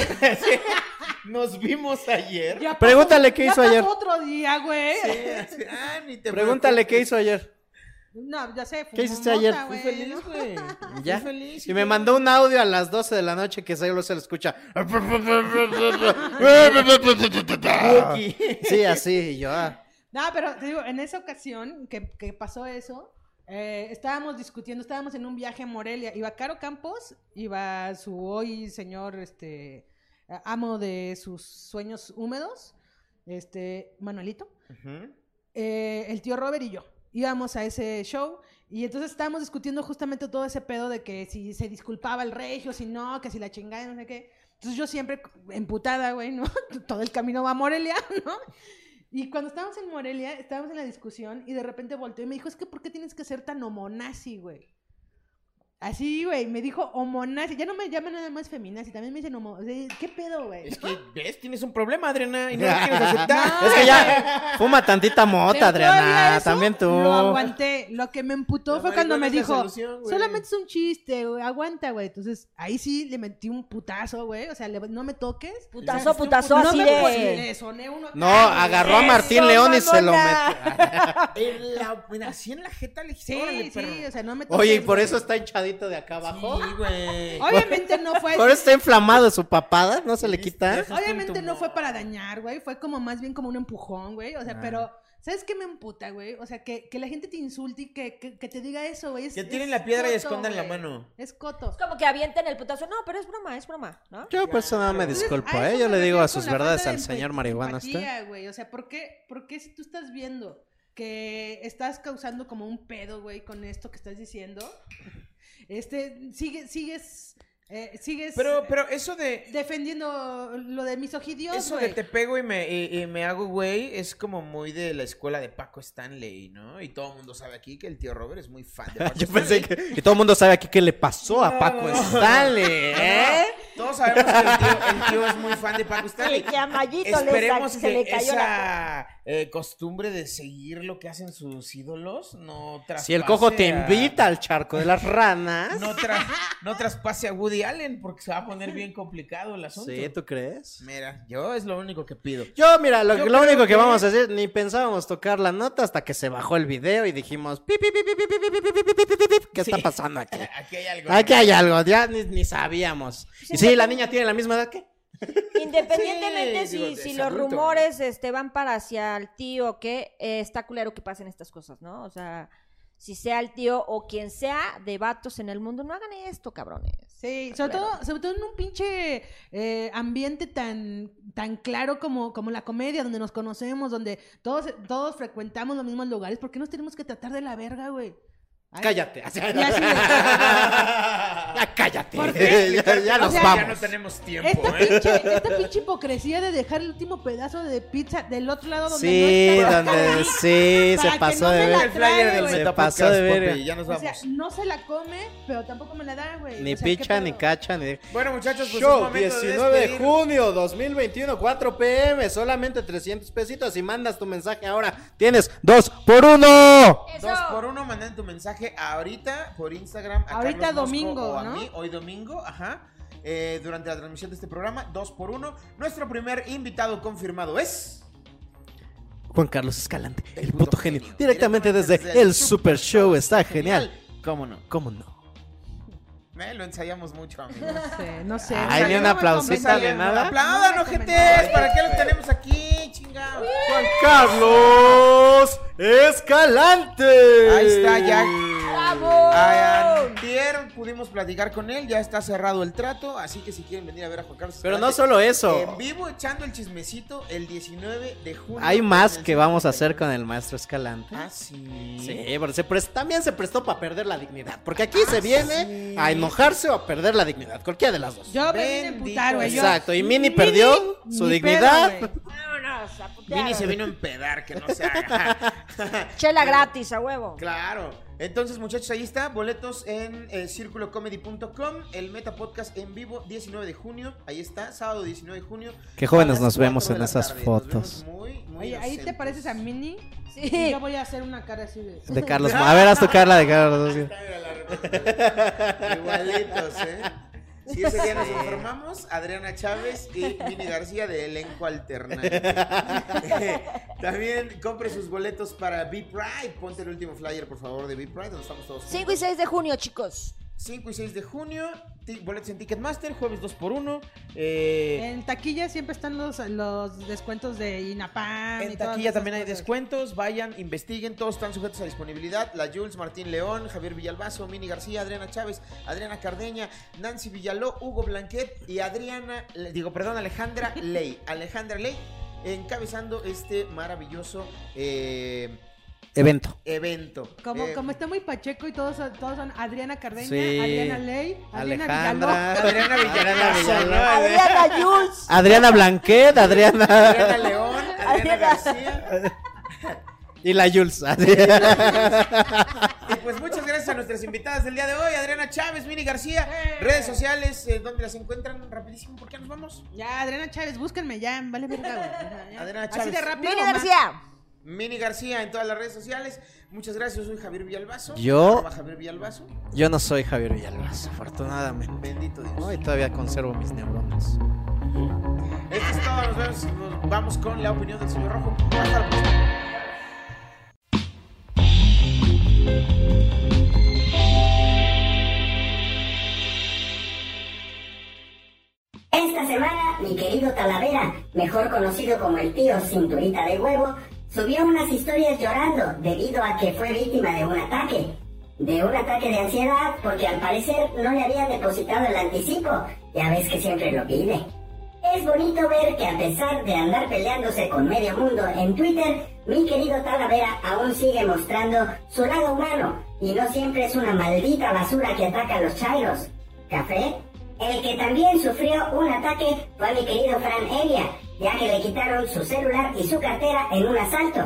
[SPEAKER 3] Nos vimos ayer.
[SPEAKER 5] Ya pasó-
[SPEAKER 6] Pregúntale qué
[SPEAKER 5] ya
[SPEAKER 6] hizo
[SPEAKER 5] pasó
[SPEAKER 6] ayer.
[SPEAKER 5] otro día, güey.
[SPEAKER 3] Sí, ah, ni te
[SPEAKER 6] Pregúntale qué hizo ayer.
[SPEAKER 5] No, ya sé.
[SPEAKER 6] ¿Qué hiciste
[SPEAKER 5] fumó
[SPEAKER 6] ayer?
[SPEAKER 5] mota,
[SPEAKER 6] Fui
[SPEAKER 5] güey,
[SPEAKER 3] feliz,
[SPEAKER 5] ¿no? <laughs>
[SPEAKER 3] güey.
[SPEAKER 6] ¿Ya?
[SPEAKER 3] Ah, Estoy feliz,
[SPEAKER 6] y me mandó un audio a las 12 de la noche que solo se lo
[SPEAKER 3] <laughs>
[SPEAKER 6] escucha. <laughs> sí, así, y yo. ah.
[SPEAKER 5] No, pero te digo, en esa ocasión que, que pasó eso, eh, estábamos discutiendo, estábamos en un viaje a Morelia. Iba Caro Campos, iba su hoy señor, este, a- amo de sus sueños húmedos, este, Manuelito, eh, el tío Robert y yo. Íbamos a ese show y entonces estábamos discutiendo justamente todo ese pedo de que si se disculpaba el regio, si no, que si la chingada, no sé qué. Entonces yo siempre emputada, güey, ¿no? <laughs> Todo el camino va a Morelia, <laughs> ¿no? Y cuando estábamos en Morelia, estábamos en la discusión y de repente volteó y me dijo, es que ¿por qué tienes que ser tan homonazi, güey? Así, güey, me dijo homonazi. Ya no me llaman nada más feminazi, también me dicen homo. o sea, ¿Qué pedo, güey?
[SPEAKER 3] Es que, ¿ves? Tienes un problema, Adriana, y no lo
[SPEAKER 5] <laughs>
[SPEAKER 3] quieres aceptar.
[SPEAKER 6] Es que ya fuma tantita
[SPEAKER 5] Pero
[SPEAKER 6] mota,
[SPEAKER 5] todavía
[SPEAKER 6] Adriana.
[SPEAKER 5] eso
[SPEAKER 6] También tú.
[SPEAKER 5] Lo aguanté. Lo que me emputó fue cuando me
[SPEAKER 3] marihuana es la
[SPEAKER 5] dijo,
[SPEAKER 3] solución, güey.
[SPEAKER 5] solamente es un chiste, güey, aguanta, güey. Entonces, ahí sí le metí un putazo, güey. O sea, le- no me toques.
[SPEAKER 4] Putazo,
[SPEAKER 5] O sea,
[SPEAKER 4] putazo,
[SPEAKER 5] no
[SPEAKER 4] así
[SPEAKER 5] me
[SPEAKER 4] de-
[SPEAKER 5] pon- Le soné uno.
[SPEAKER 6] No, agarró a Martín León y se lo metió.
[SPEAKER 3] En la, en- así en la jeta le dijiste, órale,
[SPEAKER 5] Sí,
[SPEAKER 3] perro.
[SPEAKER 5] sí, o sea, no me toques.
[SPEAKER 6] Oye, y por
[SPEAKER 5] güey.
[SPEAKER 6] eso está hinchadito de acá abajo.
[SPEAKER 3] Sí, güey.
[SPEAKER 5] Obviamente no fue...
[SPEAKER 6] Por eso está inflamado su papada, no se le quita.
[SPEAKER 5] Obviamente no fue para dañar, güey. Fue como más bien como un empujón, güey. O sea,
[SPEAKER 6] Ah.
[SPEAKER 5] pero. ¿Sabes qué me emputa, güey? O sea, que, que la gente te insulte y que, que, que te diga eso, güey. Es-
[SPEAKER 3] Que tiren
[SPEAKER 5] es
[SPEAKER 3] la piedra y
[SPEAKER 5] coto,
[SPEAKER 3] escondan la
[SPEAKER 5] güey.
[SPEAKER 3] mano.
[SPEAKER 5] Es coto.
[SPEAKER 4] Como que avienten el putazo. No, pero es broma, es broma, ¿no?
[SPEAKER 6] Yo personalmente me
[SPEAKER 5] Entonces,
[SPEAKER 6] disculpo,
[SPEAKER 5] a
[SPEAKER 6] ¿eh?
[SPEAKER 5] eso
[SPEAKER 6] Yo
[SPEAKER 5] me
[SPEAKER 6] le digo
[SPEAKER 5] refiero
[SPEAKER 6] a
[SPEAKER 5] con
[SPEAKER 6] sus
[SPEAKER 5] la falta
[SPEAKER 6] verdades
[SPEAKER 5] de
[SPEAKER 6] al
[SPEAKER 5] empe-
[SPEAKER 6] señor marihuana. este. ¿usted?
[SPEAKER 5] empatía, güey. O sea, ¿por qué, ¿por qué si tú estás viendo que estás causando como un pedo, güey, con esto que estás diciendo? <laughs> Este, sigue, sigues, eh, sigues...
[SPEAKER 3] Pero, pero eso de...
[SPEAKER 5] Defendiendo lo de misogidios,
[SPEAKER 3] Eso
[SPEAKER 5] güey.
[SPEAKER 3] de te pego y me, y- y me hago güey es como muy de la escuela de Paco Stanley, ¿no? Y todo el mundo sabe aquí que el tío Robert es muy
[SPEAKER 6] <laughs>
[SPEAKER 3] fan de Paco
[SPEAKER 6] <laughs> Yo
[SPEAKER 3] Stanley.
[SPEAKER 6] pensé que, que todo el mundo sabe aquí qué le pasó a
[SPEAKER 3] <laughs>
[SPEAKER 6] Paco Stanley, ¿eh?
[SPEAKER 3] Todos sabemos que el tío, el tío es muy fan de Paco Stanley.
[SPEAKER 4] Que a Mayito le sa-
[SPEAKER 3] Esperemos
[SPEAKER 4] se
[SPEAKER 3] que
[SPEAKER 4] le cayó
[SPEAKER 3] esa eh, costumbre de seguir lo que hacen sus ídolos no traspase
[SPEAKER 6] Si el cojo te
[SPEAKER 3] a-
[SPEAKER 6] invita al charco de las ranas.
[SPEAKER 3] No,
[SPEAKER 5] <laughs>
[SPEAKER 3] tras- no traspase a Woody Allen porque se va a poner bien complicado el asunto.
[SPEAKER 6] Sí, ¿tú crees?
[SPEAKER 3] Mira, yo es lo único que pido.
[SPEAKER 6] Yo, mira, lo,
[SPEAKER 3] Yo
[SPEAKER 6] lo
[SPEAKER 3] creo
[SPEAKER 6] único que,
[SPEAKER 3] que-
[SPEAKER 6] vamos a hacer, ni pensábamos tocar la nota hasta que se bajó el video y dijimos, "Pip, pip, pip, pip, pip, pip, pip, pip, pip, pip, pip, ¿qué está pasando aquí?
[SPEAKER 3] Aquí hay algo.
[SPEAKER 6] Aquí hay algo, ya ni, ni sabíamos. Y sí, la niña tiene la misma edad que...
[SPEAKER 4] Independientemente
[SPEAKER 6] Sí,
[SPEAKER 4] si,
[SPEAKER 6] digo,
[SPEAKER 4] si
[SPEAKER 6] es
[SPEAKER 4] los
[SPEAKER 6] adulto,
[SPEAKER 4] rumores este, van para hacia el tío o qué, eh, está culero que pasen estas cosas, ¿no? O sea, si sea el tío o quien sea de vatos en el mundo, no hagan esto, cabrones.
[SPEAKER 5] Sí, sobre todo, sobre todo en un pinche eh, ambiente tan, tan claro como, como la comedia, donde nos conocemos, donde todos, todos frecuentamos los mismos lugares. ¿Por qué nos tenemos que tratar de la verga, güey? Ay,
[SPEAKER 6] Cállate.
[SPEAKER 5] y así
[SPEAKER 6] <laughs>
[SPEAKER 5] de-
[SPEAKER 6] Ya cállate. <laughs>
[SPEAKER 5] ¿Por qué?
[SPEAKER 6] Ya, ya
[SPEAKER 5] O
[SPEAKER 6] nos
[SPEAKER 5] sea,
[SPEAKER 6] vamos.
[SPEAKER 3] No tenemos tiempo,
[SPEAKER 5] Esta
[SPEAKER 3] ¿eh?
[SPEAKER 5] pinche, esta pinche hipocresía de dejar el último pedazo de pizza del otro lado donde
[SPEAKER 6] Sí,
[SPEAKER 5] no está.
[SPEAKER 6] donde sí,
[SPEAKER 5] Para
[SPEAKER 6] se
[SPEAKER 5] que
[SPEAKER 6] pasó
[SPEAKER 5] no
[SPEAKER 6] de
[SPEAKER 5] me la
[SPEAKER 6] ver.
[SPEAKER 5] El flyer trague, del güey.
[SPEAKER 6] se
[SPEAKER 5] Metapodcast,
[SPEAKER 6] pasó de ver. eh.
[SPEAKER 3] Poppy, ya nos
[SPEAKER 5] O sea, no se la come, pero tampoco me la da, güey.
[SPEAKER 6] Ni
[SPEAKER 5] O sea, ¿qué
[SPEAKER 6] picha,
[SPEAKER 5] pedo?
[SPEAKER 6] ni cacha, ni.
[SPEAKER 3] Bueno, muchachos, pues es
[SPEAKER 6] Show,
[SPEAKER 3] momento de
[SPEAKER 6] 19 de,
[SPEAKER 3] despedirnos.
[SPEAKER 6] junio 2021, 4 pm, solamente 300 pesitos. Y mandas tu mensaje ahora. Tienes dos por uno.
[SPEAKER 3] Dos por uno, manden tu mensaje ahorita por Instagram. a
[SPEAKER 5] Ahorita
[SPEAKER 3] Carlos Mosco
[SPEAKER 5] domingo,
[SPEAKER 3] o a
[SPEAKER 5] ¿no?
[SPEAKER 3] mí, hoy domingo, ajá. eh, durante la transmisión de este programa, dos por uno. Nuestro primer invitado confirmado es.
[SPEAKER 6] Juan Carlos Escalante, el, puto, genio. Directamente desde el Super Show. Está genial.
[SPEAKER 3] ¿Cómo no?
[SPEAKER 6] ¿Cómo no?
[SPEAKER 3] Me Eh, lo ensayamos mucho, amigo.
[SPEAKER 5] No sé, no sé.
[SPEAKER 6] Ay, ni un aplausito de nada.
[SPEAKER 3] Aplaudan, ojetes. ¿Para qué los tenemos aquí, chingado?
[SPEAKER 6] Juan Carlos Escalante.
[SPEAKER 3] Ahí está, ya. Ayer pudimos platicar con él, ya está cerrado el trato, así que si quieren venir a ver a Juan Carlos.
[SPEAKER 6] Pero
[SPEAKER 3] Escalante,
[SPEAKER 6] no solo eso.
[SPEAKER 3] En vivo echando el chismecito el 19 de junio.
[SPEAKER 6] Hay más
[SPEAKER 3] en el
[SPEAKER 6] que vamos a hacer con el maestro Escalante.
[SPEAKER 3] Ah, sí.
[SPEAKER 6] Sí, Ah, pero se pres- también se prestó para perder la dignidad. Porque aquí se viene a enojarse o a perder la dignad. Cualquiera de las dos.
[SPEAKER 5] Yo me vine a emputar, güey. yo-
[SPEAKER 6] Exacto, y Mini perdió su
[SPEAKER 5] ni
[SPEAKER 6] dignidad.
[SPEAKER 5] pedo, güey.
[SPEAKER 4] Vámonos, a putear.
[SPEAKER 3] Vini se vino a empedar, que no se haga.
[SPEAKER 4] <laughs> Chela gratis, a huevo.
[SPEAKER 3] Claro. Entonces, muchachos, ahí está. Boletos en eh, circulocomedy.com. El Meta Podcast en vivo, 19 de junio. Ahí está, sábado 19 de junio.
[SPEAKER 6] Qué jóvenes
[SPEAKER 3] A las
[SPEAKER 6] nos vemos
[SPEAKER 3] cuatro
[SPEAKER 6] en
[SPEAKER 3] de la
[SPEAKER 6] esas
[SPEAKER 3] tarde.
[SPEAKER 6] fotos.
[SPEAKER 3] Nos vemos muy, muy
[SPEAKER 5] Oye, ahí te
[SPEAKER 3] inocentes.
[SPEAKER 5] pareces a Mini.
[SPEAKER 4] Sí.
[SPEAKER 5] Y yo voy a hacer una cara así de.
[SPEAKER 6] De
[SPEAKER 5] <laughs>
[SPEAKER 6] Carlos. A ver, haz tu Carla de Carlos. <laughs>
[SPEAKER 3] Igualitos, ¿eh? Sí, ese día nos informamos, Adriana Chávez y Vini García de Elenco Alternativo.
[SPEAKER 4] <laughs>
[SPEAKER 3] También compre sus boletos para Be Pride. Ponte el último flyer, por favor, de Be Pride, donde estamos todos.
[SPEAKER 4] 5 y 6 de junio, chicos.
[SPEAKER 3] 5 y 6 de junio, ti- boletos en Ticketmaster, jueves 2x1. Eh,
[SPEAKER 5] En taquilla siempre están los, los descuentos de INAPAM. y
[SPEAKER 3] En
[SPEAKER 5] todas
[SPEAKER 3] taquilla
[SPEAKER 5] esas
[SPEAKER 3] también hay
[SPEAKER 5] cosas.
[SPEAKER 3] descuentos, vayan, investiguen, todos están sujetos a disponibilidad. La Jules, Martín León, Javier Villalbazo, Mini García, Adriana Chávez, Adriana Cardeña, Nancy Villaló, Hugo Blanquet y Adriana, le- digo, perdón,
[SPEAKER 5] <laughs>
[SPEAKER 3] Alejandra Ley. Alejandra Ley encabezando este maravilloso eh,
[SPEAKER 6] Evento.
[SPEAKER 3] evento.
[SPEAKER 5] Como,
[SPEAKER 3] Eh,
[SPEAKER 5] como está muy Pacheco y todos, son- todos son Adriana Cardeña,
[SPEAKER 6] Sí.
[SPEAKER 5] Adriana Ley, Adriana
[SPEAKER 6] Alejandra.
[SPEAKER 5] Villalobos.
[SPEAKER 3] Adriana Villaló.
[SPEAKER 4] Adriana Jules.
[SPEAKER 6] Adriana Blanquet, <laughs>
[SPEAKER 3] Adriana
[SPEAKER 6] Adriana.
[SPEAKER 3] León, Adriana García.
[SPEAKER 6] y la Jules. <laughs>
[SPEAKER 3] Y
[SPEAKER 20] pues muchas gracias a nuestras invitadas del día de hoy, Adriana Chávez, Mini García, redes sociales, eh, ¿dónde las encuentran? Rapidísimo, ¿por qué nos vamos?
[SPEAKER 5] Ya, Adriana Chávez, búsquenme ya, vale verga, güey. Ajá, ya.
[SPEAKER 20] Adriana
[SPEAKER 5] Así
[SPEAKER 20] Chávez.
[SPEAKER 5] de rápido.
[SPEAKER 20] Mini
[SPEAKER 5] ma.
[SPEAKER 20] García. Mini García en todas las redes sociales. Muchas gracias, yo soy Javier Villalbazo.
[SPEAKER 2] Yo-
[SPEAKER 20] Arroba Javier Villalbazo.
[SPEAKER 2] Yo no soy Javier Villalbazo, afortunadamente.
[SPEAKER 20] Bendito Dios.
[SPEAKER 2] No, y todavía conservo mis neuronas.
[SPEAKER 20] Esto es todo, nos vemos, nos vamos con la opinión del señor Rojo. Hasta la próxima.
[SPEAKER 1] Esta semana, mi querido Talavera, mejor conocido como el tío Cinturita de Huevo, subió unas historias llorando debido a que fue víctima de un ataque. De un ataque de ansiedad porque al parecer no le habían depositado el anticipo. Ya ves que siempre lo pide. Es bonito ver que a pesar de andar peleándose con medio mundo en Twitter, mi querido Talavera aún sigue mostrando su lado humano y no siempre es una maldita basura que ataca a los chairos. ¿Café? El que también sufrió un ataque fue mi querido Fran Evia, ya que le quitaron su celular y su cartera en un asalto.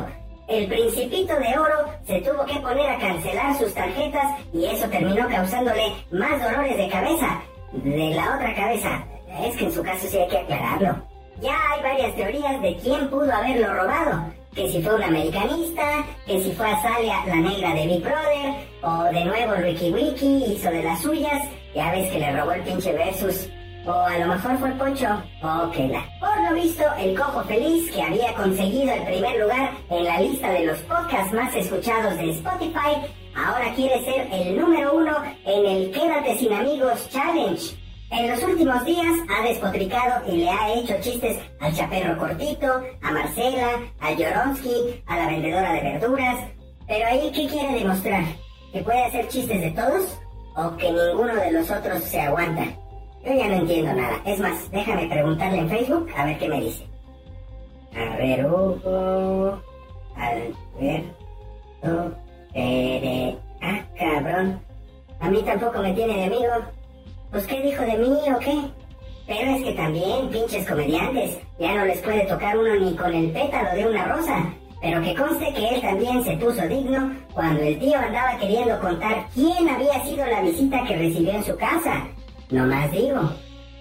[SPEAKER 1] El principito de oro se tuvo que poner a cancelar sus tarjetas y eso terminó causándole más dolores de cabeza. De la otra cabeza. Es que en su caso sí hay que aclararlo. Ya hay varias teorías de quién pudo haberlo robado. Que si fue un americanista, que si fue Azalia la negra de Big Brother, o de nuevo Ricky Wiki hizo de las suyas, ya ves que le robó el pinche Versus, o a lo mejor fue Poncho, o que la. Por lo visto, el cojo feliz que había conseguido el primer lugar en la lista de los podcasts más escuchados de Spotify, ahora quiere ser el número uno en el Quédate sin amigos challenge. En los últimos días ha despotricado y le ha hecho chistes al chaperro cortito, a Marcela, al Joronsky, a la vendedora de verduras. Pero ahí, ¿qué quiere demostrar? ¿Que puede hacer chistes de todos? ¿O que ninguno de los otros se aguanta? Yo ya no entiendo nada. Es más, déjame preguntarle en Facebook a ver qué me dice. A ver, Hugo. Alberto Pérez. Ah, cabrón. A mí tampoco me tiene de amigo. Pues qué dijo de mí o qué. Pero es que también, pinches comediantes, ya no les puede tocar uno ni con el pétalo de una rosa. Pero que conste que él también se puso digno cuando el tío andaba queriendo contar quién había sido la visita que recibió en su casa. No más digo.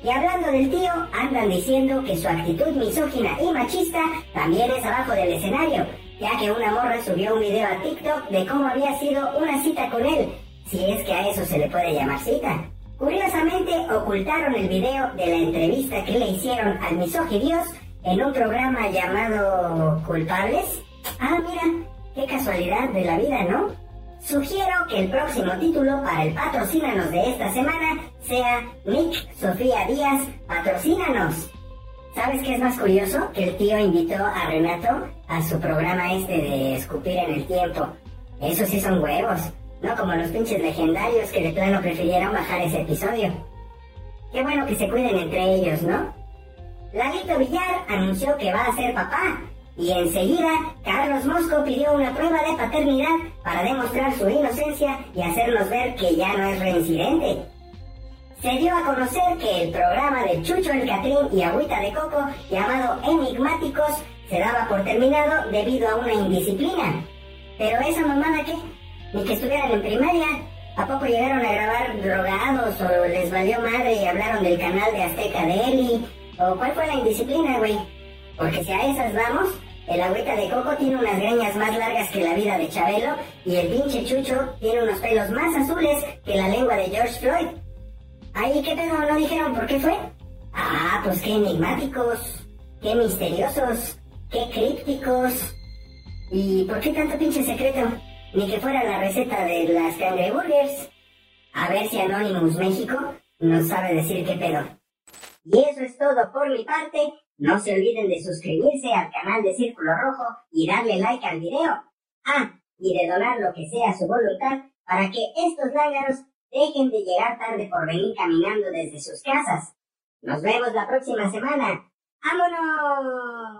[SPEAKER 1] Y hablando del tío, andan diciendo que su actitud misógina y machista también es abajo del escenario, ya que una morra subió un video a TikTok de cómo había sido una cita con él, si es que a eso se le puede llamar cita. Curiosamente, ocultaron el video de la entrevista que le hicieron al misógidios en un programa llamado Culpables. Ah, mira, qué casualidad de la vida, ¿no? Sugiero que el próximo título para el patrocínanos de esta semana sea Nick Sofía Díaz, patrocínanos. ¿Sabes qué es más curioso? Que el tío invitó a Renato a su programa este de escupir en el tiempo. Eso sí son huevos, no como los pinches legendarios que de plano prefirieron bajar ese episodio. Qué bueno que se cuiden entre ellos, ¿no? Lalito Villar anunció que va a ser papá y enseguida Carlos Mosco pidió una prueba de paternidad para demostrar su inocencia y hacernos ver que ya no es reincidente. Se dio a conocer que el programa de Chucho el Catrín y Agüita de Coco, llamado Enigmáticos, se daba por terminado debido a una indisciplina. Pero esa mamada qué? Ni que estuvieran en primaria. ¿A poco llegaron a grabar drogados o les valió madre y hablaron del canal de Azteca de Eli? ¿O cuál fue la indisciplina, güey? Porque si a esas vamos, el agüita de coco tiene unas greñas más largas que la vida de Chabelo y el pinche chucho tiene unos pelos más azules que la lengua de George Floyd. Ahí, ¿qué pedo? ¿No dijeron por qué fue? Ah, pues qué enigmáticos, qué misteriosos, qué crípticos. ¿Y por qué tanto pinche secreto? Ni que fuera la receta de las cangreburgers. A ver si Anonymous México nos sabe decir qué pedo. Y eso es todo por mi parte. No se olviden de suscribirse al canal de Círculo Rojo y darle like al video. Ah, y de donar lo que sea su voluntad para que estos lángaros dejen de llegar tarde por venir caminando desde sus casas. Nos vemos la próxima semana. ¡Vámonos!